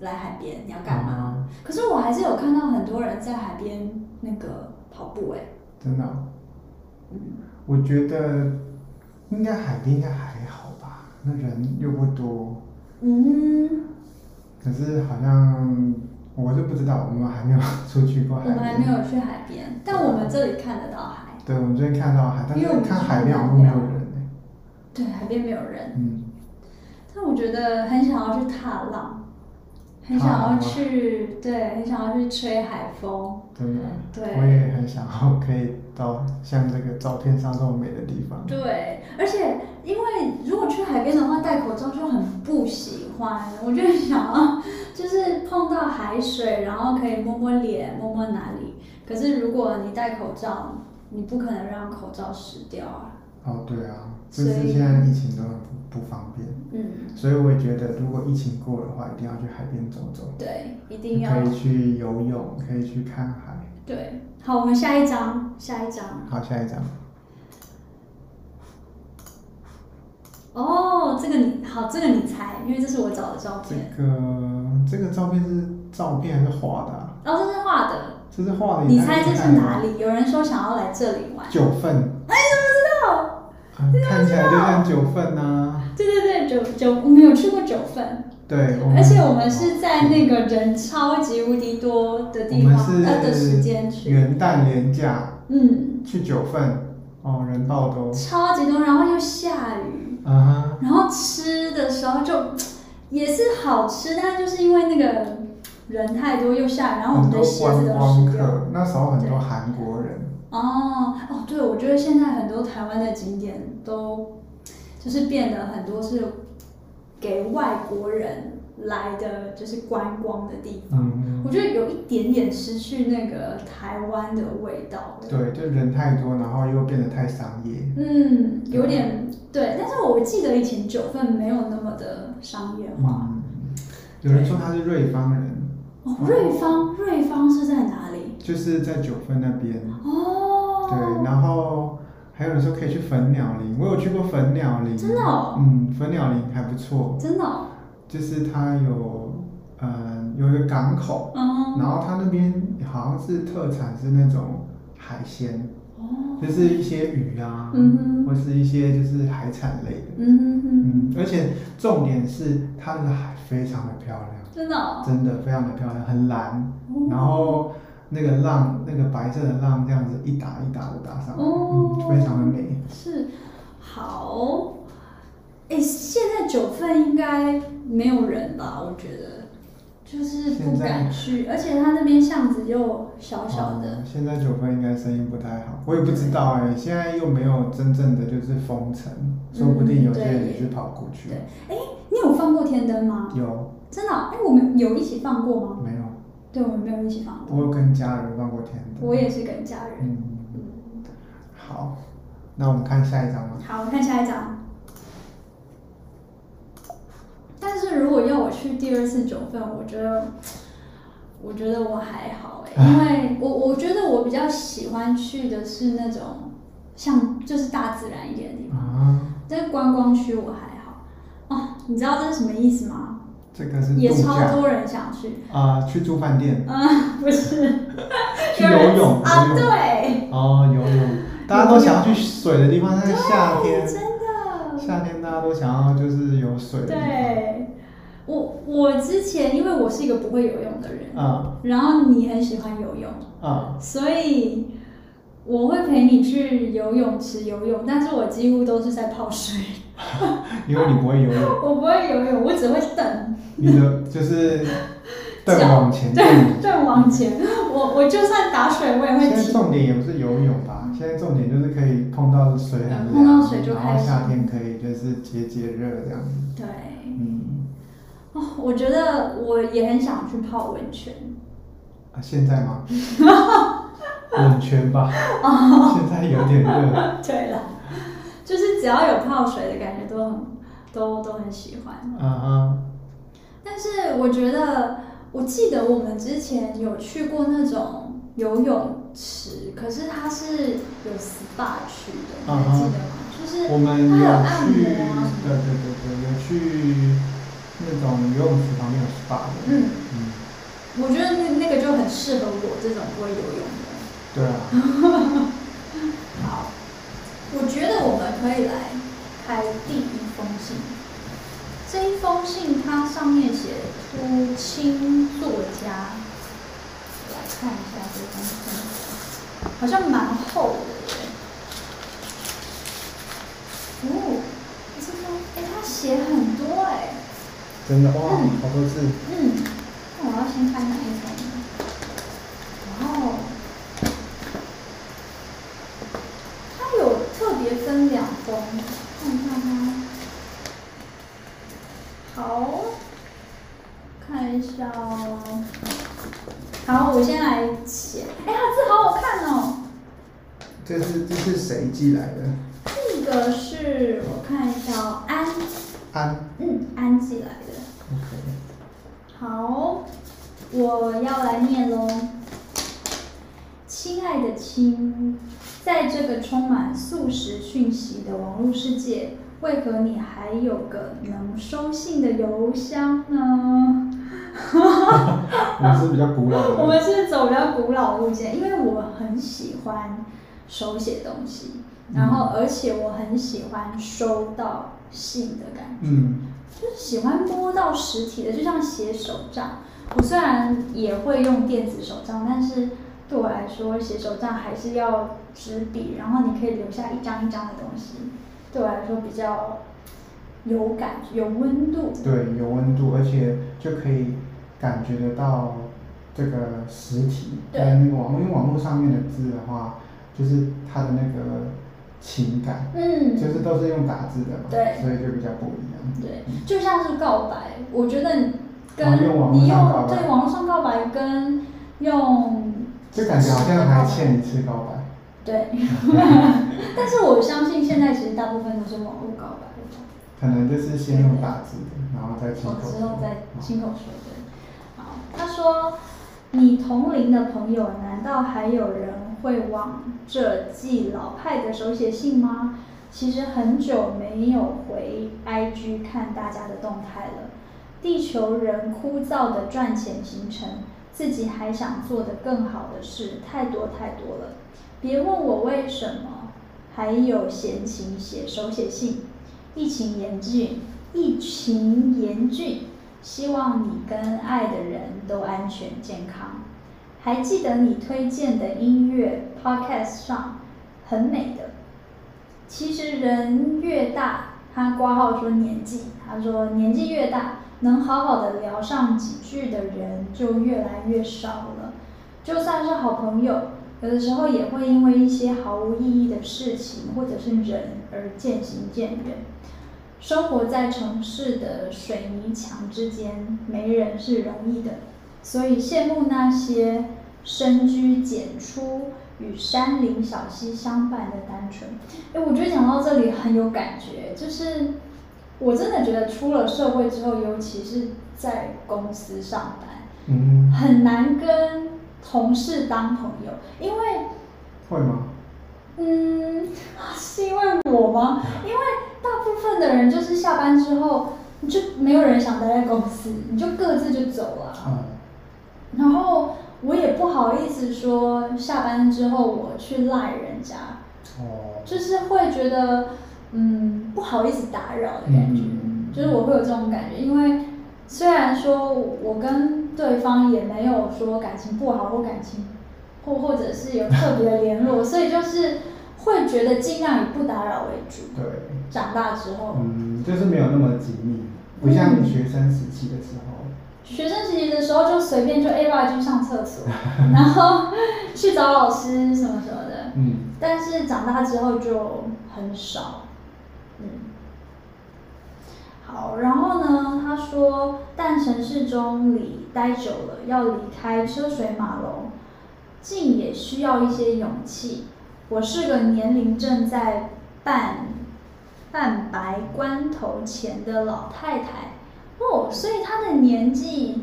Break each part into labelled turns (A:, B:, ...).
A: 来海边，你要干嘛？？嗯可是我还是有看到很多人在海边那个跑步、哎，
B: 真的哦、我觉得应该海边应该还好吧，那人又不多。
A: 嗯，
B: 可是好像我就不知道，我们还没有出去过
A: 我
B: 海
A: 们
B: 边。
A: 还没有去海边，但我们这里看得到海，
B: 对，我们最近看到海，但
A: 因为我
B: 是
A: 们
B: 看
A: 去
B: 海边好
A: 南
B: 像没有
A: 寮
B: 人欸
A: 对，海边没有人，
B: 嗯，
A: 但我觉得很想要去踏浪，很想
B: 踏浪
A: 要
B: 吗
A: 去，对，很想要去吹海风，
B: 真的。
A: 对
B: 我也很想要可以到像这个照片上这么美的地方。
A: 对，而且因为如果去海边的话，戴口罩就很不喜欢。我就想要就是碰到海水，然后可以摸摸脸，摸摸哪里。可是如果你戴口罩，你不可能让口罩湿掉啊。
B: 哦，对啊，就
A: 所以
B: 是现在疫情都很不不方便，
A: 嗯，
B: 所以我也觉得如果疫情过的话，一定要去海边走走，
A: 对，一定
B: 你
A: 要
B: 可以去游泳，可以去看海。
A: 对。好，我们下一张，下一张。
B: 好，下一张。
A: 哦，这个你好，这个你猜，因为这是我找的照
B: 这
A: 片。
B: 个这个照片是照片还是画的、啊？
A: 然后、这是画的，
B: 这是画的。
A: 你猜这是哪
B: 里？
A: 里？有人说想要来这里玩。
B: 九份。
A: 哎，你怎么知道？
B: 啊看起来就像九份呐、
A: 对对对，九九我们有去过九份，
B: 对，我们
A: 而且我们是在那个人超级无敌多的
B: 我
A: 地
B: 们
A: 方呃的时间
B: 是
A: 去，
B: 元旦连假
A: 嗯，
B: 去九份，哦，人爆多。
A: 超级多，然后又下雨，
B: 啊
A: 然后吃的时候就也是好吃，但是就是因为那个人太多又下雨，然
B: 哈，
A: 后我
B: 很
A: 们的
B: 多
A: 鞋
B: 观
A: 子都
B: 光
A: 湿掉。
B: 客，那时候很多韩国人，
A: 哦哦，对，我觉得现在很多台湾的景点都就是变得很多是给外国人来的，就是观光的地方。
B: 嗯，
A: 我觉得有一点点失去那个台湾的味道了。
B: 对，就人太多，然后又变得太商业，
A: 嗯，有点对，但是我记得以前九份没有那么的商业化。
B: 嗯，有人说他是瑞芳人，
A: 哦，瑞芳，瑞芳是在哪里？
B: 就是在九份那边，
A: 哦，
B: 对，，然后还有人说可以去粉鸟林，我有去过粉鸟林，
A: 真的哦
B: 嗯，粉鸟林还不错，
A: 真的哦、
B: 就是它有，嗯，有一个港口，
A: 嗯，
B: 然后它那边好像是特产是那种海鲜，
A: 哦，
B: 就是一些鱼啊，
A: 嗯哼
B: 或是一些就是海产类的，
A: 嗯哼哼，
B: 嗯，而且重点是它的海非常的漂亮，
A: 真的、哦，
B: 真的非常的漂亮，很蓝，
A: 哦
B: 然后那个浪，那个白色的浪这样子一打一打的打上来，
A: 哦
B: 嗯，非常的美。
A: 是好。哎，现在九份应该没有人吧？我觉得，就是不
B: 现在
A: 敢去，而且他那边巷子又小小的。
B: 哦现在九份应该生意不太好，我也不知道哎、现在又没有真正的就是封城，说不定有些人也是跑过去，
A: 对，哎，你有放过天灯吗？
B: 有
A: 真的哦、哎，我们有一起放过吗？
B: 没有？
A: 对，我们没有一起放过。
B: 我有跟家人放过天灯。
A: 我也是跟家人。
B: 嗯，
A: 嗯，
B: 好，那我们看下一张吗？
A: 好，我看下一张。但是如果要我去第二次九份，我觉得，我觉得我还好 哎、因为我我觉得我比较喜欢去的是那种像就是大自然一点的地方，
B: 啊，
A: 但是观光区我还好。哦，你知道这是什么意思吗？
B: 这个是
A: 也
B: 嗯度
A: 超
B: 假
A: 多人想去。
B: 啊、去住饭店，
A: 嗯，不是。
B: 去游 泳，
A: 啊，
B: 游泳，
A: 对，
B: 哦，游泳，大家都想要去水的地方，但是夏天，
A: 真的。
B: 夏天大家都想要就是有水的地方，
A: 对，我我之前因为我是一个不会游泳的人，
B: 啊
A: 然后你很喜欢游泳，
B: 啊，
A: 所以我会陪你去游泳池游泳，但是我几乎都是在泡水，
B: 因为你不会游泳，
A: 我不会游泳，我只会等，
B: 你的就是蹬
A: 脚
B: 往前蹬。
A: 对，对，往前，我我就算打水我也会
B: 现在
A: 停。
B: 重点也不是游泳吧，现在重点就是可以碰到水很凉，
A: 嗯碰到水就
B: 然
A: 开
B: 后
A: 心
B: 夏天可以就是解解热这样子。
A: 对，
B: 嗯，
A: 哦，我觉得我也很想去泡温泉，
B: 啊，现在吗？冷 泉吧，现在有点热。
A: 对了，就是只要有泡水的感觉都很都都很喜欢。
B: 啊哈，
A: 但是我觉得，我记得我们之前有去过那种游泳池，可是它是有 SPA 区的，你还记得吗？就是
B: 啊我们
A: 它
B: 有
A: 有按
B: 去，
A: 摩啊什么
B: 对对对对，有去那种游泳池旁边有 SPA 的。
A: 嗯，
B: 嗯，
A: 我觉得那那个就很适合我这种不会游泳的。
B: 对啊，
A: 好，我觉得我们可以来开第一封信。这一封信它上面写出清作家，我来看一下这封信，好像蛮厚的耶。哦，这封哎，他写很多哎。
B: 真的哇，
A: 嗯
B: 好多字，
A: 嗯，那我要先看哪一种呢？哇哦，它有特别分两封，看一下它。好，看一下哦。好，我先来写。哎、它字好好看哦。
B: 这是这是谁寄来的？
A: 这个是我看一下哦，安，
B: 安
A: 嗯，安寄来的。
B: ，OK，
A: 好，我要来念喽。亲爱的亲，在这个充满速食讯息的网络世界，为何你还有个能收信的邮箱呢？
B: 我们是比较古老
A: 我
B: 的，
A: 们是走比较古老路线，因为我很喜欢手写东西，然后而且我很喜欢收到信的感觉。
B: 嗯，
A: 就是喜欢摸到实体的，就像写手账。我虽然也会用电子手账，但是对我来说，写手账还是要纸笔，然后你可以留下一张一张的东西，对我来说比较有感、有温度。
B: 对，有温度，而且就可以感觉得到这个实体
A: 对
B: 跟网络，因为网络上面的字的话，就是它的那个情感，
A: 嗯，
B: 就是都是用打字的嘛，
A: 对
B: 所以就比较不一样。
A: 对，就像是告白，我觉得你跟
B: 哦用网
A: 你
B: 络上
A: 用
B: 告白
A: 对网络上告白跟用
B: 就感觉好像还欠一次告白。
A: 对， 但是我相信现在其实大部分都是网络告白吧。
B: 可能就是先用打字的，然后再亲
A: 我
B: 口
A: 哦之后
B: 说
A: 再
B: 嗯
A: 亲口说对。好，他说，你同龄的朋友，难道还有人会往这寄老派的手写信吗？其实很久没有回 IG 看大家的动态了。地球人枯燥的赚钱行程，自己还想做的更好的事太多太多了。别问我为什么，还有闲情写手写信。疫情严峻，疫情严峻，希望你跟爱的人都安全健康。还记得你推荐的音乐 podcast 上很美的。其实人越大，他挂号说年纪，他说年纪越大，能好好的聊上几句的人就越来越少了。就算是好朋友，有的时候也会因为一些毫无意义的事情或者是人而渐行渐远。生活在城市的水泥墙之间，没人是容易的，所以羡慕那些深居简出、与山林小溪相伴的单纯。哎，我觉得讲到这里很有感觉，就是我真的觉得出了社会之后，尤其是在公司上班，
B: 嗯，
A: 很难跟同事当朋友，因为
B: 会吗？
A: 嗯，是因为我吗？因为大部分的人就是下班之后，你就没有人想待在公司，你就各自就走了、
B: 嗯，
A: 然后我也不好意思说下班之后我去赖人家，
B: 哦，
A: 就是会觉得嗯不好意思打扰的感觉，
B: 嗯
A: 就是我会有这种感觉，因为虽然说我跟对方也没有说感情不好或感情或或者是有特别的联络，所以就是会觉得尽量以不打扰为主。
B: 对，
A: 长大之后，
B: 嗯，就是没有那么紧密，不像学生时期的时候，
A: 学生时期的时候就随便就 A 吧去上厕所，然后 去找老师什么什么的，
B: 嗯，
A: 但是长大之后就很少，嗯。好，然后呢？他说，但城市中里待久了，要离开车水马龙，进也需要一些勇气。我是个年龄正在半半白关头前的老太太哦，所以她的年纪，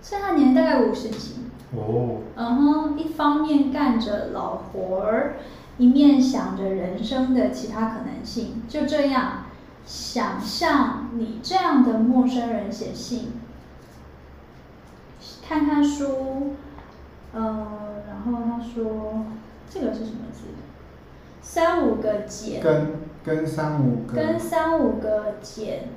A: 所以她年龄大概五十几。
B: 哦，
A: 嗯哼，一方面干着老活儿，一面想着人生的其他可能性，就这样，想象你这样的陌生人写信，看看书，呃，然后他说这个是什么字？三五个减，
B: 跟跟三五
A: 跟
B: 个
A: 三五个减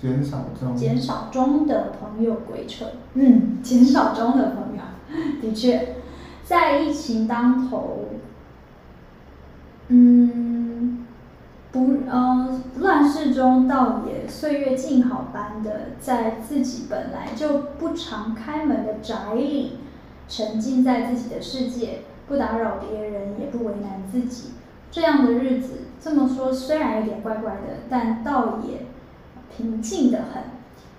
B: 减少中，
A: 减少中的朋友鬼扯，嗯，减少中的朋友， 的确，在疫情当头，嗯，不，呃，乱世中倒也岁月静好般的，在自己本来就不常开门的宅里，沉浸在自己的世界，不打扰别人，也不为难自己。这样的日子，这么说虽然有点怪怪的，但倒也平静的很。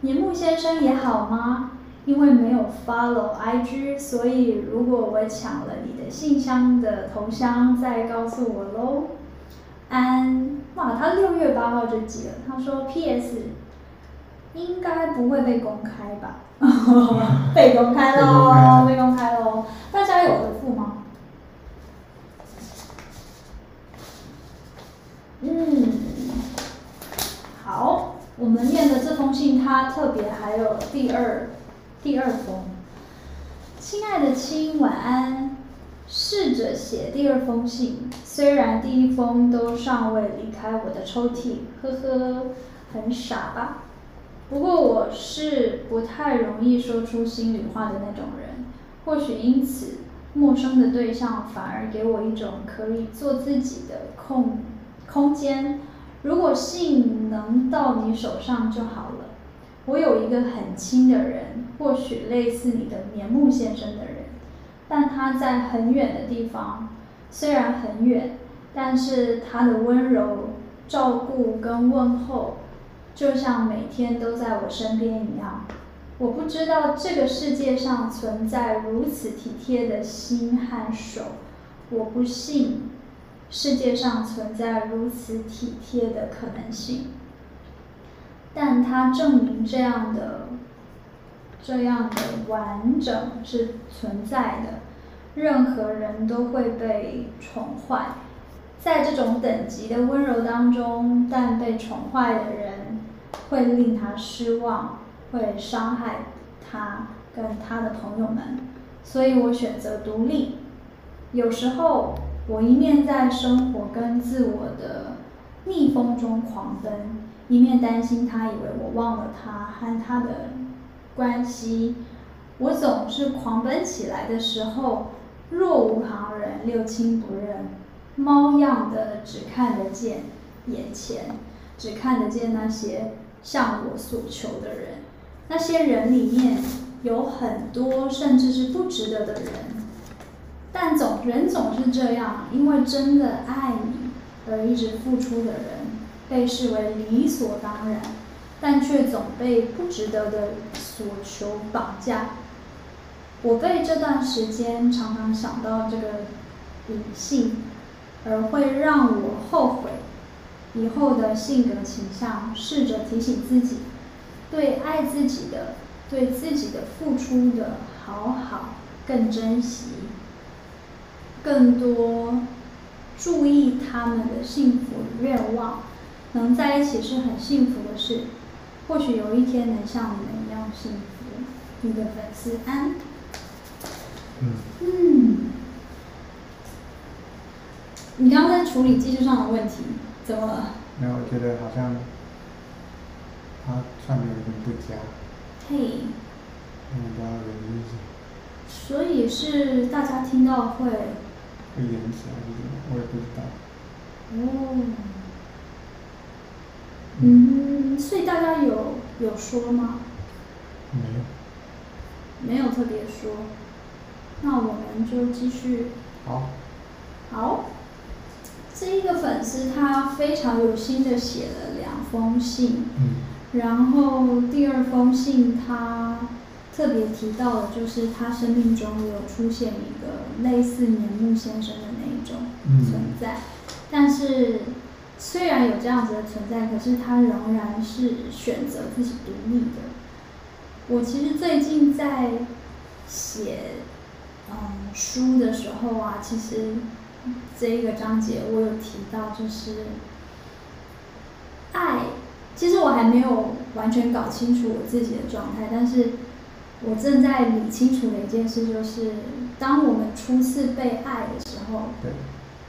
A: 年木先生也好吗？因为没有 follow IG，所以如果我抢了你的信箱的头像，再告诉我喽。安，哇，他六月八号就寄了。他说 PS，应该不会被公开 吧？被公开喽，被公开喽。大家有回复吗？嗯，好，我们念的这封信，它特别还有第二第二封。亲爱的亲，晚安。试着写第二封信，虽然第一封都尚未离开我的抽屉，呵呵，很傻吧？不过我是不太容易说出心里话的那种人，或许因此，陌生的对象反而给我一种可以做自己的空空间。如果信能到你手上就好了。我有一个很亲的人，或许类似你的棉木先生的人，但他在很远的地方，虽然很远，但是他的温柔、照顾跟问候，就像每天都在我身边一样。我不知道这个世界上存在如此体贴的心和手，我不信世界上存在如此体贴的可能性。但它证明这样的这样的完整是存在的，任何人都会被宠坏。在这种等级的温柔当中，但被宠坏的人会令他失望，会伤害他跟他的朋友们，所以我选择独立。有时候，我一面在生活跟自我的逆风中狂奔，一面担心他以为我忘了他和他的关系。我总是狂奔起来的时候，若无旁人，六亲不认，猫样的只看得见眼前，只看得见那些向我所求的人。那些人里面有很多，甚至是不值得的人，但总人总是这样，因为真的爱你而一直付出的人，被视为理所当然，但却总被不值得的所求绑架。我被这段时间常常想到这个理性，而会让我后悔以后的性格倾向。试着提醒自己，对爱自己的、对自己的付出的好好更珍惜。更多注意他们的幸福愿望，能在一起是很幸福的事。或许有一天能像你们一样幸福。你的粉丝安，
B: 嗯，
A: 嗯，你刚刚在处理技术上的问题，怎么了？
B: 那我觉得好像他串的有点不佳，
A: 嘿、
B: 那我不知道原因是
A: 所以是大家听到会，
B: 会延迟还是怎么样，我也不知道。
A: 哦，嗯，所以大家有有说吗？
B: 没有，
A: 没有特别说，那我们就继续。
B: 好，
A: 好，这一个粉丝他非常有心的写了两封信，
B: 嗯
A: 然后第二封信他特别提到的就是他生命中有出现一个类似年木先生的那一种
B: 嗯
A: 存在，但是虽然有这样子的存在，可是他仍然是选择自己独立的。我其实最近在写嗯书的时候啊，其实这一个章节我有提到，就是爱其实我还没有完全搞清楚我自己的状态，但是我正在理清楚的一件事就是，当我们初次被爱的时候，
B: 对，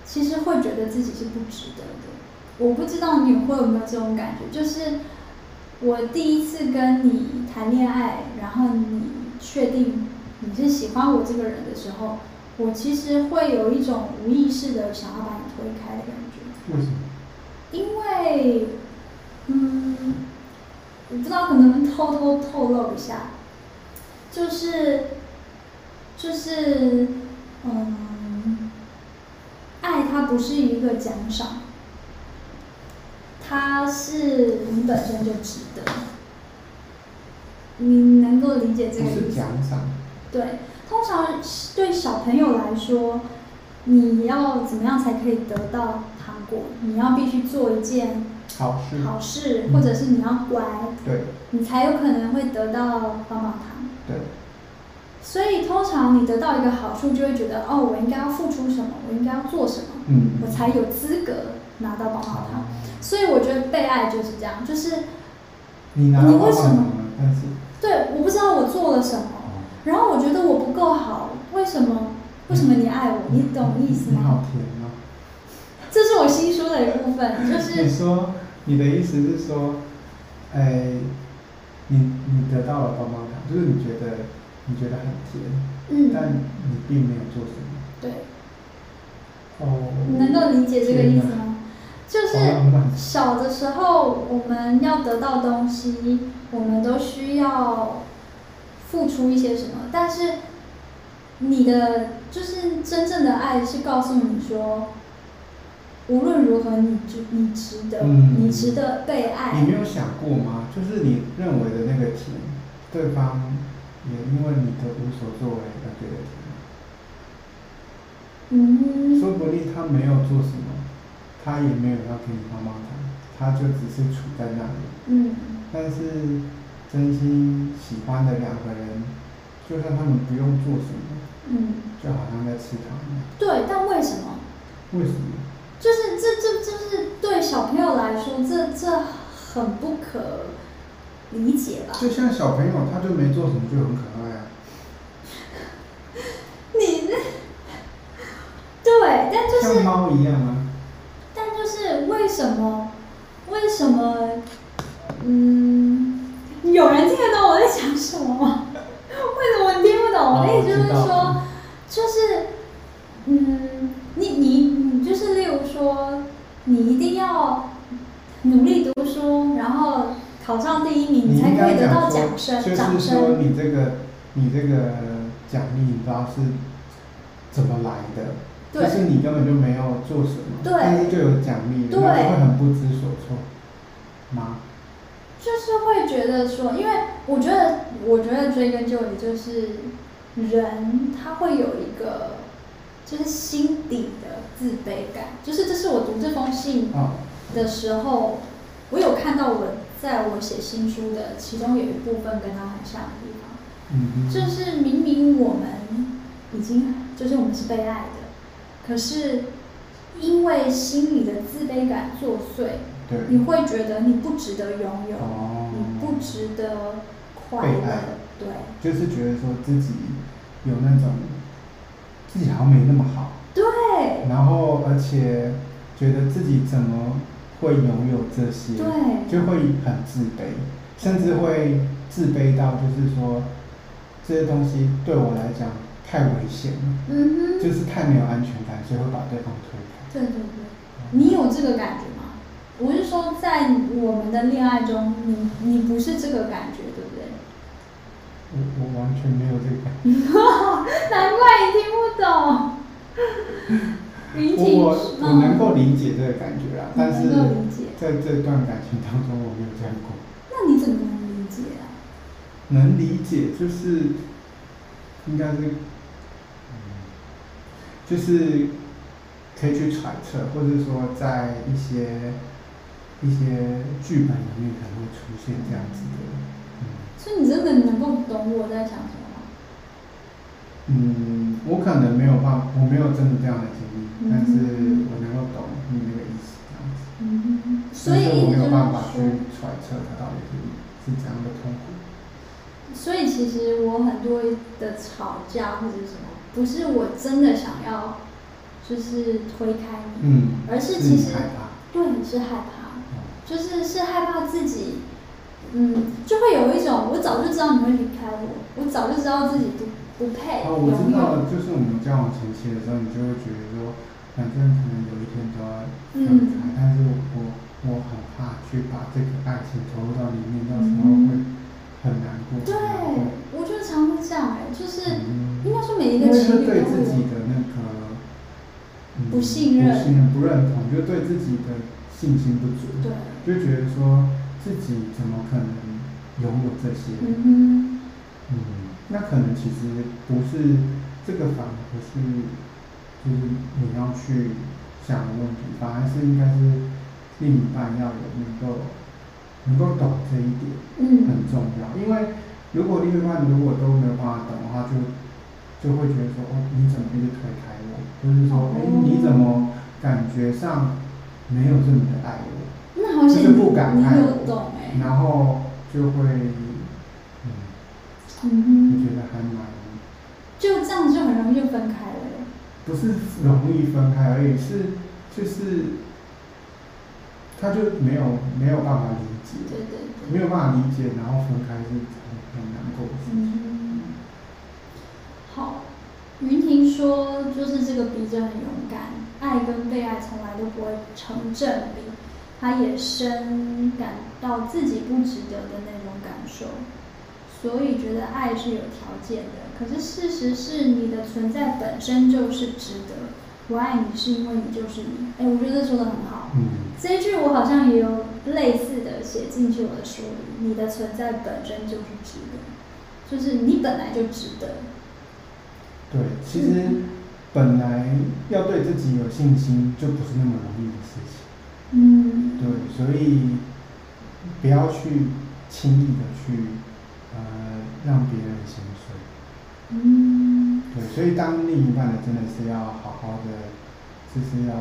A: 其实会觉得自己是不值得的。我不知道你会有没有这种感觉，就是我第一次跟你谈恋爱，然后你确定你是喜欢我这个人的时候，我其实会有一种无意识的想要把你推开的感觉。
B: 为什么？
A: 因为，嗯，我不知道可能偷偷透露一下，就是，就是，嗯，爱它不是一个奖赏，它是你本身就值得。你能够理解这
B: 不
A: 个意思？
B: 是奖赏，
A: 对，通常是对小朋友来说，你要怎么样才可以得到糖果？你要必须做一件
B: 好事，
A: 好事，
B: 嗯
A: 或者是你要乖，
B: 对
A: 你才有可能会得到棒棒糖。
B: 对，
A: 所以通常你得到一个好处，就会觉得哦，我应该要付出什么，我应该要做什么，
B: 嗯
A: 我，才有资格拿到棒棒
B: 好
A: 糖。所以我觉得被爱就是这样，就是
B: 你拿到
A: 你
B: 棒
A: 为什
B: 棒
A: 么
B: 糖了，但是
A: 对，我不知道我做了什么，
B: 哦
A: 然后我觉得我不够好，为什么？为什么你爱我？你懂意思
B: 你
A: 吗？
B: 嗯好甜哦。
A: 这是我新书的一部分，就
B: 你
A: 是
B: 说你的意思是说，哎，你你得到了棒棒糖，就是你觉得你觉得很甜，但
A: 嗯，
B: 你并没有做什么。
A: 对，
B: 哦，
A: 你能够理解这个意思吗？就是
B: 好浪漫
A: 小的时候，我们要得到东西，我们都需要付出一些什么，但是你的就是真正的爱是告诉你说，无论如何你值你值得，
B: 嗯
A: 你值得被爱。
B: 你没有想过吗？就是你认为的那个甜，对方也因为你的无所作为而觉得甜，
A: 嗯，
B: 说不定他没有做什么，他也没有要给你棒棒糖，他就只是处在那里。
A: 嗯，
B: 但是真心喜欢的两个人，就算他们不用做什么，
A: 嗯，
B: 就好像在吃糖一样。
A: 对，但为什么？
B: 为什么？
A: 就是这这就是对小朋友来说，这这很不可理解吧？
B: 就像小朋友，他就没做什么就很可爱啊。
A: 你对，但就是
B: 像猫一样啊。
A: 但就是为什么为什么嗯，有人听得懂我在讲什么吗？为什么你听不懂？我的意思就是
B: 哦我知
A: 说
B: 道，
A: 就是嗯，你你你就是例如说，你一定要努力读书，然后考上第一名，
B: 你
A: 才
B: 应
A: 可
B: 该
A: 以得到
B: 讲
A: 奖
B: 说，
A: 声
B: 就
A: 掌
B: 是说
A: 声。
B: 你这个你这个奖励，你不知道是怎么来的，
A: 对
B: 就是你根本就没有做什么，
A: 对
B: 但是就有奖励，
A: 对
B: 那就会很不知所措吗？
A: 就是会觉得说，因为我觉得，我觉得追根究底就是人他会有一个就是心底的自卑感，就是这是我读这封信
B: 哦，
A: 的时候，我有看到我在我写新书的其中有一部分跟他很像的地方，
B: 嗯哼，
A: 就是明明我们已经就是我们是被爱的，可是因为心里的自卑感作祟，
B: 对，
A: 你会觉得你不值得拥有，
B: 哦
A: 你不值得快乐
B: 被爱，
A: 对
B: 就是觉得说自己有那种自己好像没那么好，
A: 对
B: 然后而且觉得自己怎么会拥有这些，
A: 对
B: 就会很自卑，甚至会自卑到就是说这些东西对我来讲太危险了，
A: 嗯哼，
B: 就是太没有安全感，所以会把对方推开。
A: 对对对，你有这个感觉吗？我是说，在我们的恋爱中，你你不是这个感觉，对不 对？
B: 我我完全没有这个感觉，
A: 难怪你听不 懂。云嗯
B: 我
A: 锦，
B: 我我能够理解这个感觉啦，但是
A: 你能够理解
B: 在这段感情当中我没有这样过。
A: 那你怎么能理解啊？
B: 能理解，就是应该是，嗯，就是可以去揣测，或者说在一些一些剧本里面可能会出现这样子的，嗯
A: 所以你真的能够懂我在想什么吗？
B: 嗯嗯，我可能没有办法，我没有真的这样的经历，但是
A: 嗯
B: 我能够懂你那个意思，这样子，
A: 嗯，所
B: 但
A: 以
B: 是我
A: 意思
B: 没
A: 就
B: 有
A: 是
B: 办法去
A: 说，
B: 处揣测它到底是是怎样的痛苦。
A: 所以其实我很多的吵架或者什么，不是我真的想要，就是推开你，
B: 嗯，
A: 而是
B: 你
A: 其实
B: 害怕。
A: 对是害怕，
B: 嗯
A: 就是是害怕自己，嗯，就会有一种我早就知道你会离开我，我早就知道自己不不配
B: 哦，我知
A: 拥
B: 道
A: 有
B: 了，就是我们交往前期的时候，你就会觉得说，反正可能有一天都要分开，
A: 嗯
B: 但是我我很怕去把这个爱情投入到里面，到时
A: 嗯
B: 候会很难过。
A: 对
B: 很难过，
A: 我觉得常会这样哎、就是
B: 嗯
A: 应该说每一
B: 因为
A: 个
B: 就
A: 情侣都
B: 对
A: 会
B: 自己
A: 有，
B: 的那个、嗯、
A: 不信任
B: 不信任、不认同，就对自己的信心不足，
A: 对，
B: 就觉得说自己怎么可能拥有这些？
A: 嗯
B: 嗯，那可能其实不是这个，反而不是就是你要去想的问题，反而是应该是另一半要有能够能够懂这一点。
A: 哼，嗯
B: 很重要，因为如果另一半如果都没有办法懂的话，就就会觉得说，哦，你怎么一直推开我？或者是说，哎、
A: 哦
B: 你怎么感觉上没有这么的爱我？
A: 那好
B: 就是
A: 像
B: 不敢
A: 哦
B: 嗯
A: 你
B: 爱
A: 有
B: 我，
A: 懂哎、
B: 然后就会，嗯，
A: 嗯
B: 我
A: 哼
B: 觉得还蛮，
A: 就这样就很容易就分开了耶。
B: 不是容易分开而已，是就是，他就没有没有办法理
A: 对
B: 解，
A: 对对。
B: 没有办法理解，然后分开是很很难过的事情。
A: 嗯，好。云婷说，就是这个笔者很勇敢，爱跟被爱从来都不会成正比。她也深感到自己不值得的那种感受，所以觉得爱是有条件的。可是事实是，你的存在本身就是值得。我爱你是因为你就是你。哎，我觉得这说的很好。
B: 嗯。
A: 这一句我好像也有类似的写进去我的书里。你的存在本身就是值得，就是你本来就值得。
B: 对，其实本来要对自己有信心，就不是那么容易的事情。
A: 嗯，
B: 对，所以不要去轻易的去呃让别人心碎。
A: 嗯，
B: 对，所以当另一半呢，真的是要好好的，就是要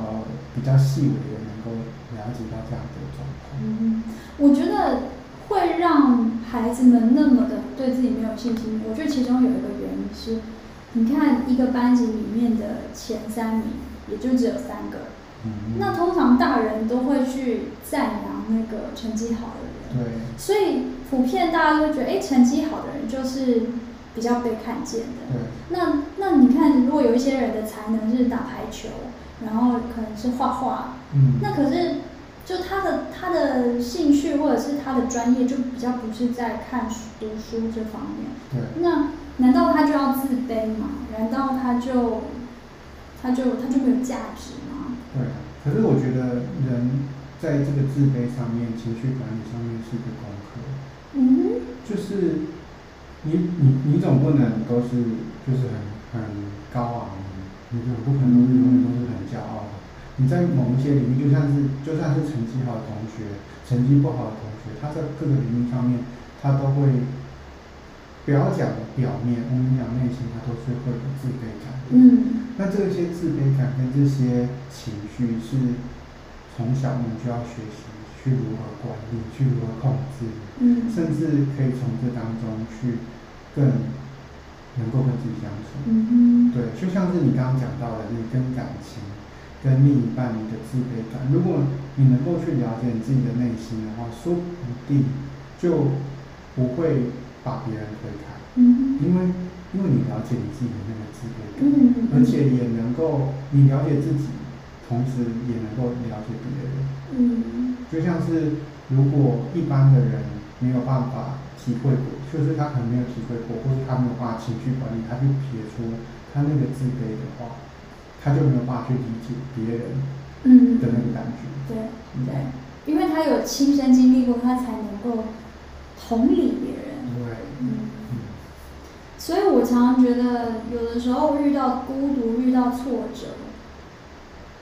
B: 比较细微的能够了解到这样的状况。
A: 嗯，我觉得会让孩子们那么的对自己没有信心，我觉得其中有一个原因是，你看一个班级里面的前三名，也就只有三个。
B: 嗯，
A: 那通常大人都会去赞扬那个成绩好的人，
B: 对，
A: 所以普遍大家都觉得，哎，成绩好的人就是比较被看见的。
B: 对，
A: 那那你看，如果有一些人的才能是打排球，然后可能是画画，
B: 嗯，
A: 那可是就他的他的兴趣或者是他的专业就比较不是在看书读书这方面。
B: 对，
A: 那难道他就要自卑吗？难道他就他就他就没有价值吗？
B: 对啊。可是我觉得人在这个自卑上面、情绪管理上面是一个功课。
A: 嗯
B: 就是你你你总不能都是就是很很高昂的，你总不可能都是永远都是很骄傲的。你在某一些领域，就算是就算是成绩好的同学，成绩不好的同学，他在各个领域上面，他都会不要讲表面，我们讲内心，他都是会有自卑感的。
A: 嗯
B: 那这些自卑感跟这些情绪是从小我们就要学习去如何管理，去如何控制。
A: 嗯
B: 甚至可以从这当中去更能够跟自己相处。
A: 嗯
B: 对，就像是你刚刚讲到的，你跟感情、跟另一半你的自卑感，如果你能够去了解你自己的内心的话，说不定就不会把别人推开，
A: 嗯
B: 因为因为你了解你自己的那个自卑感，
A: 嗯，
B: 而且也能够你了解自己，同时也能够了解别人。
A: 嗯
B: 就像是如果一般的人没有办法体会过，就是他可能没有体会过，或是他没有办法情绪管理，他去撇出他那个自卑的话，他就没有办法去理解别人
A: 嗯
B: 的那个感觉。
A: 对对，因为他有亲身经历过，他才能够同理别人。
B: 对，
A: 嗯，
B: 嗯，
A: 所以我常常觉得，有的时候遇到孤独、遇到挫折，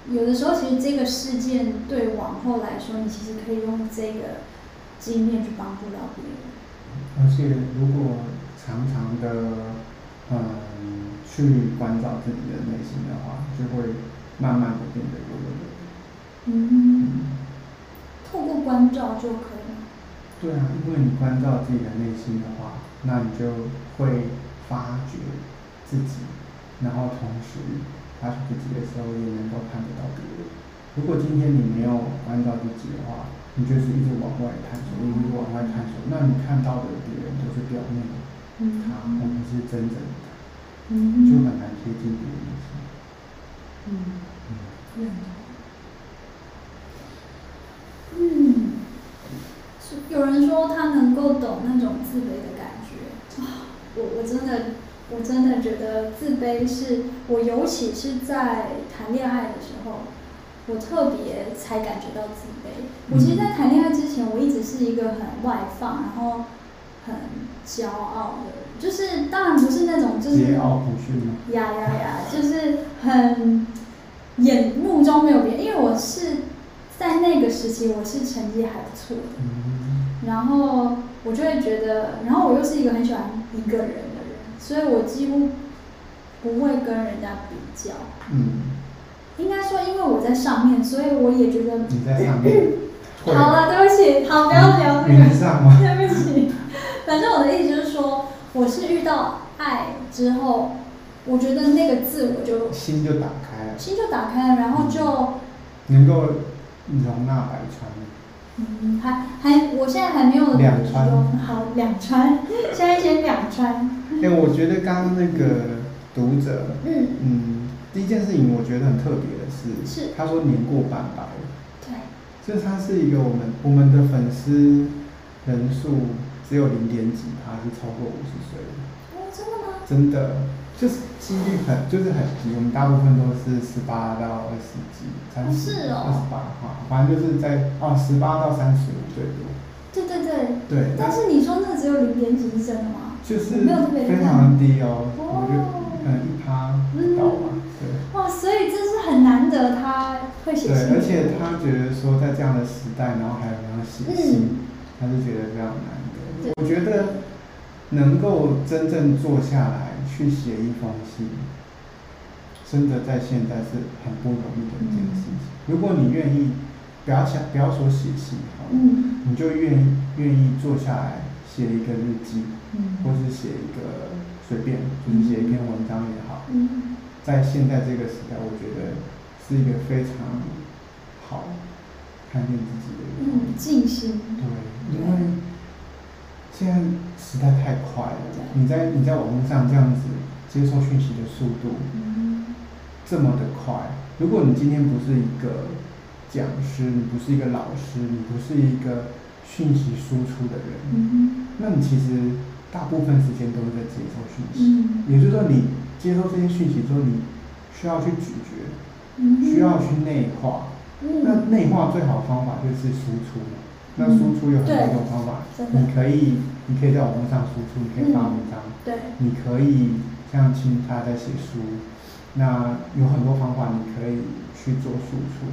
A: 有的时候其实这个事件对往后来说，你其实可以用这个经验去帮助到别人。
B: 而且如果常常的嗯去关照自己的内心的话，就会慢慢的变得有温柔。
A: 嗯，
B: 嗯，
A: 透过关照就可以。
B: 对啊，因为你关照自己的内心的话，那你就会发觉自己，然后同时发觉自己的时候也能够看得到别人。如果今天你没有关照自己的话，你就是一直往外探索，一直往外探索，那你看到的别人都是表面的
A: 嗯
B: 他，而不是真正的他，就
A: 嗯
B: 很难贴近别人的心。
A: 嗯
B: 嗯，
A: 认同嗯，是有人说他能够懂那种自卑的感觉，啊，我我真的我真的觉得自卑是我尤其是在谈恋爱的时候，我特别才感觉到自卑。我其实，在谈恋爱之前，我一直是一个很外放，然后很骄傲的，就是当然不是那种就是
B: 桀骜不驯吗？
A: 呀呀呀，就是很眼目中没有别人，因为我是在那个时期我是成绩还不错的，
B: 嗯，
A: 然后我就会觉得，然后我又是一个很喜欢一个人的人，所以我几乎不会跟人家比较。
B: 嗯，
A: 应该说，因为我在上面，所以我也觉得
B: 你在 上面会
A: 好了，对不起，好，不要聊那
B: 云
A: 个。
B: 上吗？
A: 对不起，反正我的意思就是说，我是遇到爱之后，我觉得那个字我就
B: 心就打开了，
A: 心就打开了，然后就，
B: 能够容纳百川。
A: 嗯，还还，我现在还没有
B: 两穿
A: 好两穿，现在先两穿，
B: 哎、我觉得刚刚那个读者，
A: 嗯，
B: 嗯，第一件事情我觉得很特别的是，
A: 是
B: 他说年过半百了。
A: 对，
B: 就是他是一个我们我们的粉丝人数只有零点几，他是超过五十岁的，
A: 哦，真的吗？
B: 真的就是几率很就是很低，我们大部分都是十八到二十几、三十、
A: 是哦
B: 二十八哈，反正就是在哦十八到三十五最多，
A: 对对对，
B: 对，
A: 但是你说那只有零点几是真的吗？
B: 就是
A: 我没有特别
B: 非
A: 看
B: 常低哦，
A: 哦嗯
B: 我觉得可能一趴到吧，对。
A: 哇，所以这是很难得他会写
B: 对，
A: 信给我，
B: 而且他觉得说在这样的时代，然后还有人要写信，他就觉得非常难得
A: 嗯对。
B: 我觉得能够真正坐下来去写一封信，真的在现在是很不容易的一件事情。
A: 嗯
B: 如果你愿意，不要想不要说写信好了，
A: 嗯
B: 你就愿意愿意坐下来写一个日记，或
A: 嗯
B: 是写一个随便，就是写一篇文章也好，
A: 嗯，
B: 在现在这个时代，我觉得是一个非常好看见自己的一个
A: 嗯，静心，
B: 对，因为现在时代太快了，你在你在网络上这样子接受讯息的速度
A: 嗯
B: 这么的快，如果你今天不是一个讲师，你不是一个老师，你不是一个讯息输出的人，
A: 嗯
B: 那你其实大部分时间都是在接受讯息。
A: 嗯
B: 也就是说，你接收这些讯息之后，你需要去咀嚼，
A: 嗯，
B: 需要去内化。那
A: 嗯
B: 内化最好的方法就是输出嘛。那输出有很多种方法
A: 对，真的
B: 你可以，你可以在网络上输出，你可以发文章，
A: 对，
B: 你可以像亲他在写书，那有很多方法你可以去做输出。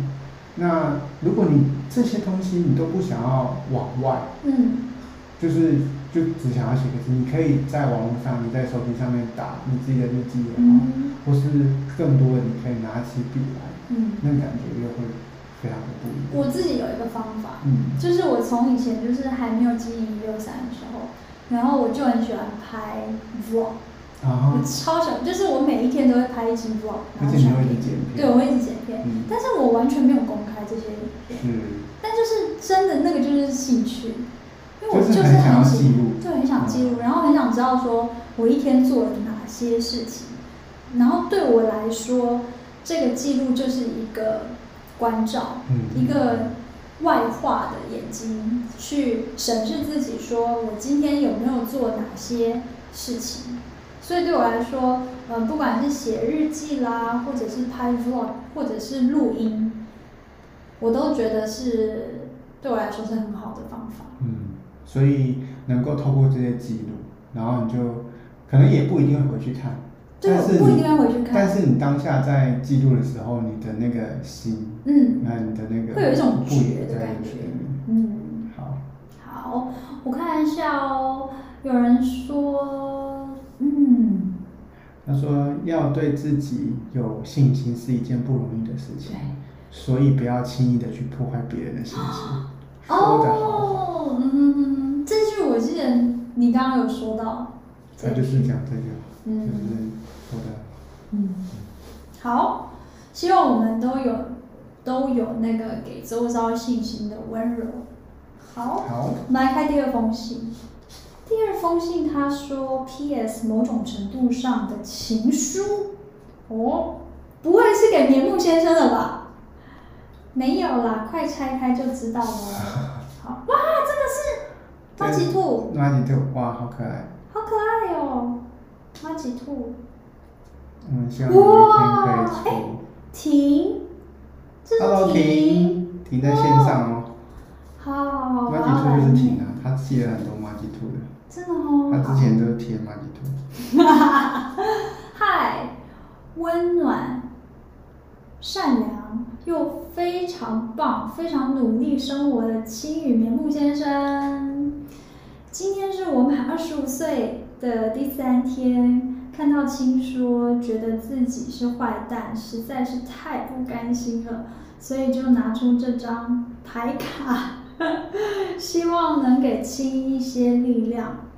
B: 那如果你这些东西你都不想要往外，
A: 嗯
B: 就是就只想要写个字，你可以在网络上，你在手机上面打你自己的日记也好，
A: 嗯
B: 或是更多的你可以拿起笔来，
A: 嗯，
B: 那感觉又会非常的不一
A: 我
B: 样。
A: 自己有一个方法，
B: 嗯
A: 就是我从以前就是还没有经营一六三的时候，然后我就很喜欢拍 vlog，
B: 然后
A: 我超喜欢，就是我每一天都会拍一集 vlog，然
B: 哦而
A: 后
B: 且你
A: 传
B: 会
A: 给
B: 去剪片
A: 对，我会一直剪片
B: 嗯，
A: 但是我完全没有公开这些影片，
B: 是
A: 但就是真的那个就是兴趣，因为我
B: 就是
A: 是
B: 很想要
A: 很喜
B: 记录嗯
A: 对，很想记录，然后很想知道说我一天做了哪些事情，然后对我来说，这个记录就是一个关照，
B: 嗯
A: 一个外化的眼睛去审视自己，说我今天有没有做哪些事情。所以对我来说，呃，不管是写日记啦，或者是拍 vlog，或者是录音，我都觉得是对我来说是很好的方法。
B: 嗯，所以能够透过这些记录，然后你就可能也不一定会回去看，
A: 对
B: 但是
A: 不一
B: 你
A: 定要回去看
B: 但是你当下在记录的时候，你的那个心，
A: 嗯，
B: 那你的那个
A: 会有一种
B: 不
A: 觉
B: 一
A: 的感觉
B: 对对对。
A: 嗯，
B: 好，
A: 好，我看一下哦。有人说，嗯，
B: 他说要对自己有信心是一件不容易的事情
A: 对，，哦
B: 所以不要轻易的去破坏别人的信心。说得好，
A: 哦，嗯嗯嗯前你刚刚有说到，
B: 他就是讲这个，就
A: 嗯
B: 是说的
A: 嗯，好，希望我们都有都有那个给周遭信心的温柔。好。
B: 好，
A: 我们来看第二封信。第二封信，他说：“P.S. 某种程度上的情书，哦，不会是给棉木先生的吧？没有啦，快拆开就知道了。好哇，这个是马吉兔，
B: 那你对哇，好可爱。
A: 好可爱哦，马吉兔，
B: 我们希望有一天可以
A: 哇
B: 出。
A: 停，这是
B: Hello，
A: 停，
B: 停停在线上哦。
A: 好好好，我
B: 马
A: 要
B: 吉兔就
A: 来
B: 是停
A: 念，
B: 啊，他寄了很多马吉兔的，
A: 真的哦，
B: 他
A: 好
B: 之前都是贴马吉兔。
A: 嗨，温暖、善良又非常棒、非常努力生活的青羽棉木先生。今天是我满二十五岁的第三天，看到青说觉得自己是坏蛋，实在是太不甘心了，所以就拿出这张牌卡， 希望能给青一些力量。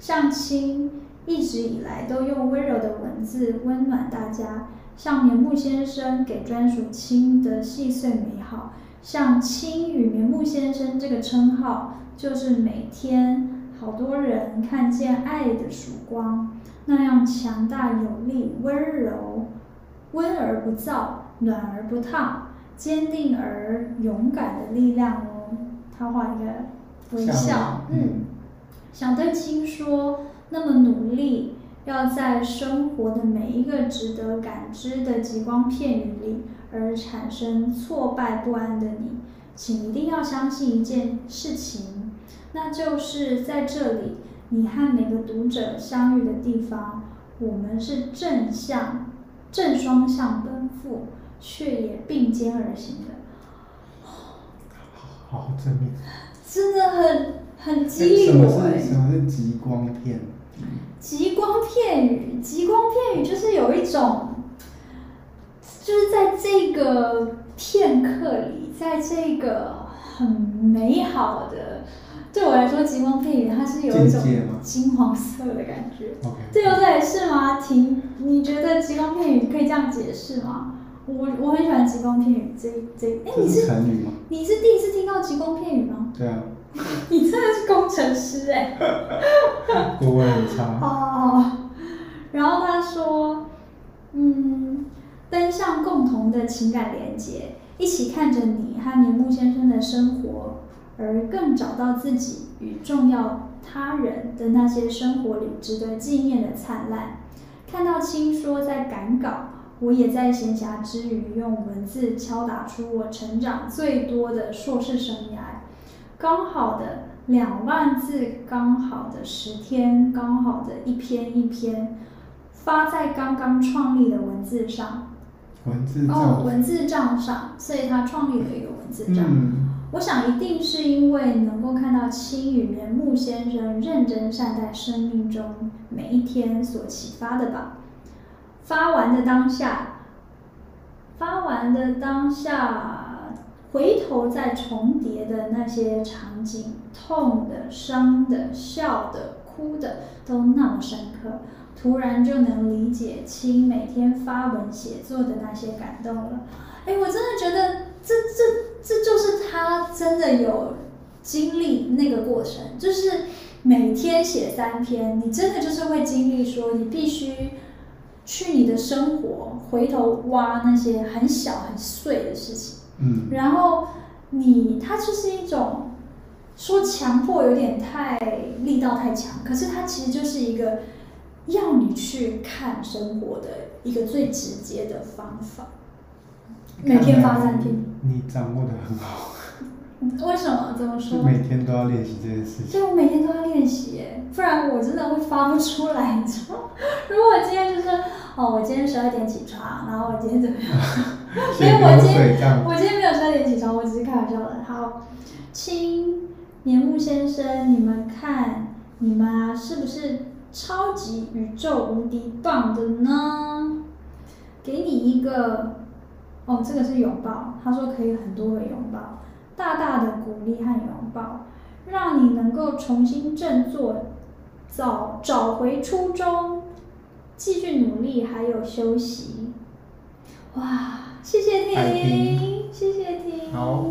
A: 像青一直以来都用温柔的文字温暖大家，像棉木先生给专属青的细碎美好，像青与棉木先生这个称号，就是每天好多人看见爱的曙光，那样强大有力、温柔、温而不燥，暖而不烫，坚定而勇敢的力量哦。他画一个微笑，嗯。想对青说，那么努力，要在生活的每一个值得感知的极光片语里，而产生挫败不安的你，请一定要相信一件事情，那就是在这里，你和每个读者相遇的地方，我们是正向、正双向奔赴，却也并肩而行的，
B: 好正面。
A: 真的很很激
B: 哎什
A: 励
B: 么
A: 我、欸
B: 是。什么是极光片？
A: 极光片语，极光片语就是有一种，就是在这个片刻里，在这个很美好的，对我来说，极光片语它是有一种
B: 境界吗
A: 金黄色的感觉。
B: OK，
A: 对啊不对？是吗？婷，你觉得极光片语可以这样解释吗？我我很喜欢极光片语这这，哎，
B: 这
A: 你
B: 是
A: 是
B: 成语吗？
A: 你是第一次听到极光片语吗？
B: 对啊，
A: 你真的是工程师哎、
B: 国文很差。
A: 哦，然后他说，嗯，登上共同的情感连接，一起看着你和棉木先生的生活，而更找到自己与重要他人的那些生活里值得纪念的灿烂。看到青说在赶稿，我也在闲暇之余用文字敲打出我成长最多的硕士生涯。刚好的两万字，刚好的十天，刚好的一篇一篇，发在刚刚创立的文字上，
B: 文字
A: 哦，
B: 照。
A: 文字账上，所以他创立了一个文字账。
B: 嗯，
A: 我想一定是因为能够看到青羽原木先生认真善待生命中每一天所启发的吧。发完的当下，发完的当下，回头再重叠的那些场景，痛的、伤的、笑的、哭的，都那么深刻，突然就能理解青每天发文写作的那些感动了。哎，我真的觉得这这这就是他真的有经历那个过程，就是每天写三篇，你真的就是会经历说你必须去你的生活回头挖那些很小很碎的事情，
B: 嗯，
A: 然后你它就是一种说强迫有点太力道太强，可是它其实就是一个要你去看生活的一个最直接的方法。每天发三篇，
B: 你掌握的很好，
A: 嗯为什么？怎么
B: 就
A: 说？
B: 每天都要练习这件事情。
A: 所以我每天都要练习耶，不然我真的会发不出来，你知道吗？ 如果我今天就是哦，我今天十二点起床，然后我今天怎么样？所以
B: 先
A: 我
B: 流
A: 今天
B: 水账。
A: 我今天没有十二点起床，我只是开玩笑的。好，亲棉木先生，你们看，你们啊，是不是超级宇宙无敌棒的呢？给你一个，哦，这个是拥抱，他说可以很多个拥抱，大大的鼓励和拥抱，让你能够重新振作，找找回初衷，继续努力，还有休息。哇，谢谢
B: 爱
A: 听，
B: 听
A: 谢谢听。
B: 好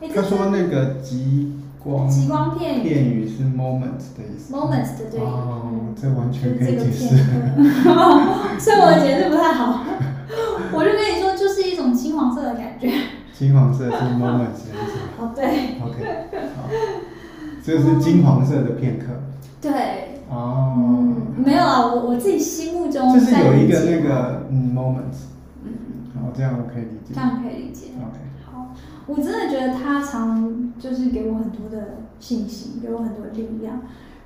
A: 诶，
B: 他嗯
A: 这
B: 说
A: 是
B: 那个极光
A: 极光片语
B: 片语是 moment 的意思。
A: moments 的对应，
B: 哦
A: 嗯，
B: 这完
A: 就是
B: 全可
A: 这
B: 以
A: 个
B: 解
A: 片
B: 释。
A: 刻，所以我的解释不太好。 我就跟你说，就是一种金黄色的感觉。
B: 金黄色是 moment 的意思。
A: 哦，对
B: OK，好，这是金黄色的片刻。
A: 对，
B: 哦，
A: 嗯，没有啊，我我自己心目中
B: 就是有一个
A: 在理解
B: 那个嗯 moment，
A: 嗯，
B: 好，这样我可以理解
A: 这。样可以理解。
B: OK，
A: 好，我真的觉得他常就是给我很多的信心，给我很多力量。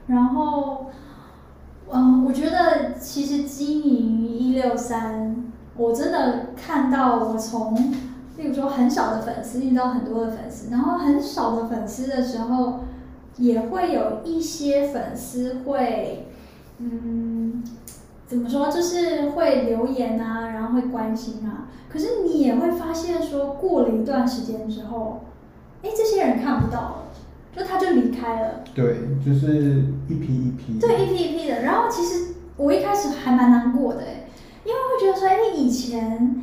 A: 然后，嗯，我觉得其实经营一六三，我真的看到我从，例如说很少的粉丝遇到很多的粉丝，然后很少的粉丝的时候，也会有一些粉丝会，嗯，怎么说，就是会留言啊，然后会关心啊。可是你也会发现说，过了一段时间之后，哎，这些人看不到了，就他就离开了，
B: 对，就是一批一批。
A: 对，一批一批的。然后其实我一开始还蛮难过的，诶因为会觉得说，哎，以前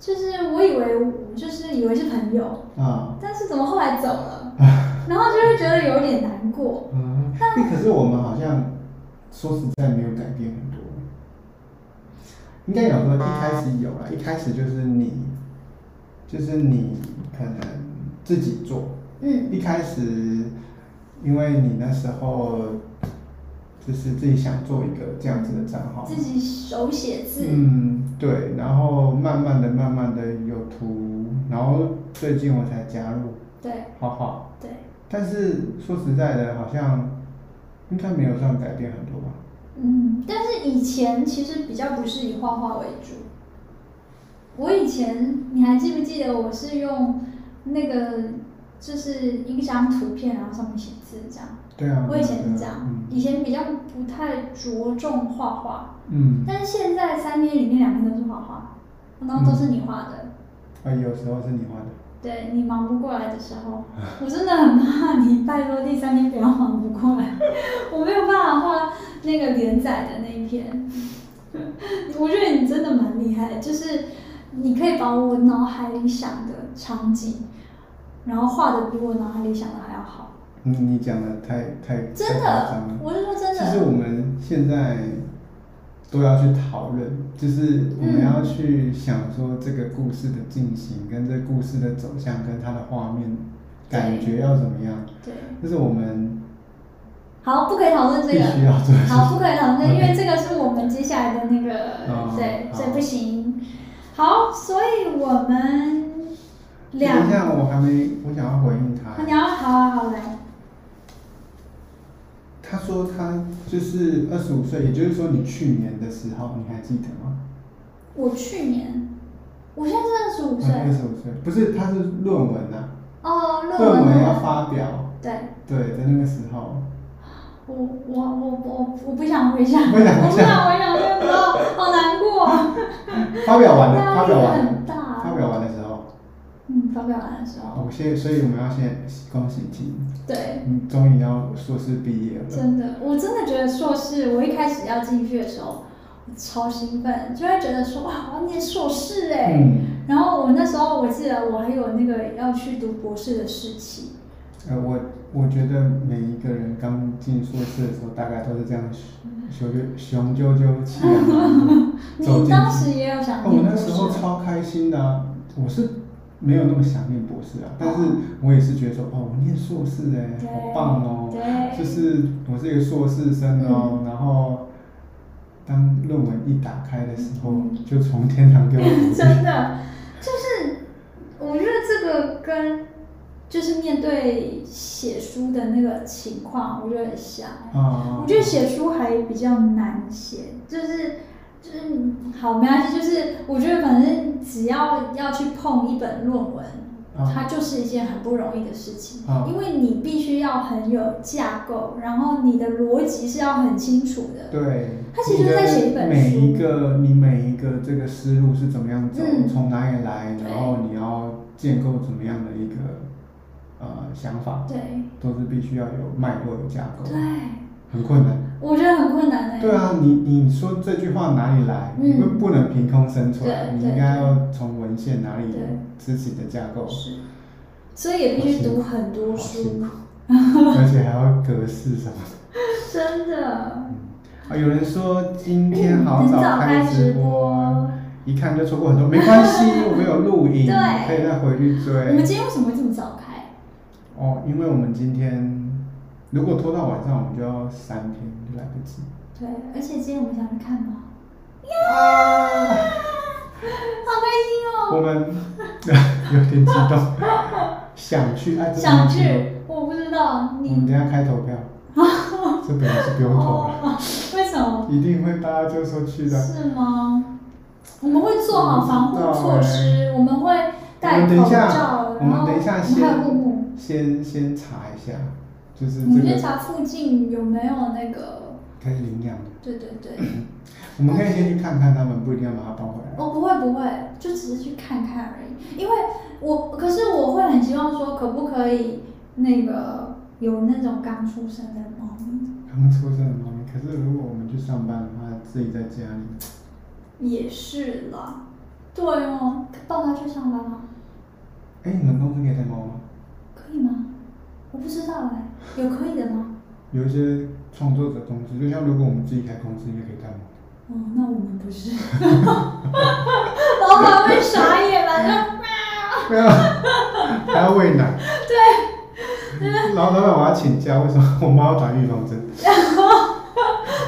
A: 就是我以为就是以为是朋友，
B: 啊，
A: 但是怎么后来走了， 然后就会觉得有点难过。
B: 嗯，诶可是我们好像说实在没有改变很多，应该讲说一开始有啦，一开始就是你，就是你可能自己做，
A: 嗯
B: 一开始因为你那时候就是自己想做一个这样子的账号，
A: 自己手写字，
B: 哦嗯，对，然后慢慢的、慢慢的有图，然后最近我才加入
A: 对
B: 画画，
A: 对，
B: 但是说实在的，好像应该没有算改变很多吧。
A: 嗯，但是以前其实比较不是以画画为主。我以前你还记不记得我是用那个就是一张图片，然后上面写字这样。
B: 对啊，
A: 我以前是这
B: 对啊
A: 样，以前比较不太着重画画，
B: 嗯，嗯，
A: 但是现在三天里面两天都是画画，然后都是你画的。
B: 啊，有时候是你画的，
A: 对你忙不过来的时 候，我真的很怕你，拜托第三天不要忙不过来， 我没有办法画那个连载的那一篇。 我觉得你真的蛮厉害，就是你可以把我脑海里想的场景，然后画的比我脑海里想的还要好，
B: 你你讲的太太
A: 真
B: 太夸
A: 的
B: 张了，。
A: 我是说真
B: 其实
A: 的，
B: 我们现在都要去讨论，就是我们
A: 嗯
B: 要去想说这个故事的进行，跟这故事的走向，跟它的画面感觉要怎么样，
A: 对，
B: 这是我们
A: 好，不可以讨论这
B: 必
A: 个。
B: 须要做的事
A: 好，不
B: 情。
A: 可以讨论，因为
B: OK
A: 这个是我们接下来的那个，
B: 哦
A: 对，
B: 好
A: 这不行。好，所以我们两，
B: 等一下，我还没，我想要回应他。
A: 你要好啊，好来，
B: 他说他就是二十五岁，也就是说你去年的时候，你还记得吗？
A: 我去年，我现在是二十五岁，
B: 二十五岁，不是，他是论文啊，
A: 哦，
B: 论
A: 论
B: 文啊要
A: 文，
B: 发表，
A: 对，
B: 对，在那个时候，
A: 我我我我我不想回想，我
B: 不想回想
A: 不想回想那个时候，好难过，
B: 发表完了，
A: 压
B: 发
A: 力
B: 表完
A: 很
B: 了，
A: 大
B: 发。表完的时候。
A: 嗯，发表完的时候，
B: 我现，所以我们要先恭喜你，
A: 对，
B: 你终于要硕士毕业了。
A: 真的，我真的觉得硕士，我一开始要进去的时候，我超兴奋，就会觉得说哇，我要念硕士哎、
B: 嗯，
A: 然后我那时候我记得我还有那个要去读博士的事情，
B: 呃，我我觉得每一个人刚进硕士的时候，大概都是这样雄赳雄赳赳气啊昂 昂地走进
A: 你
B: 去。
A: 当时也有想
B: 哦我
A: 念
B: 那
A: 博啊
B: 时候
A: 士吗，
B: 超开心的、啊，我是没有那么想念博士啊，但是我也是觉得说，哦，我念硕士哎、
A: 对
B: 好棒哦，
A: 对，嗯
B: 就是我是一个硕士生哦，然后当论文一打开的时候，
A: 嗯
B: 就从天堂给我鼓 励。
A: 真的，就是我觉得这个跟就是面对写书的那个情况，我觉得很像。
B: 啊
A: 我觉得写书还比较难写，就是就是好没关系，就是我觉得反正只要要去碰一本论文，
B: 啊
A: 它就是一件很不容易的事情，
B: 啊
A: 因为你必须要很有架构，然后你的逻辑是要很清楚的。
B: 对，
A: 他其实就是在写一本
B: 你的每一
A: 书
B: 个你每一个这个思路是怎么样走，
A: 嗯
B: 从哪里来，
A: 对
B: 然后你要建构怎么样的一个呃想法，
A: 对
B: 都是必须要有脉络、有架构，
A: 对，
B: 很困难。
A: 我觉得很困难的、欸
B: 对啊，你你说这句话哪里来？
A: 嗯
B: 你不不能凭空生出来，
A: 对
B: 你
A: 对
B: 应该要从文献哪里
A: 对
B: 自己的架构，
A: 是，所以也必须读很多
B: 好辛
A: 书
B: 苦，，而且还要格式什么的。
A: 真的。
B: 啊，有人说今天好
A: 很
B: 早
A: 早
B: 开
A: 开直
B: 直播
A: 播，
B: 一看就错过很多，没关系， 我们有录影，
A: 对
B: 可以再回去
A: 我们
B: 追。
A: 今天为什么会这么早开？
B: 哦，因为我们今天如果拖到晚上，我们就要三天，就来不及。
A: 对，而且今天我们想去看猫，
B: 啊，
A: 好开心哦！
B: 我们 有点激动，想去，哎，这个
A: 想
B: 东西有
A: 去，我不知道
B: 我们
A: 你
B: 等一下开投 票，这本来是不用投了，
A: 哦， 为什么？
B: 一定会大家就说去的。
A: 是吗？我们会做好防护措施，我们会
B: 嗯我
A: 戴
B: 们等
A: 口
B: 一下
A: 罩，，
B: 我
A: 然
B: 们
A: 后
B: 等一下
A: 我们还有护目。
B: 先先先查一下，就是
A: 我们
B: 这
A: 先
B: 个
A: 查附近有没有那个，
B: 可以领养的，
A: 对对 对，
B: 我们可以先去看看他们，不一定要把它抱回来。
A: 我哦不会不会，就只是去看看而已。因为我可是我会很希望说，可不可以那个有那种刚出生的猫咪
B: 刚出生的猫咪，可是如果我们去上班的话，自己在家里，
A: 也是啦，对哦，抱它去上班吗？
B: 哎，你们公司可以带猫吗？
A: 可以吗？我不知道哎、有可以的吗？
B: 有一些创作者公司，就像如果我们自己开公司，也可以带猫。
A: 哦，那我们不是，老板会傻眼吧？就
B: 没有，还要喂奶。对。老老板，我要请假，为什么我妈要打预防针？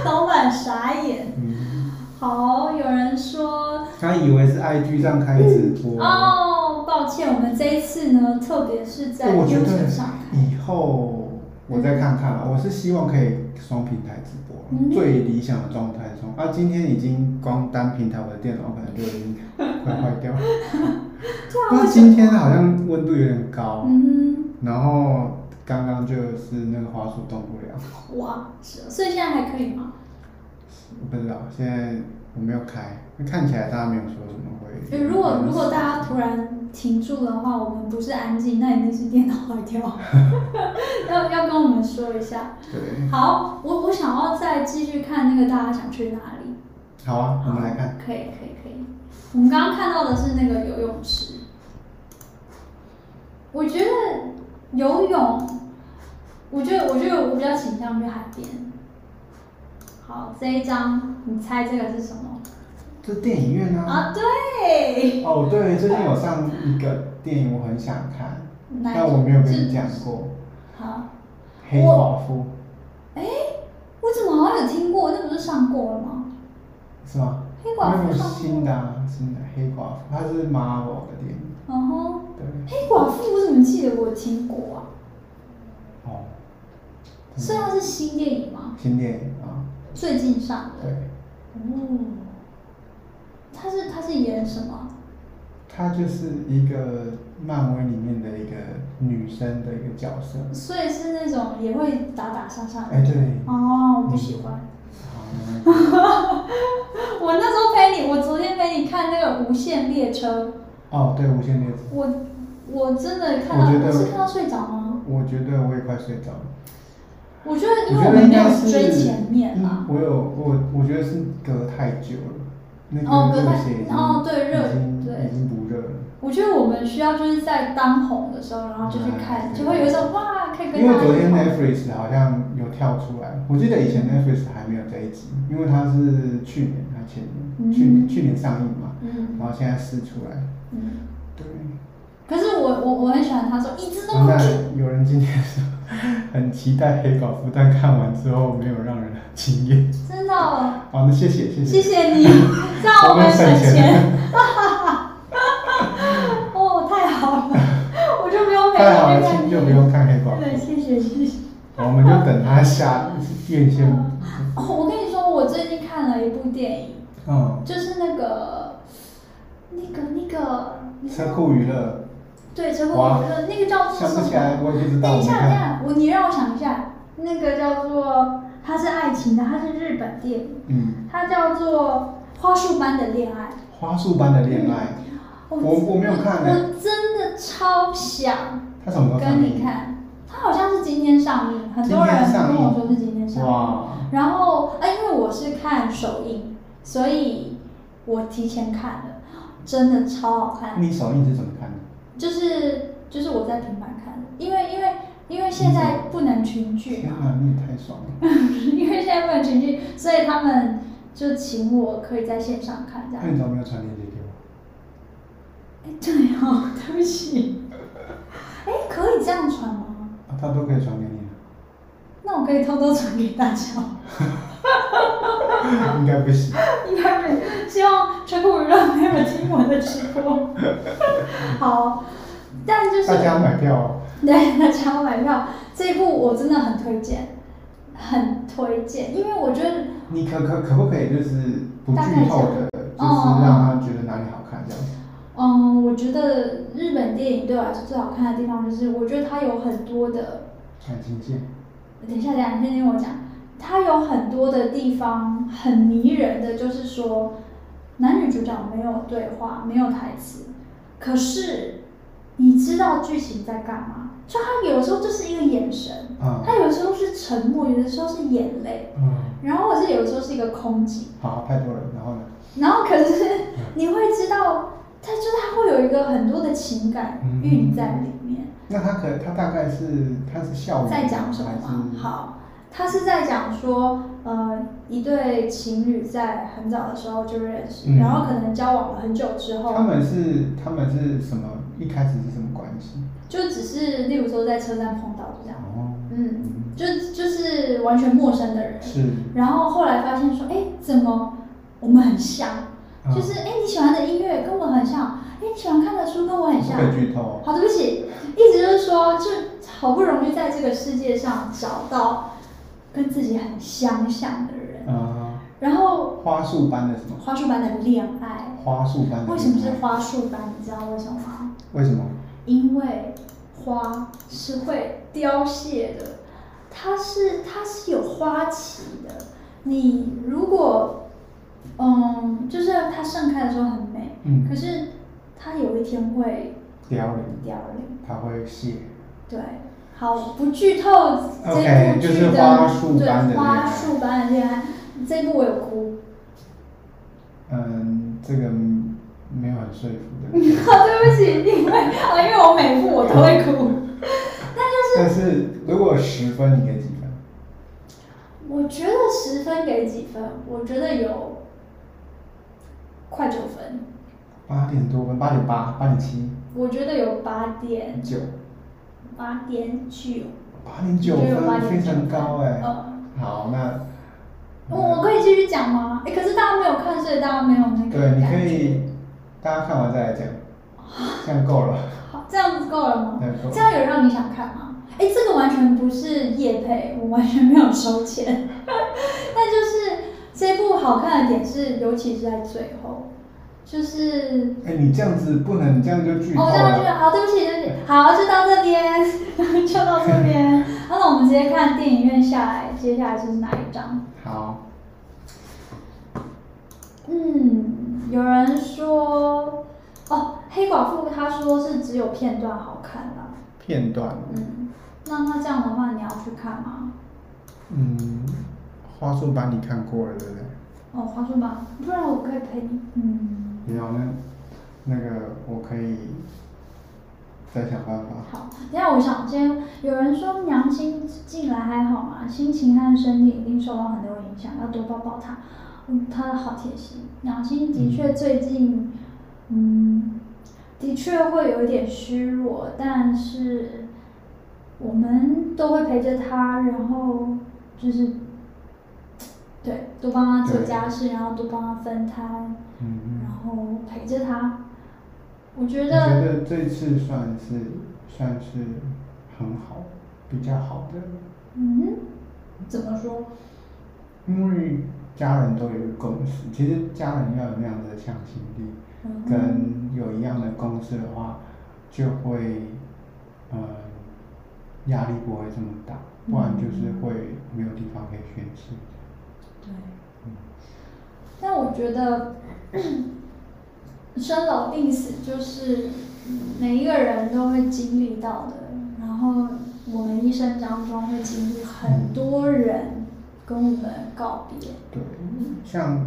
A: 老板傻眼。
B: 嗯，
A: 好，有人说
B: 他以为是 IG 上开直播。
A: 哦，抱歉，我们这一次呢，特别是在
B: 哎我觉
A: YouTube
B: 得
A: 上看。
B: 以后我再看看啊，我是希望可以双平台直播，
A: 嗯
B: 最理想的状态中。啊，今天已经光单平台，我的电脑可能就已经快坏掉 了。
A: 对
B: 不
A: 啊，
B: 过
A: 为什么
B: 今天好像温度有点高，
A: 嗯
B: 然后刚刚就是那个滑鼠动不了，
A: 哼，哇，是所以现在还可以吗？
B: 我不知道现在我没有开，看起来大家没有说什么会。
A: 呃如果如果大家突然停住的话，我们不是安静，那一定是电脑坏 掉，要要跟我们说一下。
B: 对，
A: 好，我我想要再继续看那个大家想去哪里。
B: 好啊，我们来看。
A: 可以可以可以。我们刚刚看到的是那个游泳池，我觉得游泳，我觉得我觉得我比较倾向去海边。好，这一张你猜这个是什么？
B: 这电影院啊，
A: 啊，对，
B: 哦对，最近有上一个电影，我很想看，
A: 哪一
B: 但我没有跟
A: 是
B: 你讲过
A: 好，
B: 《黑寡妇
A: 哎，我怎么好像有听过？那不是上过了吗？》
B: 是吗？
A: 黑寡妇
B: 那个
A: 上
B: 新
A: 过。
B: 的啊，新的《黑寡妇》，它是 Marvel 的电影，
A: 然后
B: 对，
A: 嗯黑寡妇，我怎么记得我有听过啊？
B: 哦，嗯
A: 所以它是啊新电影吗？
B: 新电影啊，
A: 最近上的。
B: 对，
A: 哦，他是他是演什么？
B: 它就是一个漫威里面的一个女生的一个角色，
A: 所以是那种也会打打杀杀的。
B: 哎对，
A: 哦，我不喜欢。
B: 好，那个
A: 我那时候陪你，我昨天陪你看那个《无限列车》，
B: 哦对，无限列车，
A: 我我真的看
B: 我觉
A: 到，
B: 得
A: 我是看到睡着吗？
B: 我觉得我也快睡着了。
A: 我觉得因
B: 我
A: 为
B: 觉
A: 我
B: 得
A: 们
B: 应
A: 没
B: 该
A: 有
B: 是
A: 追前面啦
B: 嗯。我有我我觉得是隔太久了，嗯那
A: 哦
B: 个
A: 隔
B: 热
A: 太
B: 血已经
A: 哦对热
B: 已经
A: 对
B: 已经不热了。
A: 我觉得我们需要就是在当红的时候，然后就去看，
B: 嗯
A: 就会有一种哇，可以跟
B: 因为
A: 大家
B: 昨
A: 一
B: 天
A: 同。
B: Netflix 好像有跳出来，我记得以前 Netflix 还没有这一集，因为它是去年还前年，
A: 嗯
B: 去年去年上映嘛，
A: 嗯
B: 然后现在试出来，
A: 嗯。
B: 对，
A: 可是我我我很喜欢他说一直都
B: 然
A: 不去。
B: 后有人今天说很期待黑寡妇，但看完之后没有让人 惊艳。
A: 真的哦、
B: 好，那谢谢谢
A: 谢谢 你，让我们省钱。 哦，太好了， 我就不用每
B: 太好了，
A: 天
B: 亲就不
A: 去
B: 用看黑寡
A: 看
B: 妇
A: 对，。谢谢谢谢。
B: 好我们就等它下院线。
A: 哦，我跟你说，我最近看了一部电影，
B: 嗯，
A: 就是那个、那个、那个，你知道
B: 车库娱乐，
A: 对，车库
B: 哇
A: 娱乐那个叫做
B: 想
A: 什
B: 不起来，
A: 么？
B: 我也不知道。
A: 哦等
B: 我
A: 一
B: 没
A: 下，等一
B: 看。
A: 下，我你让我想一下，那个叫做它是爱情的，它是日本电影，
B: 嗯，
A: 它叫做《花束般的恋爱》。
B: 花束般的恋爱，我我没有看呢
A: 我真的超想，
B: 它什么时候上
A: 跟你
B: 映？
A: 看，它好像是今天上映，很多人
B: 今天上
A: 跟
B: 映
A: 我说是今天上映。
B: 哇，
A: 然后，啊，因为我是看首映，所以我提前看了，真的超好看。
B: 你首映是怎么看的？
A: 就是就是我在平板看的，因为因为因为现在不能群聚
B: 天
A: 嘛，
B: 哪，你也太爽了！
A: 因为现在不能群聚，所以他们就请我可以在线上看这
B: 那
A: 样。
B: 你怎么没有传链接给我？
A: 哎，对哦，对不起。哎，可以这样传吗？
B: 啊，他都可以传给你
A: 那我可以偷偷传给大家吗。
B: 啊，应该不行。
A: 应该没有，希望全国娱乐没有听我的直 播。好，但就是
B: 大家买票哦。
A: 对大家买票这一部我真的很推荐，很推荐，因为我觉得
B: 你可可可不可以就是不
A: 大概
B: 剧透
A: 讲
B: 的，就是
A: 哦
B: 让他觉得哪里好看这样子？
A: 嗯，我觉得日本电影对我来说最好看的地方就是，我觉得它有很多的，
B: 感情线，
A: 等一下，等一下，你先听我讲，它有很多的地方很迷人的，就是说男女主角没有对话，没有台词，可是你知道剧情在干嘛，就他有时候就是一个眼神，
B: 嗯
A: 他有时候是沉默，有的时候是眼泪，
B: 嗯，
A: 然后或是有时候是一个空景。
B: 好，太多了。然后呢？
A: 然后可是你会知道，它就是它会有一个很多的情感蕴在里面，
B: 那他可他大概是他是校园
A: 在讲什么
B: 还
A: 吗？
B: 是
A: 好，它是在讲说，呃，一对情侣在很早的时候就认识，
B: 嗯
A: 然后可能交往了很久之后
B: 他，们是他们是什么？一开始是什么关系？
A: 就只是例如说在车站碰到就这样，
B: 哦，
A: 嗯，
B: 嗯，
A: 就就是完全陌生的人，
B: 是，
A: 然后后来发现说，哎，怎么我们很像？
B: 嗯
A: 就是哎、诶你喜欢的音乐跟我很像，哎、你喜欢看的书跟我很像，哦
B: 不可以剧透。
A: 好，对不起，意思就是说，就好不容易在这个世界上找到跟自己很相像的人，
B: 嗯，
A: 然后
B: 花束般的什么？
A: 花束般的恋爱，
B: 花束般的
A: 为什么
B: 恋
A: 是
B: 爱？
A: 花束般？你知道为什么吗？
B: 为什么？
A: 因为花是会凋谢的，它是它是有花期的。你如果嗯，就是它盛开的时候很美，
B: 嗯
A: 可是它有一天会
B: 凋零，
A: 凋零。
B: 它会谢。
A: 对，好，不剧透这
B: OK，
A: 部
B: 就
A: 剧
B: 是
A: 的
B: 花束般的
A: 对
B: 恋
A: 花
B: 爱
A: 束般的恋爱，这部我有哭，
B: 嗯，这个没有很 说服的，
A: 对不起，因为啊，因为我每部我都会哭，
B: 但是如果十分，你给几分？
A: 我觉得十分给几分？我觉得有快九分，
B: 八点多分，八点八，八点七，
A: 我觉得有八点
B: 九，
A: 八点九，
B: 八点九
A: 我觉得有八
B: 分，
A: 点
B: 非
A: 九
B: 常高哎、
A: 嗯，
B: 好，那嗯
A: 我我可以继续讲吗？哎，可是大家没有看，所以大家没有那个
B: 对，你
A: 感
B: 可
A: 觉
B: 以，大家看完再来 讲，这样够了，
A: 好，这样子够了吗？
B: 这样够
A: 这
B: 了。
A: 样有让你想看吗？哎，这个完全不是夜配，我完全没有收钱。 但就是这部好看的点是，尤其是在最后，就是
B: 哎、你这样子不能，这样就剧透
A: 哦，这样就
B: 了。
A: 好，对不起，对不起，好，就到这边， 就到这边。 好那我们直接看电影院下来，接下来是哪一张？
B: 好，
A: 嗯，有人说，哦，黑寡妇她说是只有片段好看啦。
B: 片段，
A: 嗯，那那这样的话，你要去看吗？
B: 嗯，花束班你看过了对不对？
A: 哦，花束吧，不然我可以陪你。嗯，
B: 没有，那那个我可以再想办法。
A: 好。等一下我想先，有人说娘亲近来还好嘛，心情和身体一定受到很多影响，要多抱抱她。嗯，她好贴心。娘亲的确最近，嗯，的确会有一点虚弱，但是我们都会陪着她，然后就是。对，多帮她做
B: 对
A: 家事，然后多帮她分摊，然
B: 嗯，
A: 后陪着他。我觉
B: 我觉
A: 得
B: 得这次算是算是很好，比较好的，
A: 嗯，怎么说？
B: 因为家人都有一个共识。其实家人要有那样的向心力，
A: 嗯
B: 跟有一样的共识的话，就会，嗯，压力不会这么大，不然就是会没有地方可以宣泄。嗯
A: 对。但我觉得 生老病死就是嗯每一个人都会经历到的然后我们一生当中会经历很多人跟我们告别，
B: 对，像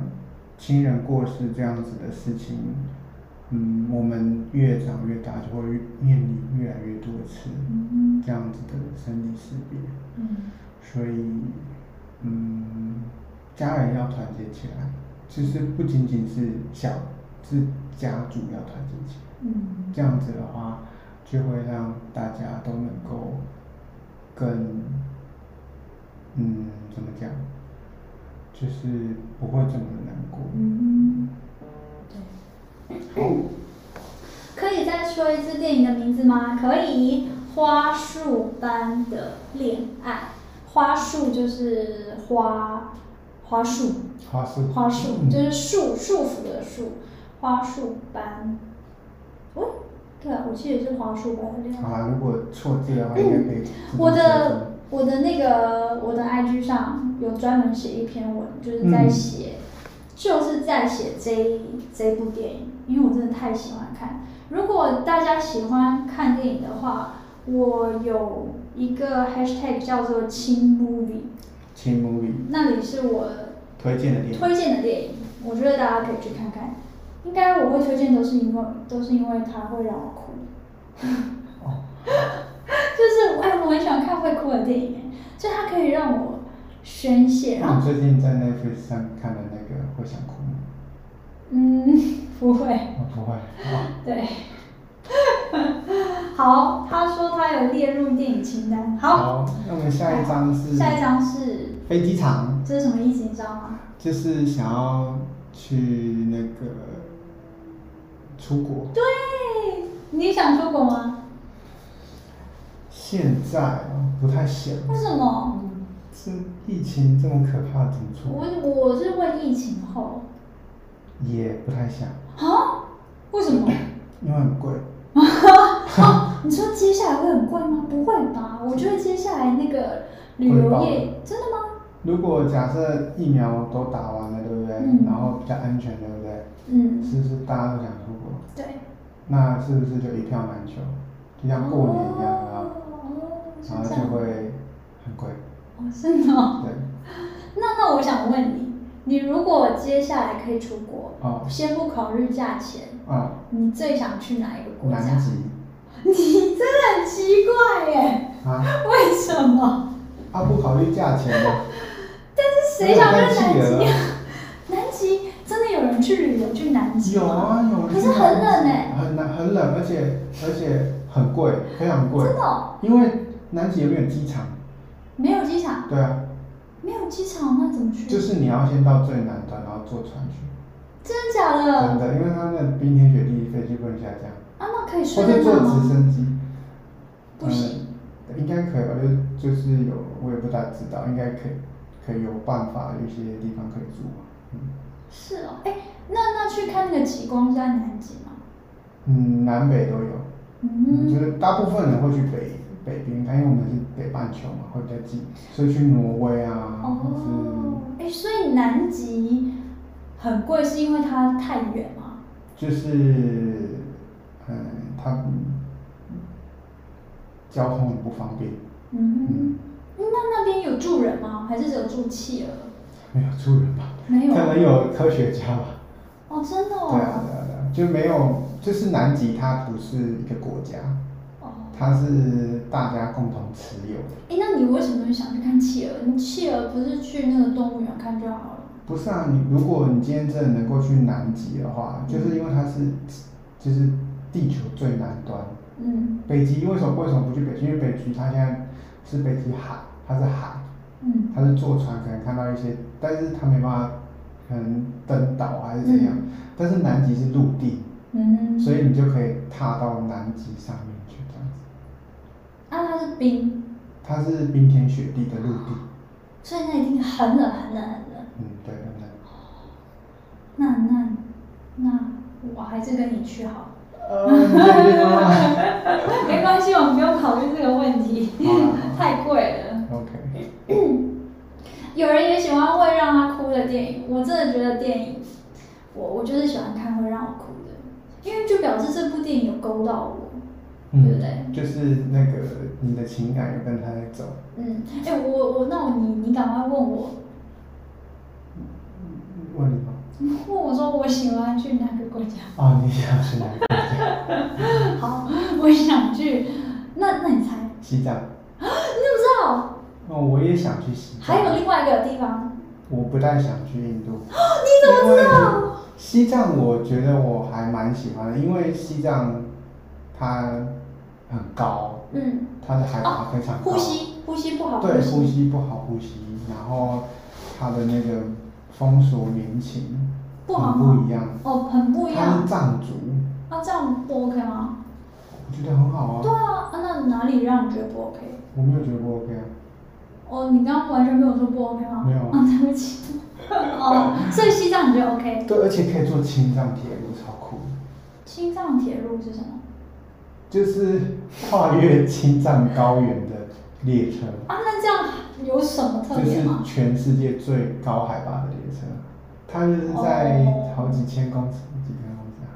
B: 亲人过世这样子的事情，嗯，我们越长越大就会越面临越来越多次
A: 嗯
B: 这样子的生离死别，
A: 嗯
B: 所以，嗯，家人要团结起来，其实不仅仅是小，是家族要团结起来，
A: 嗯
B: 这样子的话，就会让大家都能够更，嗯，怎么讲，就是不会这么难过。
A: 嗯，对。
B: 好，
A: 可以再说一次电影的名字吗？可以，《花束般的恋爱》。花束就是花，花束，
B: 花束，
A: 花束
B: 嗯
A: 就是束束缚的束，花束般。哦，对啊，我记得是花束般的恋爱。
B: 好啊，如果错字的话，应该可以自己纠正。
A: 我的我的那个我的 IG 上有专门写一篇文，就是在写，
B: 嗯
A: 就是在写这一这部电影，因为我真的太喜欢看。如果大家喜欢看电影的话，我有一个 hashtag 叫做“轻 movie”，
B: 亲 movie
A: 那里是我
B: 推荐的电影，
A: 推荐的电影，我觉得大家可以去看看。应该我会推荐，都是因为都是因为它会让我哭。
B: 哦，
A: 就是哎，我很喜欢看会哭的电影，就它可以让我宣泄，然
B: 那你
A: 后
B: 最近在 Netflix 上看的那个会想哭吗？
A: 嗯不会，
B: 我不会。好
A: 对。 好，他说他有列入电影清单。好，
B: 好，那我们下一张是
A: 下一张是
B: 飞机场，
A: 这是什么意思？你知道吗？
B: 就是想要去那个出国。
A: 对，你想出国吗？
B: 现在哦不太想，
A: 为什么？
B: 这疫情这么可怕，怎么出国？
A: 我我是问疫情后
B: 也不太想，
A: 啊？为什么？
B: 因为很贵。
A: 哦，你说接下来会很贵吗？不会吧？我觉得接下来那个旅
B: 会
A: 游
B: 爆
A: 业真的吗？
B: 如果假设疫苗都打完了，对不对？
A: 嗯
B: 然后比较安全，对不对？
A: 嗯，
B: 是不是大家都想出国？
A: 对。
B: 那是不是就一票难求？就像过年一样啊，
A: 哦，是
B: 然后
A: 这
B: 就
A: 样。
B: 会很贵。
A: 哦，是吗？
B: 对，
A: 那那我想问你，你如果接下来可以出国，
B: 哦，
A: 先不考虑价钱，
B: 啊，
A: 你最想去哪一个国
B: 南
A: 家？
B: 极
A: 你真的很奇怪耶，
B: 啊，
A: 为什么？
B: 啊不考虑价钱的，
A: 但是 谁想去南
B: 那个太
A: 极
B: 气
A: 啊？ 南极真的有人去旅游去南极
B: 有
A: 吗？
B: 啊 有。
A: 可是很冷欸
B: 很难很冷，而且而且很贵，非常贵
A: 真。的哦、
B: 因为南极有没有机场？
A: 没有机场，
B: 对啊，
A: 没有机场，那怎么去？
B: 就是你要先到最南端，然后坐船去。
A: 真的假
B: 真
A: 的？
B: 的，因为它那冰天雪地，飞机不能下降，
A: 啊，那可以睡
B: 或
A: 在
B: 是坐
A: 那
B: 直
A: 吗？
B: 升机。
A: 不行，
B: 嗯，应该可以吧？就就是有，我也不大知道，应该可以，可以有办法，有一些地方可以住吧。嗯
A: 是哦，哎，那那去看那个极光是在南极吗？
B: 嗯，南北都有，
A: 嗯，
B: 就是大部分人会去北北冰，但因为我们是北半球嘛，会比较近，所以去挪威啊，
A: 哦，哎、所以南极很贵，是因为它太远吗？
B: 或是就是嗯，它嗯交通很不方便，
A: 嗯，那那边有住人吗？还是只有住企鹅？
B: 没有住人吧？
A: 没有
B: 可
A: 啊。
B: 能有科学家吧。
A: 哦，真的
B: 对啊，
A: 哦。
B: 对啊，对啊，就没有，就是南极它不是一个国家，
A: 哦，
B: 它是大家共同持有的。
A: 哎、那你为什么想去看企鹅？你企鹅不是去那个动物园看就好了？
B: 不是啊，你如果你今天真的能够去南极的话，就是因为它是，就是地球最南端。
A: 嗯
B: 北极为什么为什么不去北极？因为北极它现在是北极海，它是海，
A: 嗯
B: 它是坐船可能看到一些，但是它没办法，可能登岛还是怎样。但是南极是陆地，
A: 嗯。
B: 所以你就可以踏到南极上面去
A: 啊，
B: 这样子。
A: 它是冰，
B: 它是冰天雪地的陆地，
A: 所以那一定很冷很冷很冷。
B: 嗯，对对对。
A: 那那那我还是跟你去好了。
B: 呃，你确定吗？
A: 没关系，我们不用考虑这个问题
B: 好啊啦好啦，
A: 太贵了。
B: 嗯 OK，
A: 有人也喜欢会让他哭的电影，我真的觉得电影，我我就是喜欢看会让我哭的，因为就表示这部电影有勾到我。对不对？
B: 嗯就是那个你的情感要跟他在走。
A: 嗯，哎、我我那我你你赶快问我，
B: 问你吗？
A: 问我说我喜欢去哪个国家？
B: 哦，你想去哪个国家？
A: 好，我想去，那那你猜？
B: 西藏。
A: 你怎么知道？
B: 哦，我也想去西藏。
A: 还有另外一个地方，
B: 我不太想去印度。
A: 你怎么知
B: 因为
A: 道？
B: 西藏我觉得我还蛮喜欢的，因为西藏它很高，
A: 嗯，
B: 它的海拔非常高，
A: 呼吸呼吸不好，
B: 对呼吸不好呼吸，然后它的那个风俗民情
A: 不好
B: 很
A: 吗
B: 不一样，
A: 哦，很不一
B: 它
A: 样
B: 是。藏族，
A: 那这样不 OK 吗？
B: 我觉得很好
A: 对
B: 啊，
A: 啊，啊那哪里让你觉得不 OK？
B: 我没有觉得不 OK 啊，
A: 哦，你刚刚完全没有说不 OK 吗？
B: 没有
A: 啊，对不 起。哦，所以西藏你觉得 OK？
B: 对，而且可以坐青藏铁路，超酷，
A: 青藏铁路是什么？
B: 就是跨越青藏高原的列车，
A: 啊，那这样有什么特
B: 这
A: 别
B: 是
A: 吗？
B: 全世界最高海拔的列车，它就是在
A: 哦
B: 好几千公尺，几千公尺啊，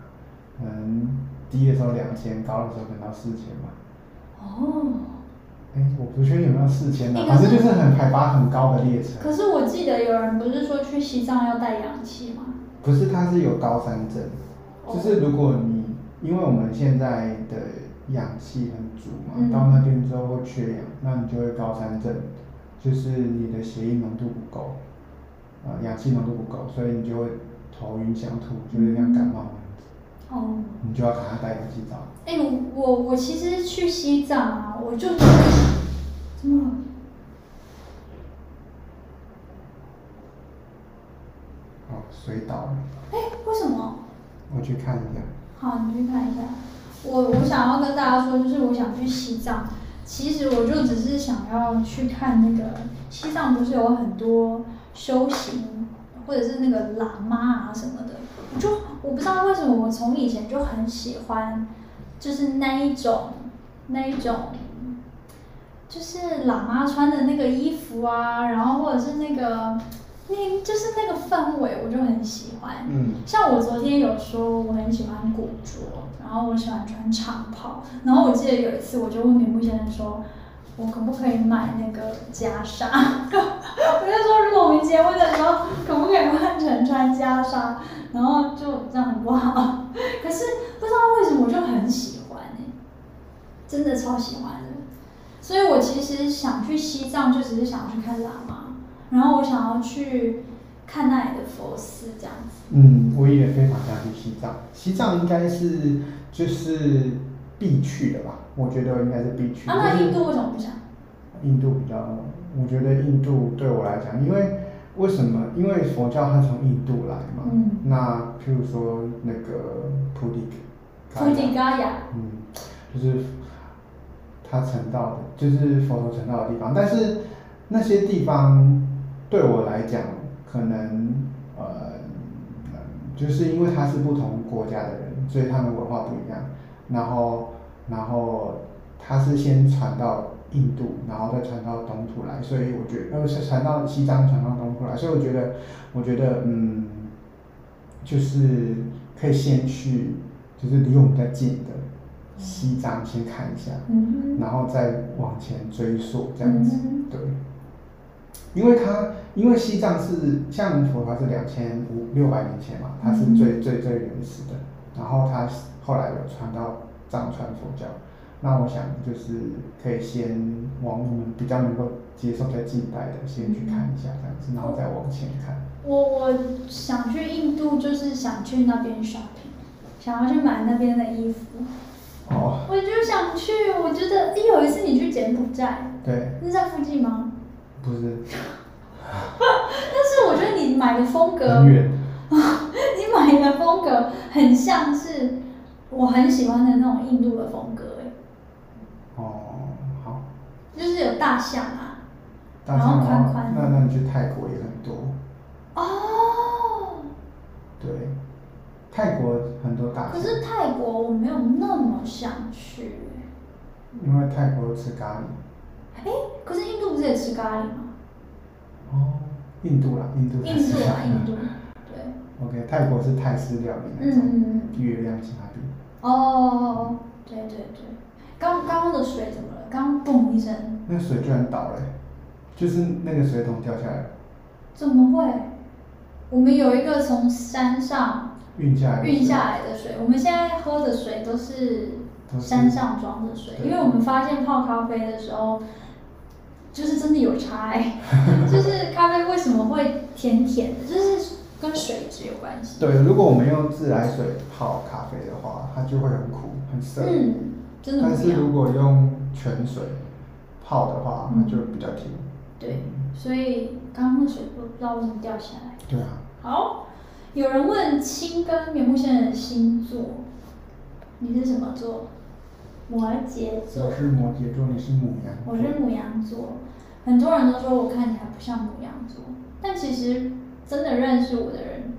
B: 嗯，低的时候两千，高的时候可能到四千吧。
A: 哦，
B: 哎、我不确定有没有四千
A: 哎
B: 呢，
A: 可
B: 反
A: 是
B: 正就是很海拔很高的列车。
A: 可是我记得有人不是说去西藏要带氧气吗？
B: 不是，它是有高山症，
A: 哦
B: 就是如果你因为我们现在的氧气很足嘛，
A: 嗯
B: 到那边之后会缺氧，那你就会高山症，就是你的血液浓度不够，呃，氧气浓度不够，所以你就会头晕想吐，就是像感冒那样子，
A: 哦，
B: 你就要赶快带氧气罩。
A: 哎、我我我其实去西藏啊，我就怎么了？
B: 哦，水倒了，
A: 哎、为什么？
B: 我去看一下。
A: 好，你去看一下。我我想要跟大家说，就是我想去西藏。其实我就只是想要去看那个西藏，不是有很多修行或者是那个喇嘛啊什么的。我就我不知道为什么我从以前就很喜欢，就是那一种那一种，就是喇嘛穿的那个衣服啊，然后或者是那个那就是那个氛围，我就很喜欢。
B: 嗯，
A: 像我昨天有说我很喜欢古着，然后我喜欢穿长袍，然后我记得有一次我就问明目先生说，我可不可以买那个袈裟？ 我就说如果我们结婚的时候，可不可以换成穿袈裟？然后就这样很不好，可是不知道为什么我就很喜欢欸真的超喜欢的。所以我其实想去西藏，就只是想去看喇嘛，然后我想要去看那里的佛寺这样子。
B: 嗯，我也非常想去西藏。西藏应该是就是必去的吧？我觉得应该是必去。
A: 啊，那
B: 就是
A: 印度为什么不想？
B: 印度比较，我觉得印度对我来讲，因为为什么？因为佛教它从印度来嘛。
A: 嗯
B: 那譬如说那个菩提伽
A: 菩提
B: 伽，
A: 伽亚，
B: 嗯，就是他成道的，就是佛陀成道的地方。但是那些地方对我来讲，可能呃，嗯就是因为他是不同国家的人，所以他们文化不一样。然后，然后他是先传到印度，然后再传到东土来，所以我觉得，呃，是传到西藏，传到东土来，所以我觉得，我觉得，嗯，就是可以先去，就是离我们比较近的西藏先看一下，
A: 嗯
B: 然后再往前追溯这样子，
A: 嗯，
B: 对。因为它，因为西藏是像佛它是两千五六百年前
A: 嗯
B: 嘛，它是最最最原始的，然后它后来有传到藏传佛教。那我想就是可以先往我们比较能够接受比较近代的先去看一下这样子，然后再往前看。
A: 我我想去印度，就是想去那边 shopping，想要去买那边的衣服。
B: 哦，
A: 我就想去，我觉得诶有一次你去柬埔寨，
B: 对，
A: 是在附近吗？
B: 不是
A: 但是我觉得你买的风格，
B: 很远，
A: 你买的风格很像是我很喜欢的那种印度的风格、诶
B: 哦，好，
A: 就是有大象啊。
B: 但
A: 然
B: 是
A: 后
B: 的
A: 宽
B: 话
A: 宽，的
B: 那那你去泰国也很多，
A: 哦，
B: 对，泰国很多大
A: 可
B: 城，
A: 是泰国我没有那么想去、诶
B: 因为泰国吃咖喱，
A: 哎，可是印度不是也吃咖喱吗？
B: 哦，印度啦，印度才
A: 印
B: 是啊
A: 度啊，印度，对，
B: ，OK，泰国是泰式料理那
A: 嗯
B: 种，
A: 嗯嗯，
B: 月亮虾饼，
A: 哦，对对对，刚刚的水怎么了？刚嘣一声，
B: 那水居然倒了、欸就是那个水桶掉下来，
A: 怎么会？我们有一个从山上
B: 运下来的水，
A: 运下来的水，我们现在喝的水都是
B: 都是
A: 山上装的水，
B: 对
A: 因为我们发现泡咖啡的时候，就是真的有差、 欸，就是咖啡为什么会甜甜的，就是跟水质有关系。
B: 对，如果我们用自来水泡咖啡的话，它就会很苦很涩。
A: 嗯，真的
B: 但
A: 不一
B: 是如
A: 样。
B: 果用泉水泡的话，
A: 嗯
B: 那就比较甜。
A: 对，所以刚刚那水不知道为什么掉下来。
B: 对啊，
A: 好，有人问青跟棉木仙人的星座，你是什么座？摩羯座
B: 我。是摩羯座，你是母羊座，
A: 我是母羊座，很多人都说我看起来不像母羊座，但其实真的认识我的人，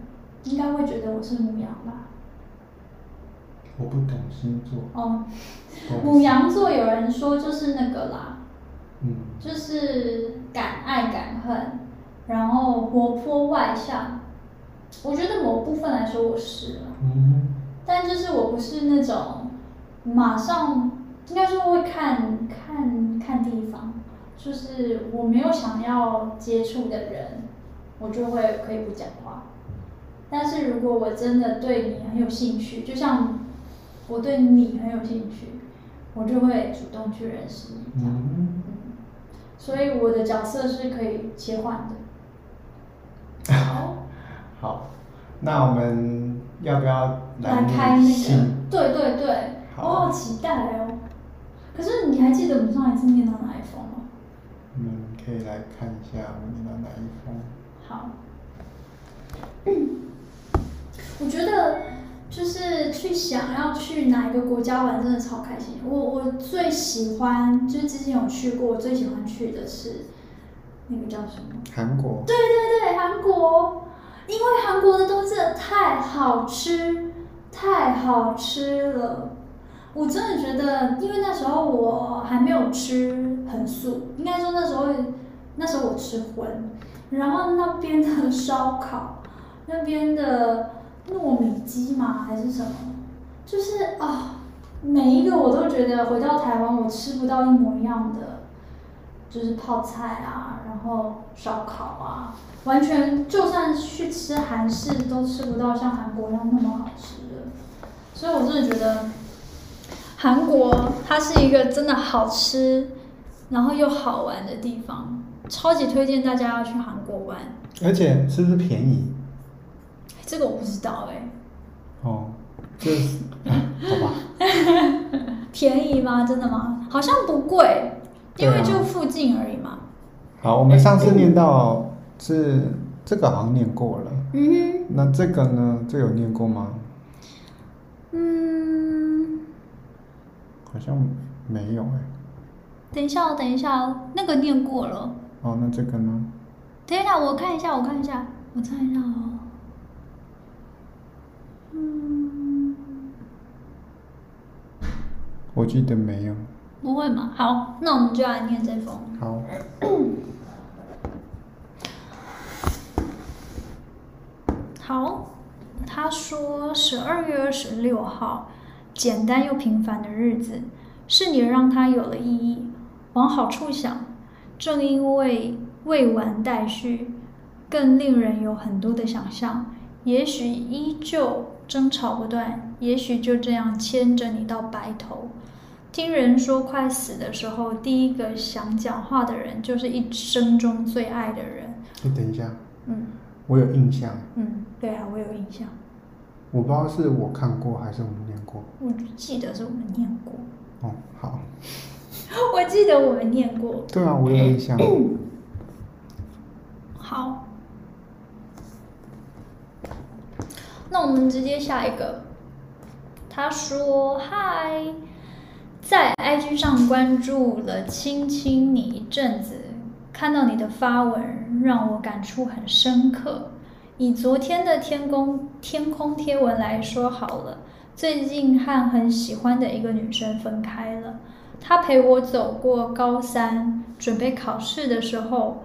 A: 应该会觉得我是母羊吧？
B: 我不懂星座。
A: 哦，
B: 不好意思
A: 母，羊座有人说就是那个啦，
B: 嗯，
A: 就是敢爱敢恨，然后活泼外向。我觉得某部分来说我是了，
B: 嗯，
A: 但就是我不是那种马上，应该说会看看看地方，就是我没有想要接触的人，我就会可以不讲话。但是如果我真的对你很有兴趣，就像我对你很有兴趣，我就会主动去认识你这样。
B: 嗯，
A: 嗯，所以我的角色是可以切换哦的。好，
B: 好，那我们要不要
A: 来开那个
B: 念信？，
A: 对对对，我
B: 好
A: 好期待哦。可是你还记得我们上一次念到哪一封吗？
B: 我们可以来看一下我们念到哪一封。
A: 好， 我觉得就是去想要去哪一个国家玩，真的超开心。我我最喜欢就是之前有去过，我最喜欢去的是那个叫什么？
B: 韩国，
A: 对对对，韩国，因为韩国的东西真的太好吃，太好吃了。我真的觉得，因为那时候我还没有吃很素，应该说那时候那时候我吃荤，然后那边的烧烤，那边的糯米鸡嘛还是什么，就是啊、每一个我都觉得回到台湾我吃不到一模一样的就是泡菜啊，然后烧烤啊，完全就算去吃韩式都吃不到像韩国那样那么好吃的。所以我真的觉得韩国它是一个真的好吃，然后又好玩的地方，超级推荐大家要去韩国玩。
B: 而且是不是便宜？
A: 这个我不知道哎、
B: 哦，就是，好吧，
A: 便宜吗？真的吗？好像不贵，因为
B: 对啊
A: 就附近而已嘛。
B: 好，
A: 哎
B: 我们上次念到是这个好像念过了，
A: 嗯哼。
B: 那这个呢？这个有念过吗？
A: 嗯，
B: 好像没有哎、
A: 等一下哦，等一下哦，那个念过了。
B: 哦，那这个呢？
A: 等一下，我看一下，我看一下，我看一下哦。嗯，
B: 我记得没有。
A: 不会嘛？好，那我们就来念这封。
B: 好，
A: 好，他说十二月二十六号，简单又平凡的日子，是你让它有了意义。往好处想，正因为未完待续，更令人有很多的想象。也许依旧争吵不断，也许就这样牵着你到白头。听人说快死的时候，第一个想讲话的人，就是一生中最爱的人。
B: 你等一下，
A: 嗯
B: 我有印象，
A: 嗯，对啊，我有印象。
B: 我不知道是我看过还是我们念过。
A: 我记得是我们念过，
B: 哦，好，
A: 我记得我们念过。
B: 对啊，我有印象。
A: 好，那我们直接下一个。他说：“嗨，在 IG 上关注了青青你一阵子，看到你的发文让我感触很深刻。以昨天的天空天空贴文来说好了，最近和很喜欢的一个女生分开了，她陪我走过高三准备考试的时候，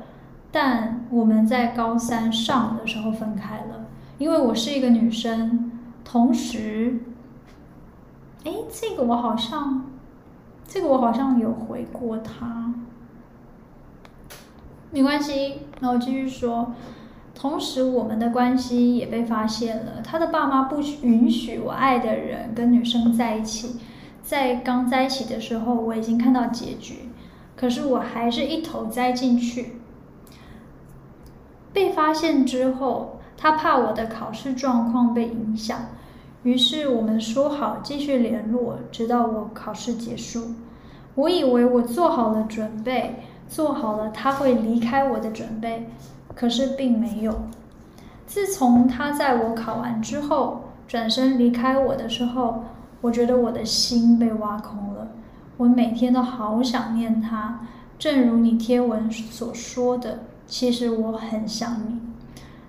A: 但我们在高三上的时候分开了，因为我是一个女生，同时，诶，这个我好像这个我好像有回过他，没关系。那我继续说。同时，我们的关系也被发现了。他的爸妈不许允许我爱的人跟女生在一起。在刚在一起的时候，我已经看到结局，可是我还是一头栽进去。被发现之后，他怕我的考试状况被影响，于是我们说好继续联络，直到我考试结束。我以为我做好了准备，做好了他会离开我的准备。可是并没有。自从他在我考完之后转身离开我的时候，我觉得我的心被挖空了。我每天都好想念他，正如你贴文所说的，其实我很想你。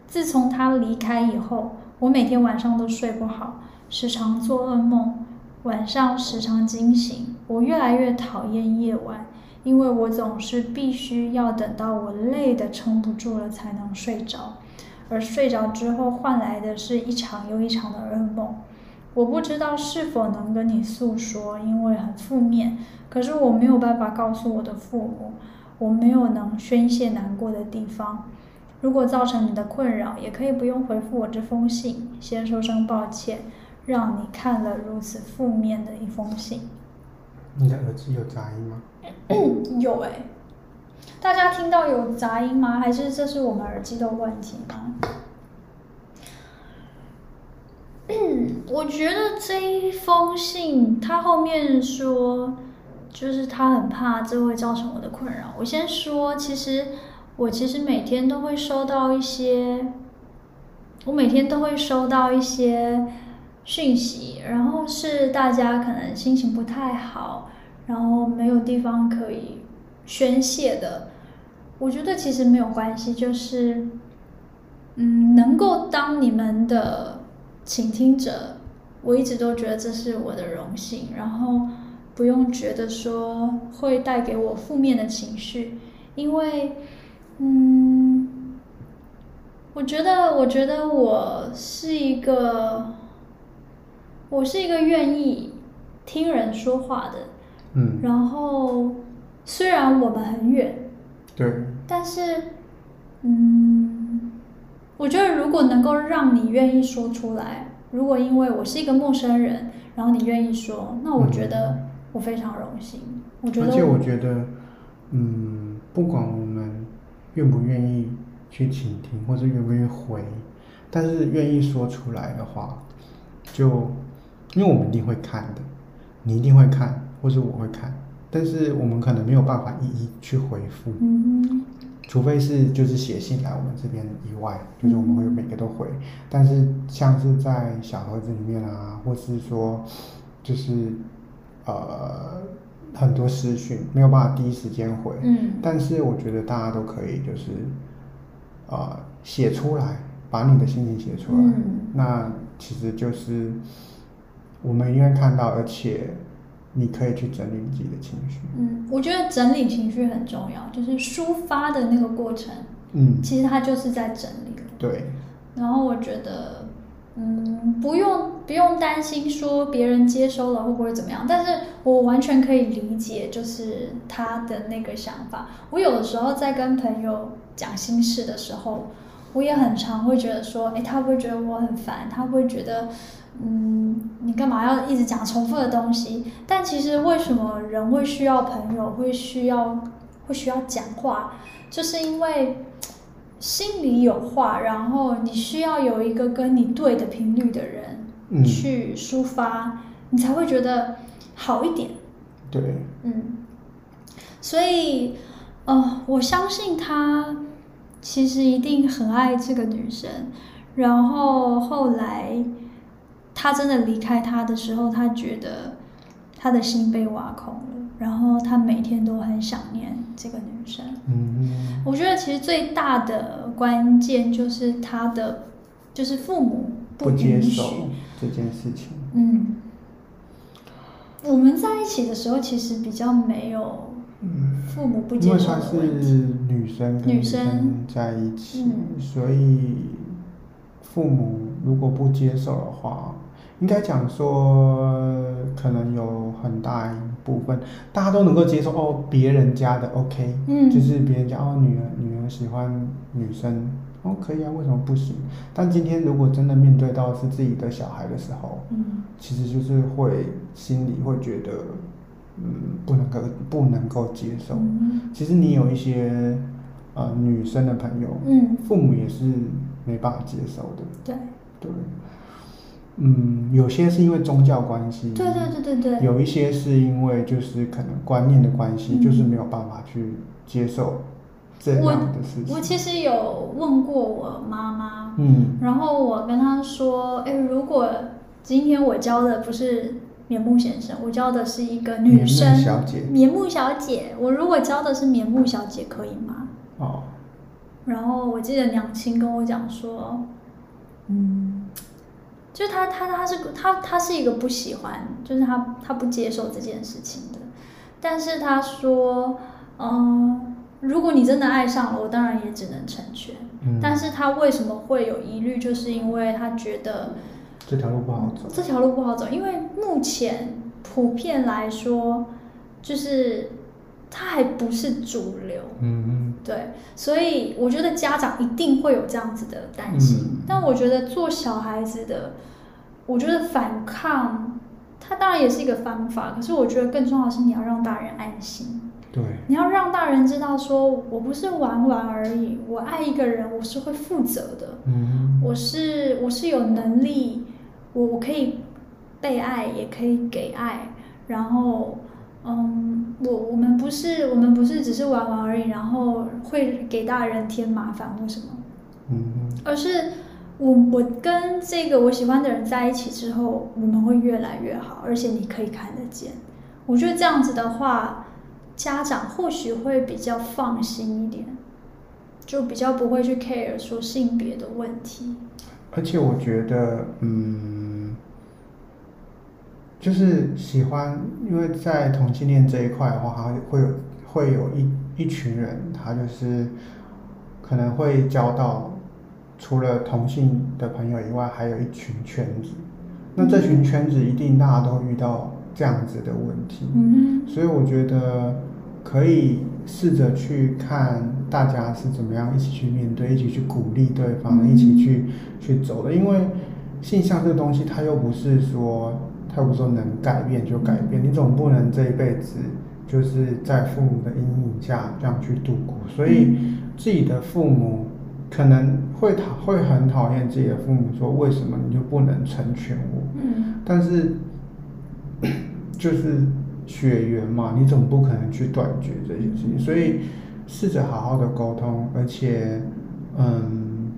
A: 自从他离开以后，我每天晚上都睡不好，时常做噩梦，晚上时常惊醒。我越来越讨厌夜晚。因为我总是必须要等到我累得撑不住了才能睡着，而睡着之后换来的是一场又一场的噩梦。我不知道是否能跟你诉说，因为很负面。可是我没有办法告诉我的父母，我没有能宣泄难过的地方。如果造成你的困扰，也可以不用回复我这封信，先说声抱歉，让你看了如此负面的一封信。
B: 你的耳机有杂音吗？
A: 有哎、大家听到有杂音吗？还是这是我们耳机的问题吗？ 我觉得这一封信，他后面说，就是他很怕这会造成我的困扰。我先说，其实我其实每天都会收到一些，我每天都会收到一些讯息，然后是大家可能心情不太好，然后没有地方可以宣泄的。我觉得其实没有关系，就是嗯，能够当你们的倾听者，我一直都觉得这是我的荣幸。然后不用觉得说会带给我负面的情绪，因为嗯，我觉得，我觉得我是一个，我是一个愿意听人说话的。
B: 嗯，
A: 然后虽然我们很远，
B: 对，
A: 但是，嗯，我觉得如果能够让你愿意说出来，如果因为我是一个陌生人，然后你愿意说，那我觉得我非常荣幸。我觉
B: 嗯而
A: 得
B: 且我觉得，嗯，不管我们愿不愿意去倾听，或者愿不愿意回，但是愿意说出来的话，就因为我们一定会看的，你一定会看，或者我会看，但是我们可能没有办法一一去回复，
A: 嗯
B: 除非是就是写信来我们这边以外，就是我们会每个都回。但是像是在小盒子里面啊，或是说就是呃很多私讯没有办法第一时间回，
A: 嗯
B: 但是我觉得大家都可以就是呃写出来，把你的心情写出来。
A: 嗯
B: 那其实就是我们因为看到，而且你可以去整理你自己的情绪。
A: 嗯，我觉得整理情绪很重要，就是抒发的那个过程，
B: 嗯，
A: 其实它就是在整理了。
B: 对，
A: 然后我觉得，嗯，不用不用担心说别人接收了会不会怎么样，但是我完全可以理解，就是他的那个想法。我有的时候在跟朋友讲心事的时候，我也很常会觉得说，哎，他会不会觉得我很烦？他会不会觉得，嗯，你干嘛要一直讲重复的东西？但其实为什么人会需要朋友，会需要会需要讲话，就是因为心里有话，然后你需要有一个跟你对的频率的人
B: 嗯，
A: 去抒发，你才会觉得好一点。
B: 对，
A: 嗯，所以，呃，我相信他其实一定很爱这个女生。然后后来他真的离开他的时候，他觉得他的心被挖空了，然后他每天都很想念这个女生。
B: 嗯，
A: 我觉得其实最大的关键就是他的，就是父母
B: 不接
A: 允许。
B: 受这件事情。
A: 嗯，我们在一起的时候其实比较没有
B: 嗯，
A: 父母不
B: 因
A: 接
B: 为
A: 受
B: 她
A: 的
B: 是
A: 问题。
B: 女生跟
A: 女
B: 女
A: 生
B: 生在一起，
A: 嗯
B: 所以父母如果不接受的话，应该讲说，可能有很大一部分大家都能够接受哦，别人家的 OK，
A: 嗯
B: 就是别人家哦，女儿女儿喜欢女生，哦可以啊，为什么不行？但今天如果真的面对到是自己的小孩的时候，
C: 嗯
B: 其实就是会心里会觉得，嗯，不能够不能够接受。
C: 嗯
B: 其实你有一些呃女生的朋友，
A: 嗯，
B: 父母也是没办法接受的，
A: 对，
B: 对。嗯，有些是因为宗教关系，
A: 对对对对对，
B: 有一些是因为就是可能观念的关系，
C: 嗯
B: 就是没有办法去接受这
A: 我
B: 样的事情。
A: 我其实有问过我妈妈，
B: 嗯
A: 然后我跟她说，哎，如果今天我教的不是棉木先生，我教的是一个
B: 棉
A: 女
B: 木
A: 生，
B: 小姐
A: 棉木小姐，我如果教的是棉木小姐，可以吗？
B: 哦，
A: 然后我记得娘亲跟我讲说，嗯，就她她她是她她是一个不喜欢，就是她她不接受这件事情的，但是她说，嗯、如果你真的爱上了，我当然也只能成全。
B: 嗯
A: 但是她为什么会有疑虑，就是因为她觉得
B: 这条路不好走。
A: 这条路不好走，因为目前普遍来说，就是它还不是主流。
B: 嗯
A: 对，所以我觉得家长一定会有这样子的担心，
B: 嗯
A: 但我觉得做小孩子的，我觉得反抗，它当然也是一个方法，可是我觉得更重要的是你要让大人安心，
B: 嗯，对，
A: 你要让大人知道说，我不是玩玩而已，我爱一个人，我是会负责的，
B: 嗯
A: 我是我是有能力，我我可以被爱，也可以给爱，然后嗯，我我们不是我们不是只是玩玩而已，然后会给大人添麻烦或什么，
B: 嗯
A: 而是我我跟这个我喜欢的人在一起之后，我们会越来越好，而且你可以看得见。我觉得这样子的话，家长或许会比较放心一点，就比较不会去 care 说性别的问题。
B: 而且我觉得，嗯，就是喜欢，因为在同性恋这一块的话，它会有会有一一群人，他就是可能会交到除了同性的朋友以外，还有一群圈子。那这群圈子一定大家都遇到这样子的问题，
A: 嗯
B: 所以我觉得可以试着去看大家是怎么样一起去面对，一起去鼓励对方，
C: 嗯
B: 一起去去走的。因为性向这个东西，它又不是说，它又不是说能改变就改变，你总不能这一辈子就是在父母的阴影下这样去度过。所以自己的父母可能会讨会很讨厌自己的父母，说为什么你就不能成全我？
A: 嗯
B: 但是 就是血缘嘛，你总不可能去断绝这件事情，所以试着好好的沟通，而且，嗯，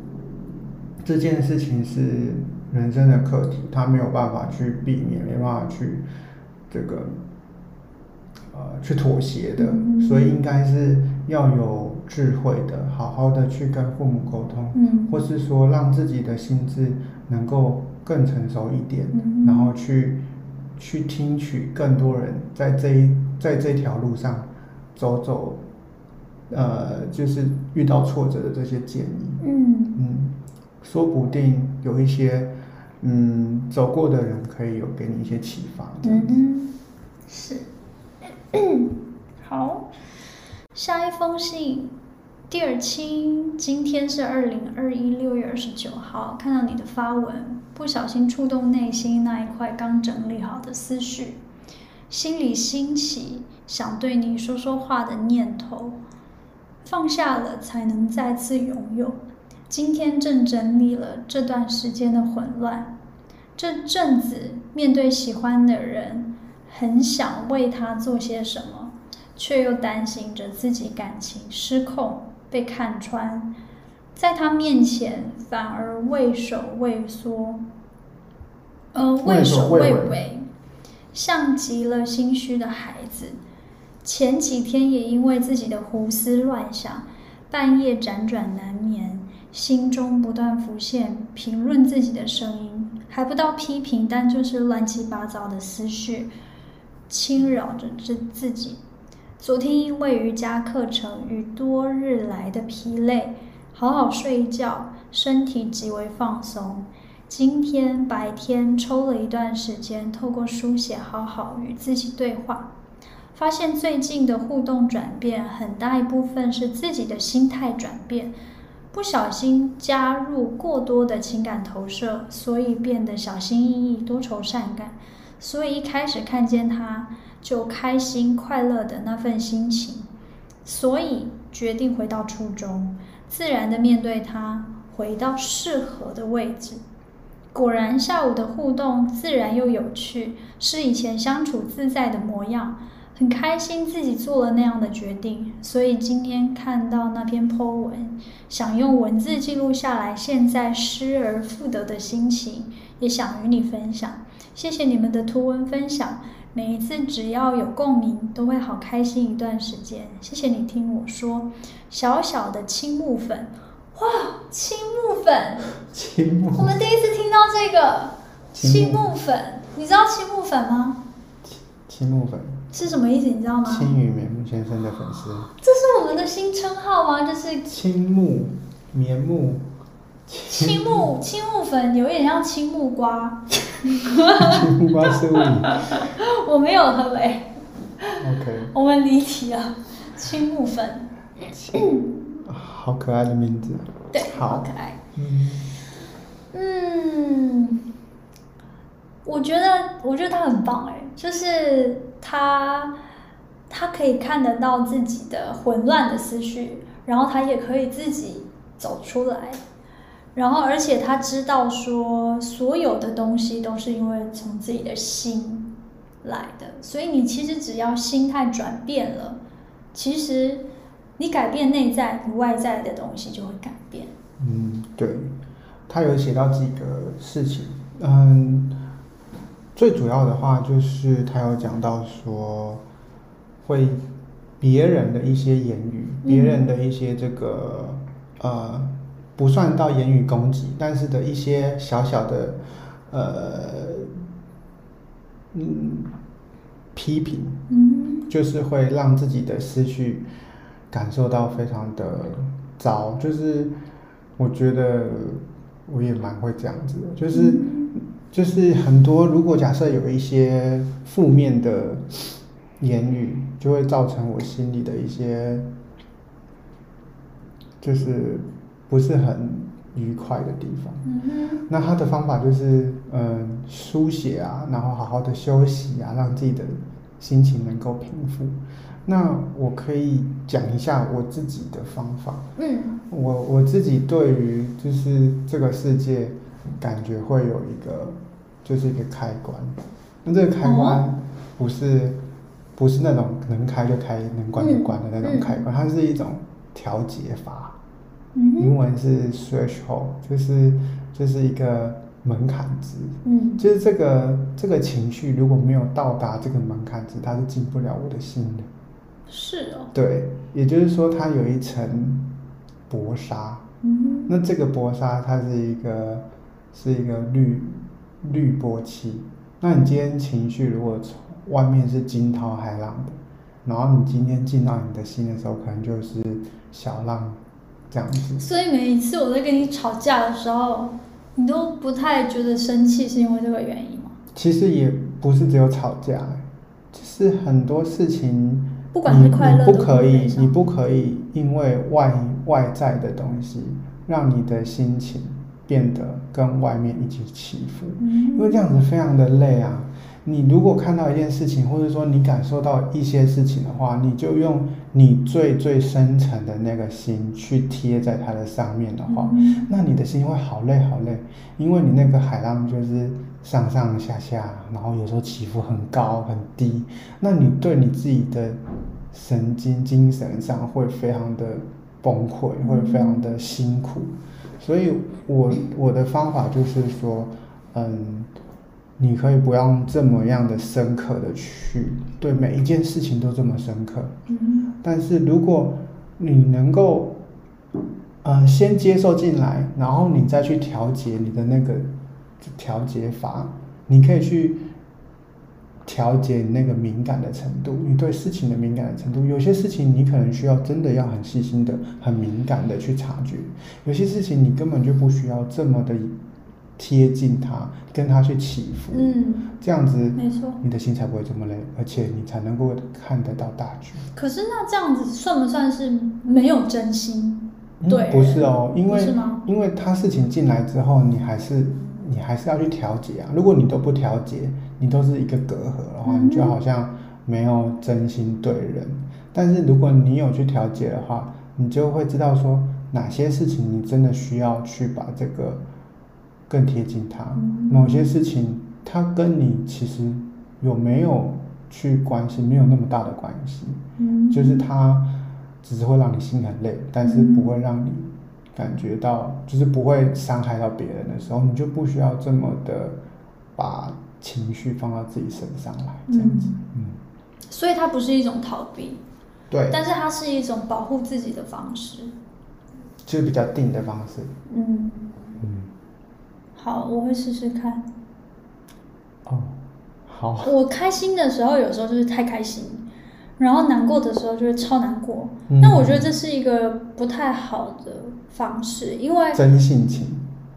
B: 这件事情是人生的课题，他没有办法去避免，没办法去这个呃去妥协的，
A: 嗯
B: 所以应该是要有智慧的，好好的去跟父母沟通，
A: 嗯
B: 或是说让自己的心智能够更成熟一点，
A: 嗯
B: 然后去去听取更多人在这一在这条路上走走，呃，就是遇到挫折的这些建议，
A: 嗯
B: 嗯，说不定有一些嗯走过的人可以有给你一些启发，这样子，
A: 嗯，是。好，下一封信，Dear 亲，今天是二零二一六月二十九号，看到你的发文，不小心触动内心那一块刚整理好的思绪，心里兴起想对你说说话的念头，放下了才能再次拥有。今天正整理了这段时间的混乱，这阵子面对喜欢的人，很想为他做些什么，却又担心着自己感情失控被看穿，在他面前反而畏首畏缩，呃，畏
B: 畏首
A: 首畏
B: 畏尾
A: 尾，像极了心虚的孩子。前几天也因为自己的胡思乱想，半夜辗转难眠，心中不断浮现评论自己的声音，还不到批评，但就是乱七八糟的思绪侵扰着自自己。昨天因为瑜伽课程与多日来的疲累，好好睡一觉，身体极为放松。今天白天抽了一段时间，透过书写好好与自己对话，发现最近的互动转变很大一部分是自己的心态转变，不小心加入过多的情感投射，所以变得小心翼翼、多愁善感。所以一开始看见他就开心快乐的那份心情，所以决定回到初中，自然的面对他，回到适合的位置。果然，下午的互动自然又有趣，是以前相处自在的模样。很开心自己做了那样的决定，所以今天看到那篇 Po 文，想用文字记录下来现在失而复得的心情，也想与你分享。谢谢你们的图文分享，每一次只要有共鸣，都会好开心一段时间。谢谢你听我说，小小的青木粉，哇，青木粉，
B: 青木
A: 我们第一次听到这个
B: 青木
A: 青木粉，你知道青木粉吗？
B: 青木粉，
A: 是什么意思？你知道吗？
B: 青羽棉木先生的粉丝，
A: 这是我们的新称号吗？就是
B: 青木棉木，
A: 青木青木粉，有点像青木瓜。
B: 青木瓜是 物理
A: 我没有喝嘞，
B: ，OK，
A: 我们离题了。青木粉，
B: 好可爱的名字，
A: 对，好
B: 好
A: 可，爱。
B: 嗯，
A: 嗯，我觉得，我觉得他很棒哎、就是他，他可以看得到自己的混乱的思绪，然后他也可以自己走出来，然后而且他知道说，所有的东西都是因为从自己的心来的，所以你其实只要心态转变了，其实你改变内在，你外在的东西就会改变。
B: 嗯，对，他有写到几个事情，嗯，最主要的话就是他有讲到说，会别人的一些言语，
A: 嗯
B: 别人的一些这个呃，不算到言语攻击，但是的一些小小的呃，嗯，批评，
A: 嗯
B: 就是会让自己的思绪感受到非常的糟，就是我觉得我也蛮会这样子的，就是就是很多如果假设有一些负面的言语，就会造成我心里的一些就是不是很愉快的地方。
A: 嗯哼
B: 那他的方法就是，嗯，书写啊，然后好好的休息啊，让自己的心情能够平复。那我可以讲一下我自己的方法。
A: 嗯。
B: 我我自己对于就是这个世界，感觉会有一个就是一个开关。那这个开
A: 哦
B: 关不是、不是那种能开就开，能关就关的那
A: 嗯嗯
B: 种开关，它是一种调节法。
A: 嗯
B: 英
A: 哼，
B: 文是 threshold，就是就是一个门槛值，
A: 嗯
B: 就是这个这个情绪如果没有到达这个门槛值，它是进不了我的心的。
A: 是哦，
B: 对，也就是说它有一层薄纱，
A: 嗯
B: 那这个薄纱它是一个是一个滤滤波器。那你今天情绪如果从外面是惊涛骇浪的，然后你今天进到你的心的时候，可能就是小浪这样子
A: 哼，。所以每一次我在跟你吵架的时候，你都不太觉得生气，是因为这个原因吗？
B: 其实也不是只有吵架，欸就是很多事情，
A: 不管是
B: 你
A: 快乐
B: 你不
A: 都
B: 可
A: 会悲
B: 以，
A: 伤
B: 你不可以因为外外在的东西，让你的心情变得跟外面一起起伏，因为
A: 嗯
B: 这样子非常的累啊。你如果看到一件事情，或者说你感受到一些事情的话，你就用你最最深层的那个心去贴在它的上面的话，
A: 嗯
B: 那你的心会好累好累，因为你那个海浪就是上上下下，然后有时候起伏很高很低，那你对你自己的神经精神上会非常的崩溃，会非常的辛苦。所以我我的方法就是说，嗯，你可以不要这么样的深刻的去对每一件事情都这么深刻，
A: 嗯
B: 但是如果你能够，呃，先接受进来，然后你再去调节你的那个调节法，你可以去调节你那个敏感的程度，你对事情的敏感的程度。有些事情你可能需要真的要很细心的、很敏感的去察觉，有些事情你根本就不需要这么的贴近它，跟它去起伏，
A: 嗯，
B: 这样子
A: 没错。
B: 你的心才不会这么累，而且你才能够看得到大局。
A: 可是那这样子算不算是没有真心？
B: 嗯
A: 对
B: 不是哦，因
A: 不
B: 为
A: 是吗？
B: 因为他事情进来之后，你还是你还是要去调节啊。如果你都不调节，你都是一个隔阂的话，
A: 嗯
B: 你就好像没有真心对人。但是如果你有去调节的话，你就会知道说哪些事情你真的需要去把这个更贴近他，
A: 嗯
B: 某些事情他跟你其实有没有去关系，没有那么大的关系。
A: 嗯，
B: 就是它只是会让你心很累，但是不会让你感觉到，就是不会伤害到别人的时候，你就不需要这么的把情绪放到自己身上来，这样子，嗯，
A: 所以它不是一种逃避，
B: 对，
A: 但是它是一种保护自己的方式。
B: 就是比较定的方式，
A: 嗯，
B: 嗯，
A: 好，我会试试看。
B: 哦，好，
A: 我开心的时候，有时候就是太开心，然后难过的时候就会超难过。
B: 嗯
A: 那我觉得这是一个不太好的方式，因为
B: 真性情，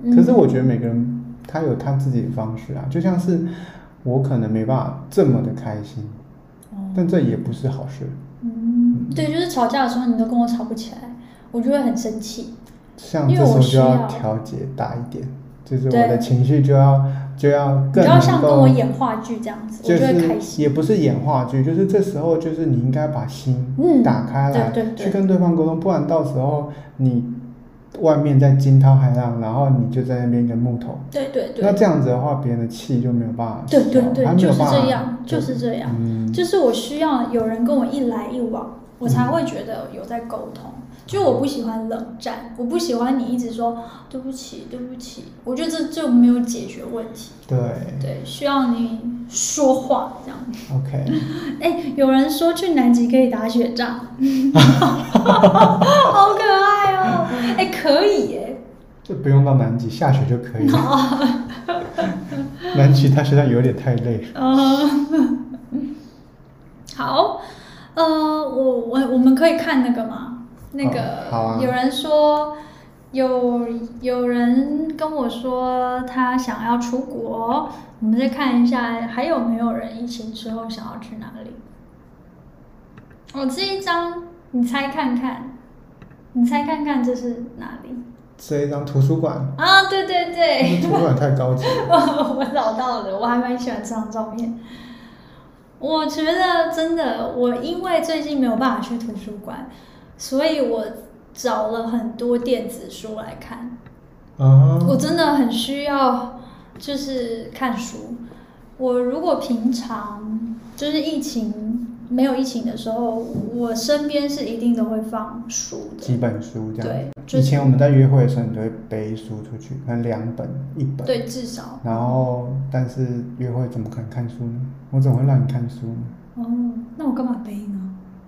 A: 嗯
B: 可是我觉得每个人他有他自己的方式啊，就像是我可能没办法这么的开心，但这也不是好事，
A: 嗯，对，就是吵架的时候你都跟我吵不起来，我就会很生气。
B: 像
A: 因
B: 这
A: 为
B: 时
A: 我
B: 候
A: 需
B: 就
A: 要
B: 要调节大一点，就是我
A: 对
B: 的情绪就要就要
A: 你
B: 更
A: 就要像
B: 能
A: 跟我
B: 够，
A: 演话剧这样子，我
B: 就
A: 就会开
B: 是
A: 心。
B: 也不是演话剧，就是这时候就是你应该把
A: 嗯
B: 心打开来，
A: 对对对
B: 去跟对方沟通，不然到时候你外面在惊涛骇浪，然后你就在那边一个木头，
A: 对对
B: 那
A: 对，
B: 这样子的话，别人的气就没有办法消，
A: 对对对
B: 还，没
A: 就
B: 有
A: 是
B: 办法
A: 这样，就是这样，
B: 嗯，
A: 就是我需要有人跟我一来一往，我才会觉得有在沟通。就我不喜欢冷战，我不喜欢你一直说对不起，对不起，我觉得这就没有解决问题。
B: 对
A: 对，需要你说话这样。
B: ，OK，
A: 哎，有人说去南极可以打雪仗， 好可爱哦！哎，可以耶。
B: 就不用到南极，下雪就可以了。 南极它实际上有点太累了。
A: 嗯， 好，呃，我我我们可以看那个吗？那个、
B: 哦好啊
A: 有人说，有有人跟我说他想要出国，我们再看一下还有没有人疫情之后想要去哪里。哦，这一张你猜看看，你猜看看这是哪里？
B: 这一张图书馆，
A: 啊，对对对，
B: 图书馆太高级了。
A: 我找到了，我还蛮喜欢这张照片。我觉得真的，我因为最近没有办法去图书馆，所以我找了很多电子书来看。
B: 啊，
A: 我真的很需要，就是看书。我如果平常就是疫情没有疫情的时候，我身边是一定都会放书
B: 几
A: 的。
B: 本书这样。
A: 对，就
B: 以
A: 是
B: 前我们在约会的时候，你都会背书出去，可能两本、一本。。
A: 对，至少
B: 然后，但是约会怎么可能看书呢？我怎么会让你看书呢？
A: 哦，那我干嘛背呢？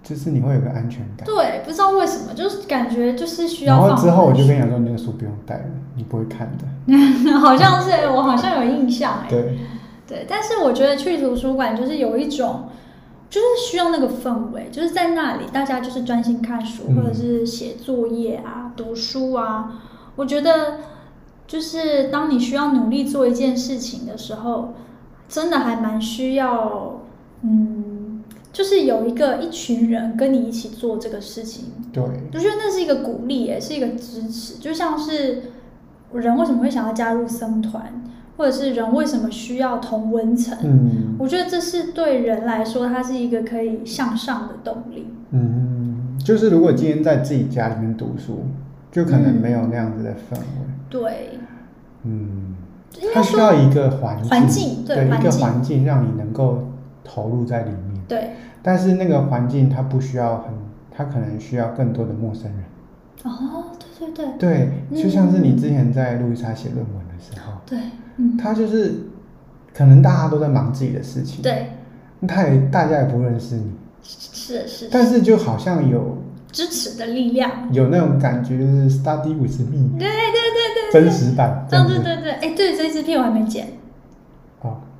B: 就是你会有个安全感。
A: 对，不知道为什么，就是感觉就是需要
B: 然
A: 放。
B: 后之后我就跟你讲说，你那个书不用带了，你不会看的。
A: 好像是我好像有印象哎、
B: 对，
A: 对，但是我觉得去图书馆就是有一种，就是需要那个氛围，就是在那里大家就是专心看书，
B: 嗯
A: 或者是写作业啊、读书啊。我觉得就是当你需要努力做一件事情的时候，真的还蛮需要，嗯，就是有一个一群人跟你一起做这个事情，
B: 对，
A: 我觉得那是一个鼓励，也是一个支持。就像是人为什么会想要加入僧团，或者是人为什么需要同温层，
B: 嗯
A: 我觉得这是对人来说，它是一个可以向上的动力。
B: 嗯，就是如果今天在自己家里面读书，就可能没有那样子的氛围。
A: 对，
B: 嗯，
A: 应
B: 它
A: 该
B: 需要
A: 说
B: 一个环境，
A: 环境对
B: 对一
A: 环
B: 个
A: 境
B: 环境让你能够投入在里面。
A: 对
B: 但是那个环境它不需要很，它可能需要更多的陌生人。
A: 哦，对对对
B: 对，就像是你之前在路易莎写论文的时候，
A: 对，嗯，
B: 他就是可能大家都在忙自己的事情，，
A: 对，
B: 他也大家也不认识你，
A: 是是是
B: 但是就好像有
A: 支持的力量。
B: 有那种感觉，就是 study with
A: 对
B: me
A: 对对对，
B: 真实版这
A: 对
B: 样子。
A: 对对对，哎，对，这支片我还没剪。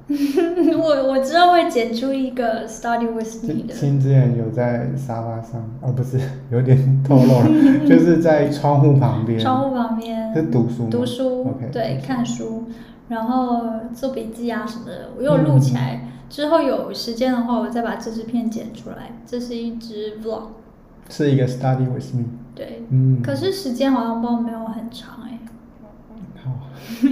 B: 哦，
A: 我我之后会剪出一个 study with
B: 就
A: me 的，
B: 亲之前有在沙发上，哦，不是，有点透露 了，就是在窗户旁边，
A: 窗户旁边
B: 嗯是读书吗
A: 读书
B: OK，
A: 对
B: 读，书
A: 看书，然后做笔记啊什么的，我又录起来。
B: 嗯
A: 之后有时间的话，我再把这支片剪出来。这是一支 vlog，
B: 是一个 study with me。
A: 对，
B: 嗯，
A: 可是时间好像报没有很长哎、
B: 好，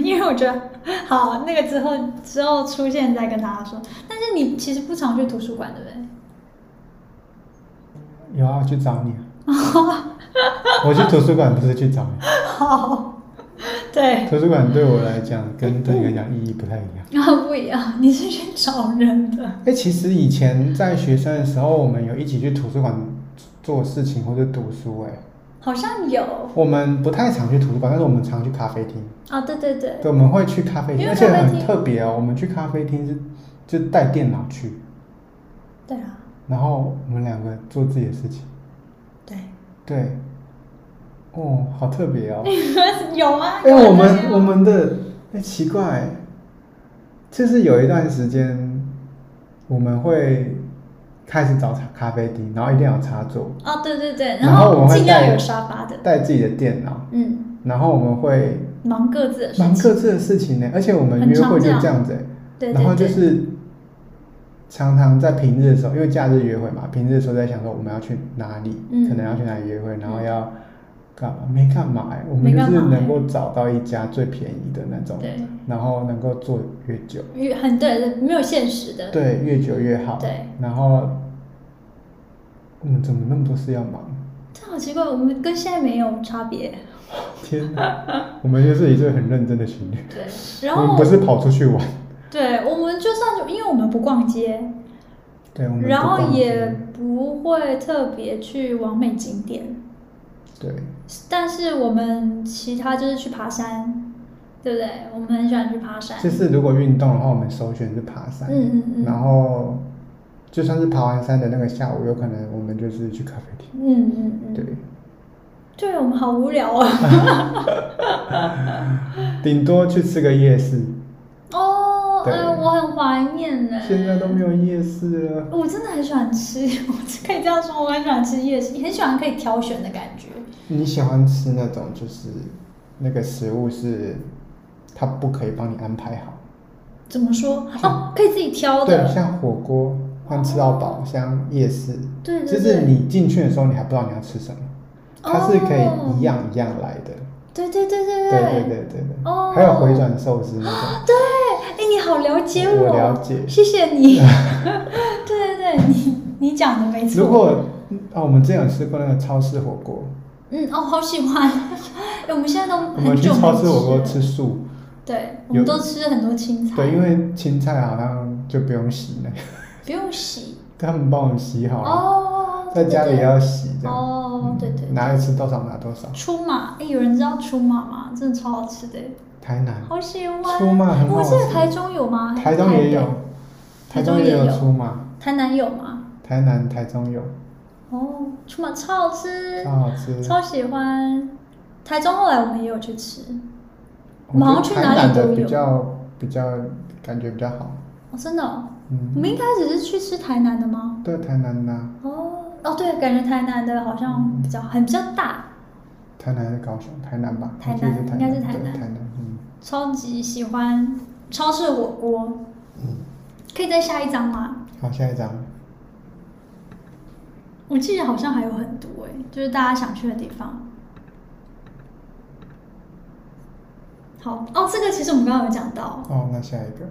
A: 因为我觉得好那个之后之后出现再跟大家说。但是你其实不常去图书馆，对不对？
B: 有啊，去找你啊。我去图书馆不是去找 你，
A: 好，对，
B: 图书馆对我来讲跟对你来讲意义不太一样。
A: 然后啊不一样，你是去找人的，
B: 哎、其实以前在学生的时候，我们有一起去图书馆做事情或者读书、哎，
A: 好像有
B: 我们不太常去图书馆，但是我们常去咖啡厅。
A: 啊，对对对，
B: 对，我们会去咖啡厅，
A: 因为
B: 而且
A: 咖啡
B: 很
A: 厅
B: 特别哦。我们去咖啡厅是就带电脑去，
A: 对啊，
B: 然后我们两个做自己的事情。
A: 对，
B: 对，哦，好特别哦。
A: 哎 有啊，
B: 哎、
A: 有啊
B: 我
A: 那些
B: 们
A: 啊
B: 我们的哎、奇怪，就是有一段时间我们会开始找咖啡厅，然后一定要有插座，
A: 啊，对对对，
B: 然后我们会
A: 尽量
B: 带
A: 有沙发的，
B: 带自己的电脑，
A: 嗯，
B: 然后我们会
A: 忙各自的事
B: 忙
A: 情，
B: 各自的事情呢，而且我们
A: 很
B: 约
A: 常
B: 会就
A: 这样
B: 这样子欸、
A: 对对对，
B: 然后就是常常在平日的时候，因为假日约会嘛，平日的时候在想说我们要去哪里，
A: 嗯
B: 可能要去哪里约会，然后
A: 嗯
B: 要干嘛？没干嘛、欸，我们
A: 没
B: 就
A: 干
B: 是
A: 嘛
B: 能
A: 欸
B: 够找到一家最便宜的那种，
A: 对，
B: 然后能够做越久，
A: 与很对，对没有现实的，
B: 对，越久越好。
A: 对，
B: 然后我们怎么那么多事要忙？
A: 这好奇怪，我们跟现在没有差别，
B: 天 哪，我们就是一对很认真的情侣，
A: 对，然
B: 我们
A: 后
B: 不是跑出去玩，
A: 对我们就算因为我们不逛街，
B: 对，我们不
A: 然后
B: 逛
A: 也
B: 街
A: 不会特别去往美景点，
B: 对，
A: 但是我们其他就是去爬山，对不对？我们很喜欢去爬山，
B: 就是如果运动的话，我们首选是爬山。
A: 嗯嗯嗯，
B: 然后就算是爬完山的那个下午，有可能我们就是去咖啡厅。
A: 嗯嗯嗯，
B: 对，
A: 对我们好无聊 啊。
B: 顶多去吃个夜市，
A: 嗯哦，
B: 对
A: 哎，我很怀念呢。
B: 现在都没有夜市啊了。
A: 我真的很喜欢吃， 我可以这样说，我很喜欢吃夜市，很喜欢可以挑选的感觉。
B: 你喜欢吃那种就是那个食物是它不可以帮你安排好，
A: 怎么说？哦，可以自己挑
B: 对，
A: 的。
B: 像火锅、像吃到饱、像夜市，
A: 对对哦
B: 就是
A: 对。
B: 你进去的时候你还不知道你要吃什么，它是可以一样一样来的。
A: 对对对对
B: 对对对对对，
A: 哦
B: 还有回转寿司那种。
A: 对，哎，你好了解
B: 我了解
A: 谢谢你。 对对对，你你讲的没错。
B: 如果啊，我们之前有吃过那个超市火锅，
A: 嗯哦，好喜欢。哎，我们现在都
B: 我们
A: 很
B: 去
A: 久没
B: 超市火锅
A: 了
B: 吃素，
A: 对，我们
B: 有
A: 都吃很多青菜，
B: 对，因为青菜好像就不用洗了，
A: 不用洗。
B: 他们帮我们洗好了，
A: 哦，
B: 在家
A: 对
B: 里
A: 对对
B: 要洗这样，
A: 哦，对对，
B: 哪里吃多少拿多少。
A: 出马，哎，有人知道出马吗？真的超好吃的，
B: 台南、
A: 好喜欢。
B: 出马很好
A: 我
B: 吃
A: 记得台中有吗？
B: 台中也有，
A: 台
B: 台
A: 中
B: 中
A: 也
B: 也
A: 有
B: 有出嘛，
A: 台南有吗？
B: 台南、台中有，
A: 哦，出马超好吃
B: 超，好吃。
A: 超喜欢。台中后来我们也有去吃，
B: 我觉得
A: 好像去哪里
B: 台南
A: 都
B: 的
A: 有
B: 比较比较感觉比较好，
A: 哦，真的哦，我
B: 嗯，
A: 们一开始是去吃台南的吗？
B: 对，台南呐、
A: 哦哦，对，感觉台南的好
B: 嗯
A: 像比较很比较大，
B: 台南还是高雄，台南吧，
A: 台
B: 我记得
A: 南
B: 台
A: 应该是
B: 南，
A: 台
B: 对
A: 南
B: 台南，嗯，
A: 超级喜欢超市火锅。
B: 嗯
A: 可以再下一张吗？
B: 好，下一张。
A: 我记得好像还有很多哎、就是大家想去的地方。好哦，这个其实我们刚刚有讲到，
B: 哦，那下一个，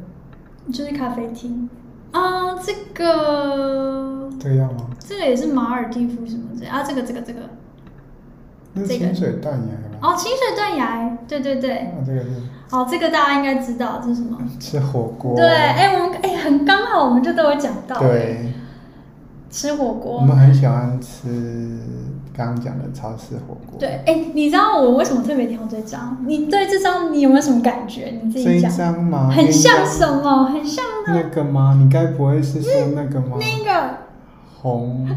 A: 就是咖啡厅啊、这个
B: 这个要吗？
A: 这个也是马尔蒂夫什么之类啊，这个这个这个
B: 那是
A: 这个
B: 清水断崖吗？啊
A: 哦，清水断崖，对对对，
B: 那这个是
A: 哦，这个大家应该知道这是什么？
B: 吃火锅。
A: 对，哎、我们哎、很刚好，我们这都有讲到，
B: 对，嗯
A: 吃火
B: 我
A: 锅，
B: 们很喜欢吃刚刚讲的超市火锅。
A: 对，，哎、你知道我为什么特别挑这张？你对这张你有没有什么感觉？你自
B: 这
A: 己
B: 一
A: 讲。
B: 张吗？
A: 很像
B: 那
A: 什么？很像那
B: 那个吗？你该不会是说那个吗？
A: 那个，
B: 红，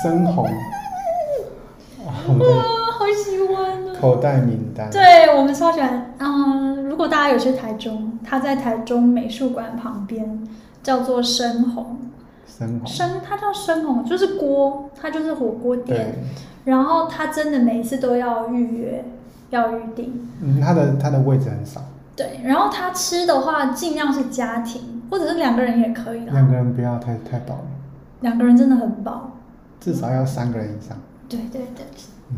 B: 深红。啊，我
A: 哇
B: 们，
A: 好喜欢哦！
B: 口袋名单。
A: 对我们超喜欢，嗯、如果大家有去台中，它在台中美术馆旁边，叫做深红，
B: 生活。
A: 深它叫深红，就是锅，它就是火锅
B: 对
A: 店。，然后它真的每一次都要预约，要预定。
B: 嗯，它的它的位置很少，
A: 对，然后它吃的话，尽量是家庭或者是两个人也可以啦。
B: 两个人不要太太饱了，
A: 两个人真的很饱。
B: 至少要三个人以上。
A: 对对对，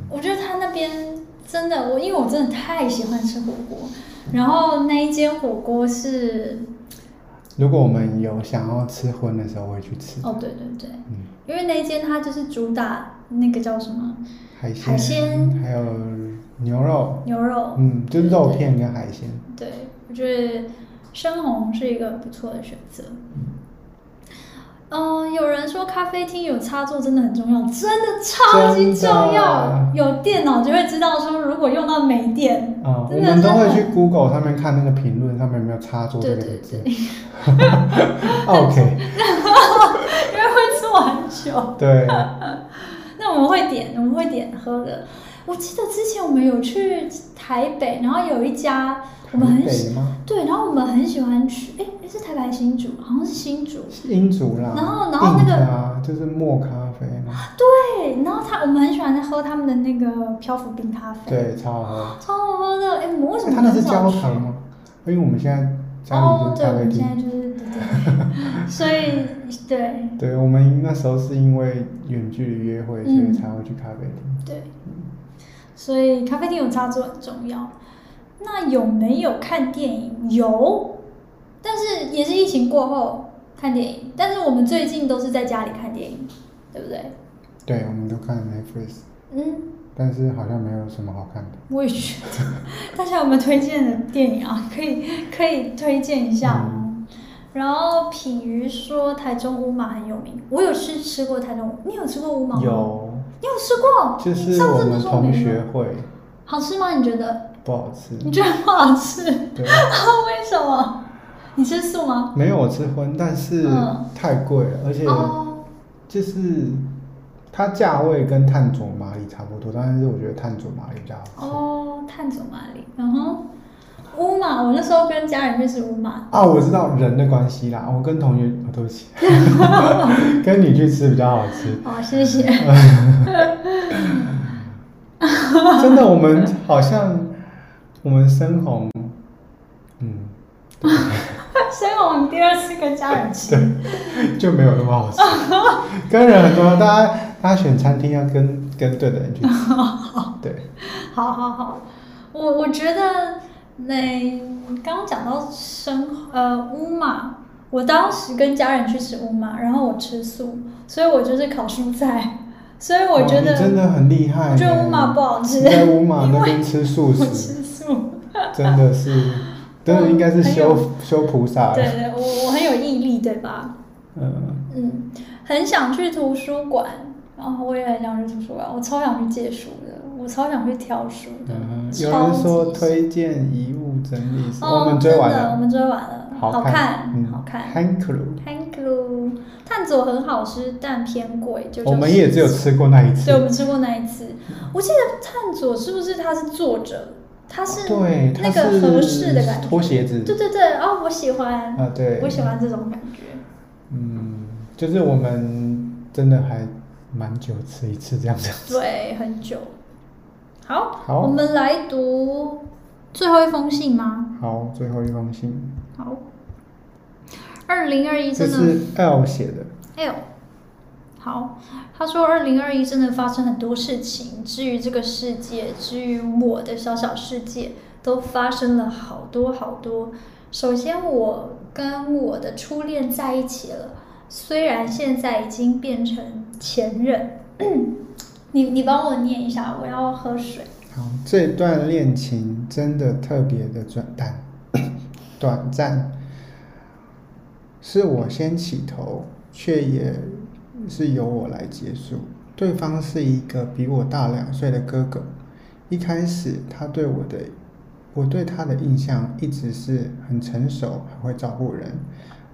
A: 我觉得他那边真的，我因为我真的太喜欢吃火锅，然后那一间火锅是，
B: 如果我们有想要吃荤的时候，我会去吃。
A: 哦对对对，
B: 嗯，
A: 因为那一间它就是主打那个叫什么
B: 海鲜，
A: 海鲜
B: 还有牛肉，
A: 牛肉，
B: 嗯，就是肉片跟海鲜。
A: 对我觉得深红是一个不错的选择。嗯、有人说咖啡厅有插座真的很重要，真的超级重
B: 真的
A: 要。有电脑就会知道说，如果用到没电，
B: 啊、我
A: 真的
B: 们都
A: 真
B: 会
A: 的
B: 去 Google 上面看那个评论上面有没有插座这
A: 对
B: 个
A: 对
B: 字
A: 对，。
B: OK，
A: 因为会吃很久。
B: 对，
A: 那我们会点，我们会点喝的。我记得之前我们有去台北，然后有一家我们
B: 台
A: 很
B: 北
A: 喜
B: 吗？
A: 对，然后我们很喜欢去，哎，诶是台北还是新竹，好像是新竹。
B: 是英族啦，
A: 然后然后那个
B: 印咖就是墨咖啡嘛，
A: 对，然后他我们很喜欢喝他们的那个漂浮冰咖啡，，
B: 对，超好喝。
A: 超好喝的。哎，我们为什么
B: 它那是
A: 很少
B: 焦
A: 去
B: 糖吗？因为我们现在家里
A: 哦
B: 就，
A: 对，
B: 是咖
A: 我
B: 啡
A: 们现在
B: 厅，
A: 就是对对，所以对
B: 对我们那时候是因为远距离约会，所以
A: 嗯
B: 才会去咖啡厅。
A: 对，所以咖啡厅有插座很重要。那有没有看电影？有，但是也是疫情过后看电影。但是我们最近都是在家里看电影，对不对？
B: 对，我们都看 Netflix，
A: 嗯，
B: 但是好像没有什么好看的。
A: 我也觉得。大家有没有推荐的电影啊？可以可以推荐一下吗？然后品瑜说台中乌马很有名，我有去吃过台中乌，你有吃过乌马吗？，
B: 有，
A: 你有吃过？
B: 就
A: 你
B: 是
A: 上
B: 我
A: 次不
B: 们
A: 是说没
B: 同学
A: 有
B: 会
A: 好吃吗？你觉得？
B: 不好吃，
A: 你觉得不好吃？
B: 对，
A: 为什么？你吃素吗？
B: 没有我吃荤，但是
A: 嗯
B: 太贵了，而且
A: 哦，
B: 就是它价位跟碳佐麻里差不多，但是我觉得碳佐麻里比较好吃。
A: 哦，碳总马里，然后乌马，我那时候跟家人去吃乌马，
B: 啊，我知道人的关系啦，我跟同学，哦、对 不起，跟你去吃比较好吃。
A: 哦，谢谢。
B: 嗯真的，我们好像我们深红，嗯，
A: 所以我们第二次跟家人吃，
B: 就没有那 么好吃。跟人很多，大家大家选餐厅要跟跟对的 人去吃。对，
A: 好好好，我我觉得那刚刚讲到生呃乌马，我当时跟家人去吃乌马，然后我吃素，所以我就是烤蔬菜，所以我觉
B: 哇
A: 得
B: 你真的很厉
A: 我
B: 害呢。
A: 觉得乌马不好吃
B: 你，在乌马那边吃素
A: 我
B: 食，
A: 吃素。
B: 真的是，真的应该是修修菩萨
A: 对
B: 了。
A: 对，我我很有毅力，对吧？
B: 嗯，
A: 嗯，很想去图书馆，然后我也很想去图书馆，我超想去借书的，我超想去挑书的。
B: 嗯有
A: 超
B: 人
A: 级
B: 说
A: 想
B: 推荐遗物整理师，
A: 哦，
B: 我们追完
A: 真的
B: 了嗯
A: 我。们追完了，好看，好看。
B: 汉克鲁，
A: Thank you，探索很好吃，但偏贵，就
B: 我们也只有
A: 吃，
B: 吃过那一次
A: 对，我。们吃过那一次。我记得探索是不是他是作者，他是
B: 哦对，它
A: 那个
B: 是
A: 合适的感觉，
B: 拖鞋子。
A: 对对对，哦，我喜欢，
B: 啊，对
A: 我，喜欢这种感觉。
B: 嗯，就是我们真的还蛮久吃一次这样 子。
A: 对，很久。好，
B: 好
A: 我们来读最后一封信吗？
B: 好，最后一封信，
A: 好，二零二一
B: 这
A: 哎真的
B: 是 L 写的，
A: 哎呦，好，他说二零二一真的发生很多事情，至于这个世界，至于我的小小世界，都发生了好多好多。首先，我跟我的初恋在一起了，虽然现在已经变成前任。你你帮我念一下，我要喝水。
B: 好，这段恋情真的特别的短暂， 短暂，是我先起头，却也是由我来结束。对方是一个比我大两岁的哥哥，一开始他对我的，我对他的印象一直是很成熟，很会照顾人。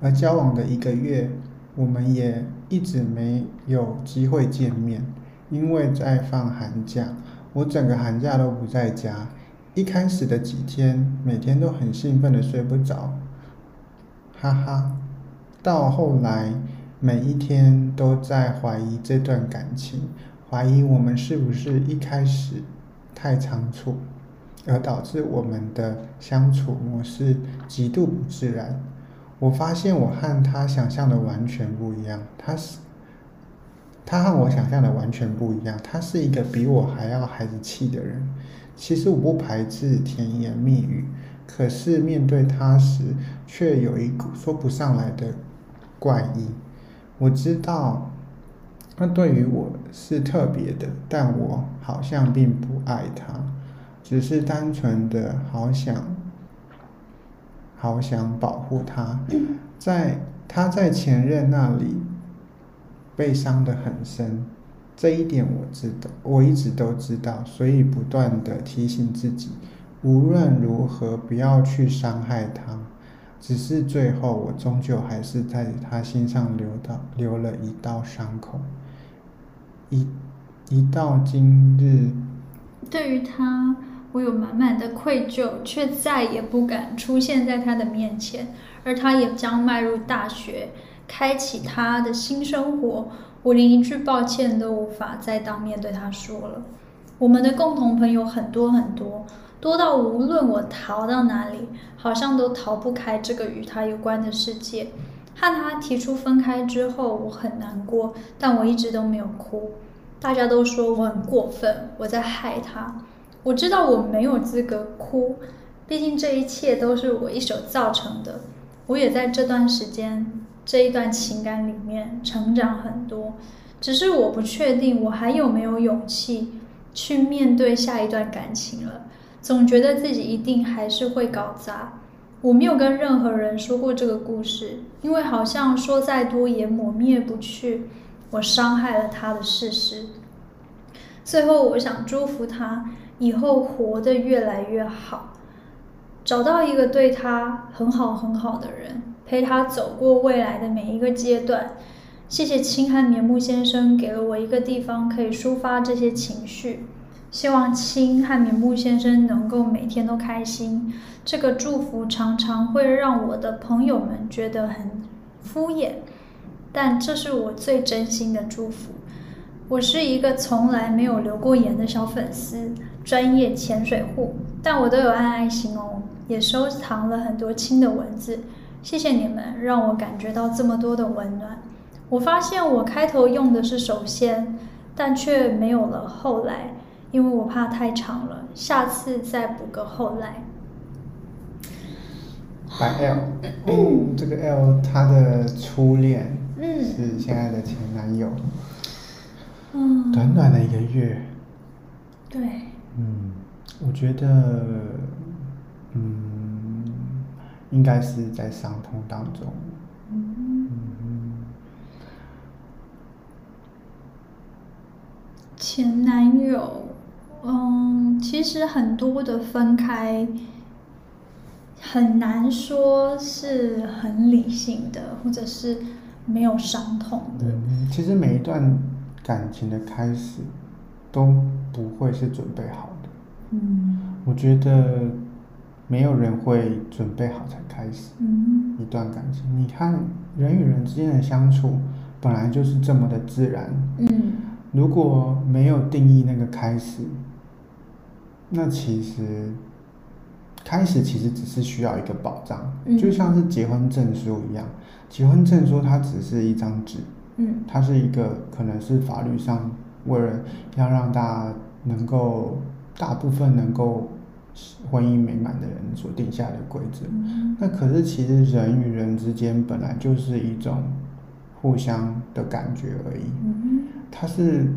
B: 而交往的一个月，我们也一直没有机会见面，因为在放寒假，我整个寒假都不在家，一开始的几天，每天都很兴奋的睡不着，哈哈。到后来，每一天都在怀疑这段感情，怀疑我们是不是一开始太仓促，而导致我们的相处模式极度不自然。我发现我和他想象的完全不一样，他是。他和我想象的完全不一样，他是一个比我还要孩子气的人。其实我不排斥甜言蜜语，可是面对他时，却有一股说不上来的怪异。我知道他对于我是特别的，但我好像并不爱他，只是单纯的好想，好想保护他。在他在前任那里。被伤得很深，这一点我知道，我一直都知道，所以不断的提醒自己，无论如何不要去伤害他。只是最后，我终究还是在他心上留到留了一道伤口，一一到今日，
A: 对于他，我有满满的愧疚，却再也不敢出现在他的面前，而他也将迈入大学。开启他的新生活，我连一句抱歉都无法再当面对他说了。我们的共同朋友很多很多，多到无论我逃到哪里，好像都逃不开这个与他有关的世界。和他提出分开之后，我很难过，但我一直都没有哭。大家都说我很过分，我在害他。我知道我没有资格哭，毕竟这一切都是我一手造成的。我也在这段时间。这一段情感里面成长很多，只是我不确定我还有没有勇气去面对下一段感情了。总觉得自己一定还是会搞砸。我没有跟任何人说过这个故事，因为好像说再多也抹灭不去我伤害了他的事实。最后，我想祝福他以后活得越来越好，找到一个对他很好很好的人。陪他走过未来的每一个阶段，谢谢青汉棉木先生给了我一个地方可以抒发这些情绪。希望青汉棉木先生能够每天都开心。这个祝福常常会让我的朋友们觉得很敷衍，但这是我最真心的祝福。我是一个从来没有留过言的小粉丝，专业潜水户，但我都有按爱心哦，也收藏了很多青的文字。谢谢你们，让我感觉到这么多的温暖。我发现我开头用的是首先，但却没有了后来，因为我怕太长了，下次再补个后来。
B: 白 L，嗯，这个 L 她的初恋，
A: 嗯
B: 是现在的前男友，
A: 嗯，
B: 短短的一个月，
A: 对，
B: 嗯，我觉得，嗯，应该是在伤痛当中，
A: 嗯，
B: 嗯，
A: 前男友，嗯，其实很多的分开，很难说是很理性的，或者是没有伤痛的。
B: 嗯，其实每一段感情的开始都不会是准备好的，
A: 嗯
B: 我觉得没有人会准备好才开始
A: 嗯。
B: 一段感情。你看，人与人之间的相处本来就是这么的自然，
A: 嗯
B: 如果没有定义那个开始，那其实开始其实只是需要一个保障，
A: 嗯
B: 就像是结婚证书一样，结婚证书它只是一张纸，
A: 嗯
B: 它是一个可能是法律上为了要让大家能够大部分能够婚姻美满的人所定下的规则。
A: 嗯
B: 那可是其实人与人之间本来就是一种互相的感觉而已。
A: 嗯
B: 他是，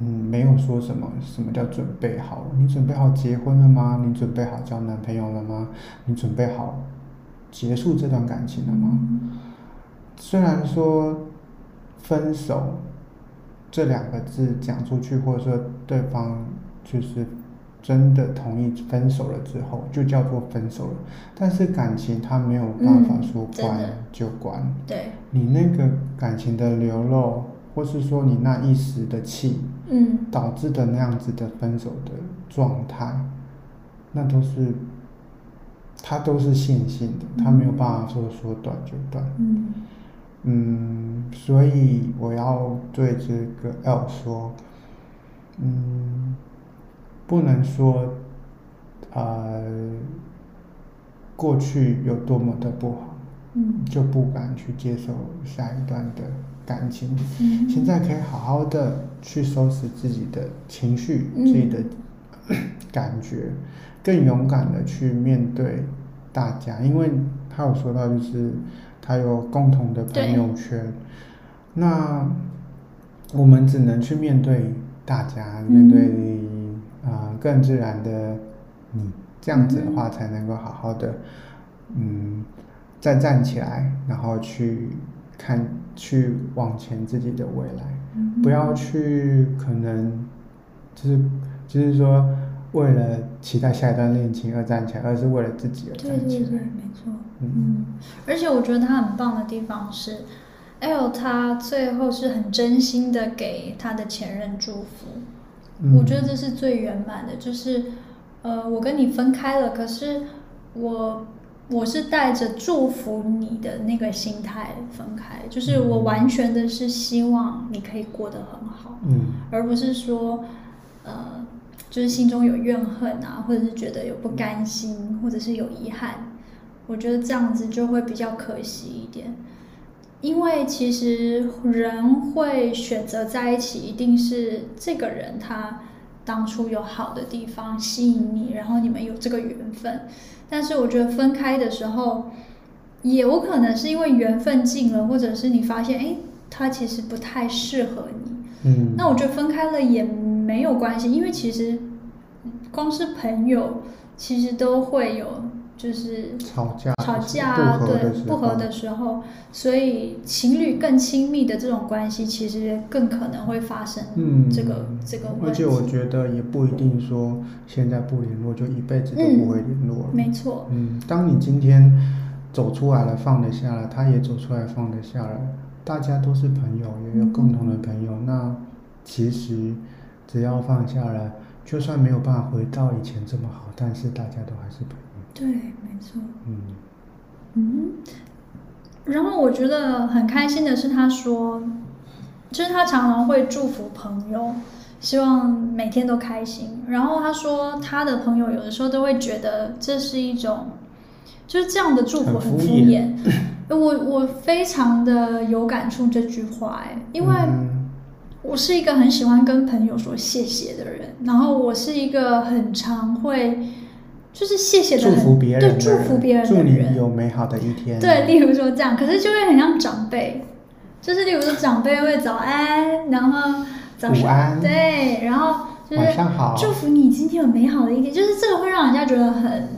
B: 嗯，没有说什么什么叫准备好了。你准备好结婚了吗？你准备好交男朋友了吗？你准备好结束这段感情了吗？虽然说分手这两个字讲出去，或者说对方就是真的同意分手了之后，就叫做分手了。但是感情它没有办法
A: 嗯
B: 说
A: 真
B: 关
A: 的
B: 就关。
A: 对，
B: 你那个感情的流露，或是说你那一时的气
A: 嗯
B: 导致的那样子的分手的状态，那都是它都是线性的，它没有办法说说短就短。
A: 嗯
B: 嗯，所以我要对这个 L 说，嗯，不能说，呃，过去有多么的不好，
A: 嗯
B: 就不敢去接受下一段的感情。
A: 嗯
B: 现在可以好好的去收拾自己的情绪、
A: 嗯
B: 自己的感觉，更勇敢的去面对大家，因为他有说到，就是他有共同的朋友圈，那我们只能去面对大家，面对
A: 嗯
B: 啊、呃更自然的你，这样子的话才能够好好的，嗯，再站起来，然后去看，去往前自己的未来，
A: 嗯
B: 不要去可能就是就是说为了期待下一段恋情而站起来，而是为了自己而
A: 对
B: 站
A: 对
B: 起
A: 对，
B: 来。
A: 没错。
B: 嗯
A: 嗯，而且我觉得他很棒的地方是，L 他最后是很真心的给他的前任祝福，
B: 嗯
A: 我觉得这是最圆满的。就是，呃，我跟你分开了，可是我我是带着祝福你的那个心态分开，就是我完全的是希望你可以过得很好。
B: 嗯
A: 而不是说，呃，就是心中有怨恨啊，或者是觉得有不甘心，或者是有遗憾。我觉得这样子就会比较可惜一点，因为其实人会选择在一起，一定是这个人他当初有好的地方吸引你，然后你们有这个缘分。但是我觉得分开的时候，也有可能是因为缘分尽了，或者是你发现，哎，他其实不太适合你，
B: 嗯，
A: 那我觉得分开了也没有关系，因为其实光是朋友，其实都会有就是
B: 吵架
A: 吵架啊，
B: 不合的
A: 对
B: 时
A: 不合
B: 候
A: 的时候，所以情侣更亲密的这种关系，其实更可能会发生
B: 嗯，
A: 这个、这个问
B: 而
A: 题。
B: 且我觉得也不一定说现在不联络就一辈子都
A: 嗯
B: 不会联络了。
A: 没错，
B: 嗯，当你今天走出来了，放得下了，他也走出来放得下了，大家都是朋友，也
A: 嗯
B: 有共同的朋友。那其实只要放下了，就算没有办法回到以前这么好，但是大家都还是朋友。
A: 对，没错。
B: 嗯
A: 嗯，然后我觉得很开心的是，他说，就是他常常会祝福朋友，希望每天都开心。然后他说，他的朋友有的时候都会觉得这是一种，就是这样的祝福
B: 很
A: 很
B: 敷
A: 敷衍。我我非常的有感触这句话，哎，因为
B: 嗯
A: 我是一个很喜欢跟朋友说谢谢的人，然后我是一个很常会。就是谢谢的
B: 祝
A: 很
B: 福别人的
A: 对
B: 人，
A: 祝福别人的
B: 祝
A: 人，
B: 你有美好的一天。
A: 对，例如说这样，可是就会很像长辈，就是例如说长辈会早安，然后早
B: 午
A: 上
B: 安
A: 对，然后就是
B: 晚上好
A: 祝福你今天有美好的一天，就是这个会让人家觉得很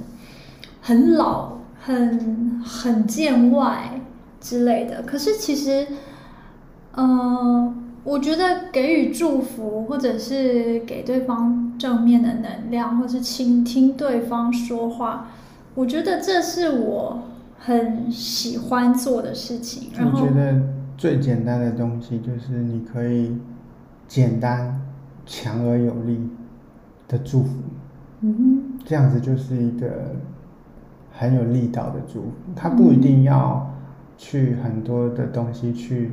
A: 很老、很很见外之类的。可是其实，呃，我觉得给予祝福，或者是给对方正面的能量，或是倾听对方说话，我觉得这是我很喜欢做的事情。然
B: 我
A: 后
B: 觉，得最简单的东西就是你可以简单、强而有力的祝福，
A: 嗯
B: 这样子就是一个很有力道的祝福。它不一定要去很多的东西去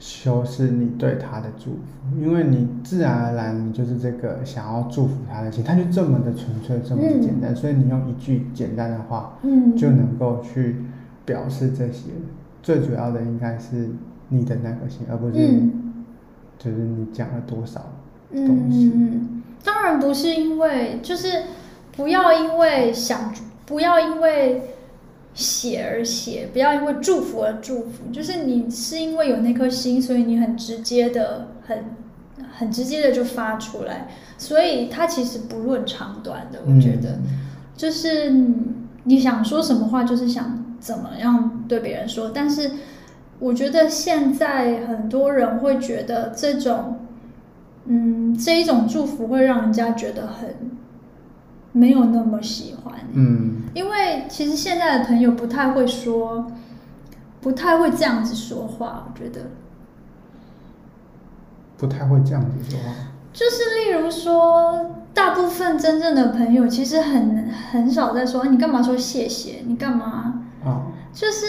B: 修饰你对他的祝福，因为你自然而然你就是这个想要祝福他的心，他就这么的纯粹，这么的简单，所以你用一句简单的话，
A: 嗯，
B: 就能够去表示这些。最主要的应该是你的那个心，而不是
A: 嗯
B: 就是你讲了多少
A: 嗯
B: 东西。
A: 嗯，当然不是因为，就是不要因为想，不要因为写而写，不要因为祝福而祝福，就是你是因为有那颗心，所以你很直接的，很很直接的就发出来，所以它其实不论长短的，我
B: 嗯
A: 觉得。就是你想说什么话，就是想怎么样对别人说。但是我觉得现在很多人会觉得这种，嗯，这一种祝福会让人家觉得很没有那么喜欢。
B: 嗯
A: 因为其实现在的朋友不太会说，不太会这样子说话，我觉得。
B: 不太会这样子说话。
A: 就是例如说，大部分真正的朋友其实很很少在说，啊你干嘛说谢谢？你干嘛？
B: 啊
A: 就是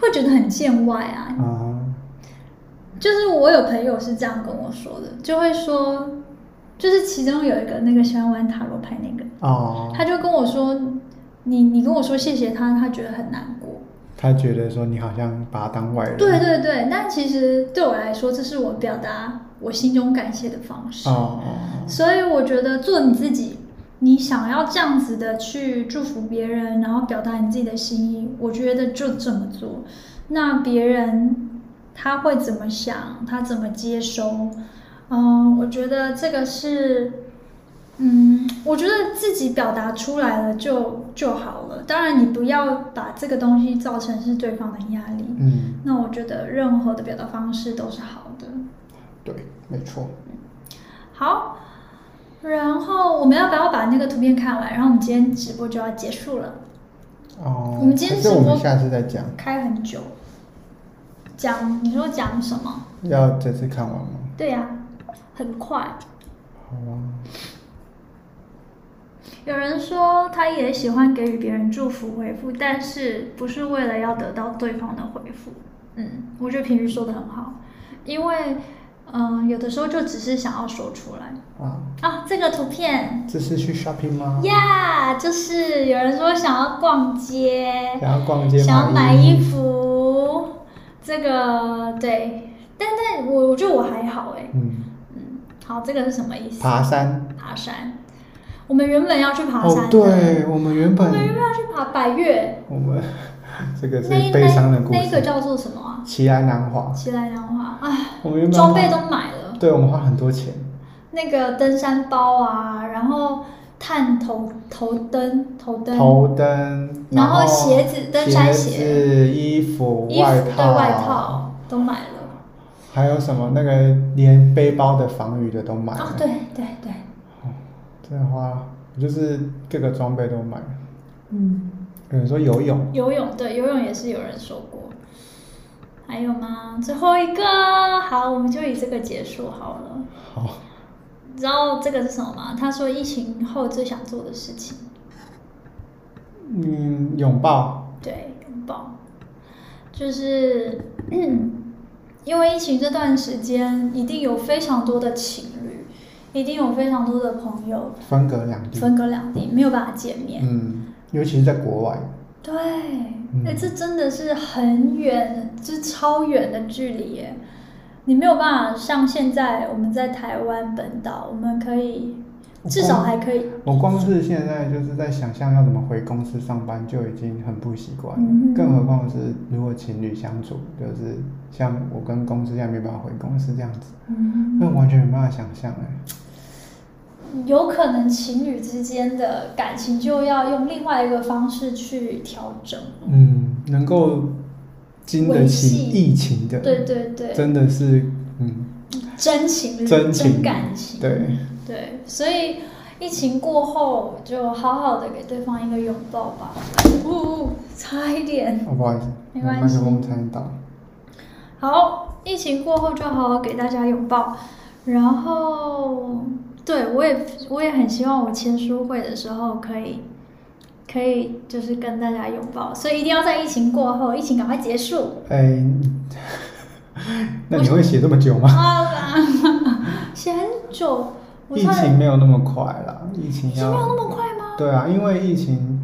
A: 会觉得很见外啊。
B: 啊
A: 就是我有朋友是这样跟我说的，就会说，就是其中有一个那个喜欢玩塔罗牌那个，
B: 哦！
A: 他就跟我说，你你跟我说谢谢他，他觉得很难过。
B: 他觉得说你好像把他当外人。
A: 对对对，但其实对我来说，这是我表达我心中感谢的方式。
B: 哦哦
A: 所以我觉得做你自己，你想要这样子的去祝福别人，然后表达你自己的心意，我觉得就这么做。那别人他会怎么想，他怎么接收？嗯，我觉得这个是，嗯，我觉得自己表达出来了就就好了。当然，你不要把这个东西造成是对方的压力。
B: 哦嗯，
A: 那我觉得任何的表达方式都是好的。
B: 对，没错。
A: 好，然后我们要不要把那个图片看完？然后我们今天直播就要结束了，
B: 哦，
A: 我们今天
B: 可是
A: 直
B: 我们
A: 播
B: 下次再讲，
A: 开很久。讲，你说讲什么？
B: 要这次看完吗？
A: 对呀、很快。
B: 好啊，
A: 有人说他也喜欢给予别人祝福回复，但是不是为了要得到对方的回复。嗯，我觉得平时说的很好，因为嗯、有的时候就只是想要说出来
B: 啊，
A: 啊。这个图片
B: 这次去 shopping 吗？
A: 呀就是有人说想要逛街，
B: 想要逛街，
A: 想要买
B: 衣
A: 衣。服，
B: 嗯
A: 这个对，但但我我觉得我还好哎、
B: 嗯，
A: 嗯，好，这个是什么意思？
B: 爬山。
A: 爬山，我们原本要去爬山
B: 哦，
A: 的，
B: 对，我
A: 我们
B: 们原
A: 原
B: 本
A: 本要去爬百越，
B: 我们这个是
A: 那一
B: 悲伤的故
A: 那那一个
B: 事。
A: 叫做什么啊？
B: 奇来南华，
A: 奇来南华，唉，
B: 我们原本
A: 装备
B: 花
A: 都买了，
B: 对我们花很多钱。
A: 那个登山包啊，然后探头头灯头灯，
B: 头灯，
A: 然后
B: 后
A: 鞋子登山鞋
B: 子、衣服、
A: 衣服对
B: 套、
A: 外套都买了。
B: 还有什么？那个连背包的防雨的都买了
A: 哦，，对对对，
B: 真的花了，我就是各个装备都买了。
A: 嗯，
B: 有人说游泳，
A: 游泳对游泳也是有人说过。还有吗？最后一个，好，我们就以这个结束好了。
B: 好，
A: 你知道这个是什么吗？他说疫情后最想做的事情，
B: 嗯，拥抱，
A: 对，拥抱，就是、 因为疫情这段时间，一定有非常多的情侣，一定有非常多的朋友
B: 分隔两地，
A: 分隔两地，没有办法见面。
B: 嗯，尤其是在国外，
A: 对，哎、
B: 嗯
A: 这真的是很远，就是超远的距离耶。你没有办法像现在我们在台湾本岛，我们可以至少还可以，
B: 我光是现在就是在想象要怎么回公司上班就已经很不习惯，
A: 嗯哼
B: 更何况是如果情侣相处，就是像我跟公司现在没办法回公司这样子，
A: 嗯，
B: 那完全没办法想象哎、
A: 有可能情侣之间的感情就要用另外一个方式去调整。
B: 嗯，能够经得起
A: 维系
B: 疫情的，
A: 对对对，
B: 真的是，嗯，
A: 真情侣、
B: 真情
A: 感情，
B: 对，
A: 对，所以疫情过后就好好的给对方一个拥抱吧。呜、呜，差一点。
B: 哦，不好意思，
A: 没关系
B: 麦克风差点 倒，
A: 好，疫情过后就好好给大家拥抱。然后，对我也我也很希望我签书会的时候可以，可以就是跟大家拥抱，所以一定要在疫情过后，疫情赶快结束。
B: 哎、那你会写这么久吗？
A: 啊，写很久，我
B: 疫
A: 差
B: 情
A: 点
B: 没有那么快啦，疫情
A: 是
B: 要
A: 没有那么快吗？
B: 对啊，因为疫情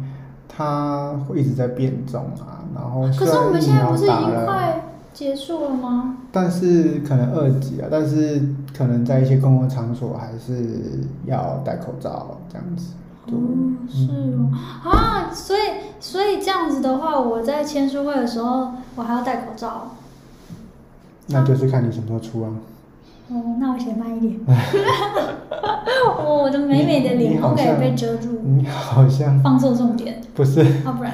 B: 它会一直在变种啊，然后
A: 可
B: 虽
A: 是我
B: 然
A: 们
B: 疫
A: 现在
B: 苗
A: 不是已
B: 打
A: 经
B: 了，
A: 快结束了吗？
B: 但是可能二级啊，但是可能在一些公共场所还是要戴口罩这样子。对，
A: 哦，是哦，啊，所以所以这样子的话，我在签书会的时候，我还要戴口罩。
B: 那就是看你什么时候出啊。
A: 哦，那我写慢一点。
B: 哎
A: 我的美美的
B: 你
A: 脸
B: 你
A: 不
B: 好
A: 可
B: 像
A: 以被遮住，
B: 你好像
A: 放错重点，
B: 不是，
A: 要不然，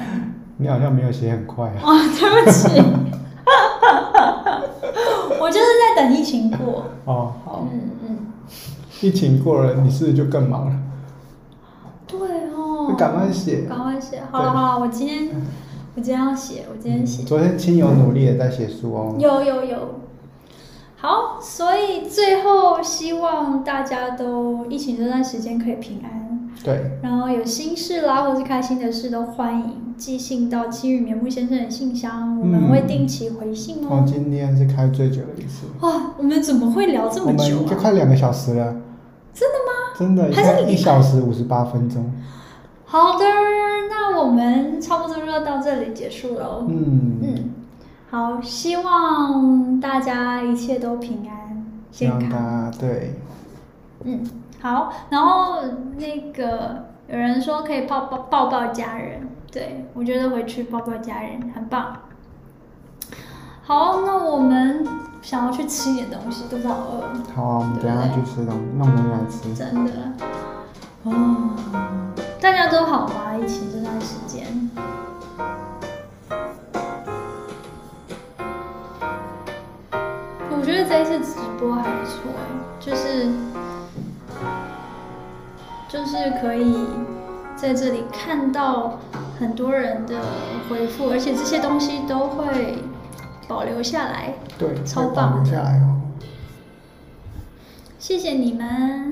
B: 你好像没有写很快啊。
A: 哦，对不起， 我就是在等疫情过。
B: 哦，好，
A: 嗯嗯，
B: 疫情过了，你是不是就更忙了？
A: 对
B: 就
A: 哦，
B: 赶快写。
A: 赶快写。好了好了，我今天
B: 嗯
A: 我今天要写，我今天写。嗯
B: 昨天亲友努力也在写书哦。
A: 有有有，好，所以最后希望大家都疫情这段时间可以平安，
B: 对，
A: 然后有心事啦或是开心的事都欢迎寄信到七羽棉木先生的信箱，我们
B: 嗯
A: 会定期回信
B: 我
A: 哦。
B: 今天是开最久的一次，
A: 哇，我们怎么会聊这
B: 我
A: 么
B: 们
A: 久
B: 就
A: 啊？
B: 快两个小时了，
A: 真的吗？
B: 真的，
A: 还是你
B: 一小时五十八分钟。
A: 好的，那我们差不多就到这里结束了。
B: 嗯，
A: 嗯，好，希望大家一切都平安
B: 希
A: 健
B: 望大
A: 康。
B: 家对，
A: 嗯，好。然后那个有人说可以抱抱抱抱家人，对我觉得回去抱抱家人很棒。好，那我们想要去吃一点东西，肚子好饿，
B: 好啊，我们等一下去吃东，弄东西来吃。
A: 真的。哦，大家都好吗？疫情这段时间。我觉得这一次直播还不错哎，就是就是可以在这里看到很多人的回复，而且这些东西都会保留下来。
B: 对，
A: 超
B: 会保留
A: 棒的
B: 下来哦。
A: 谢谢你们。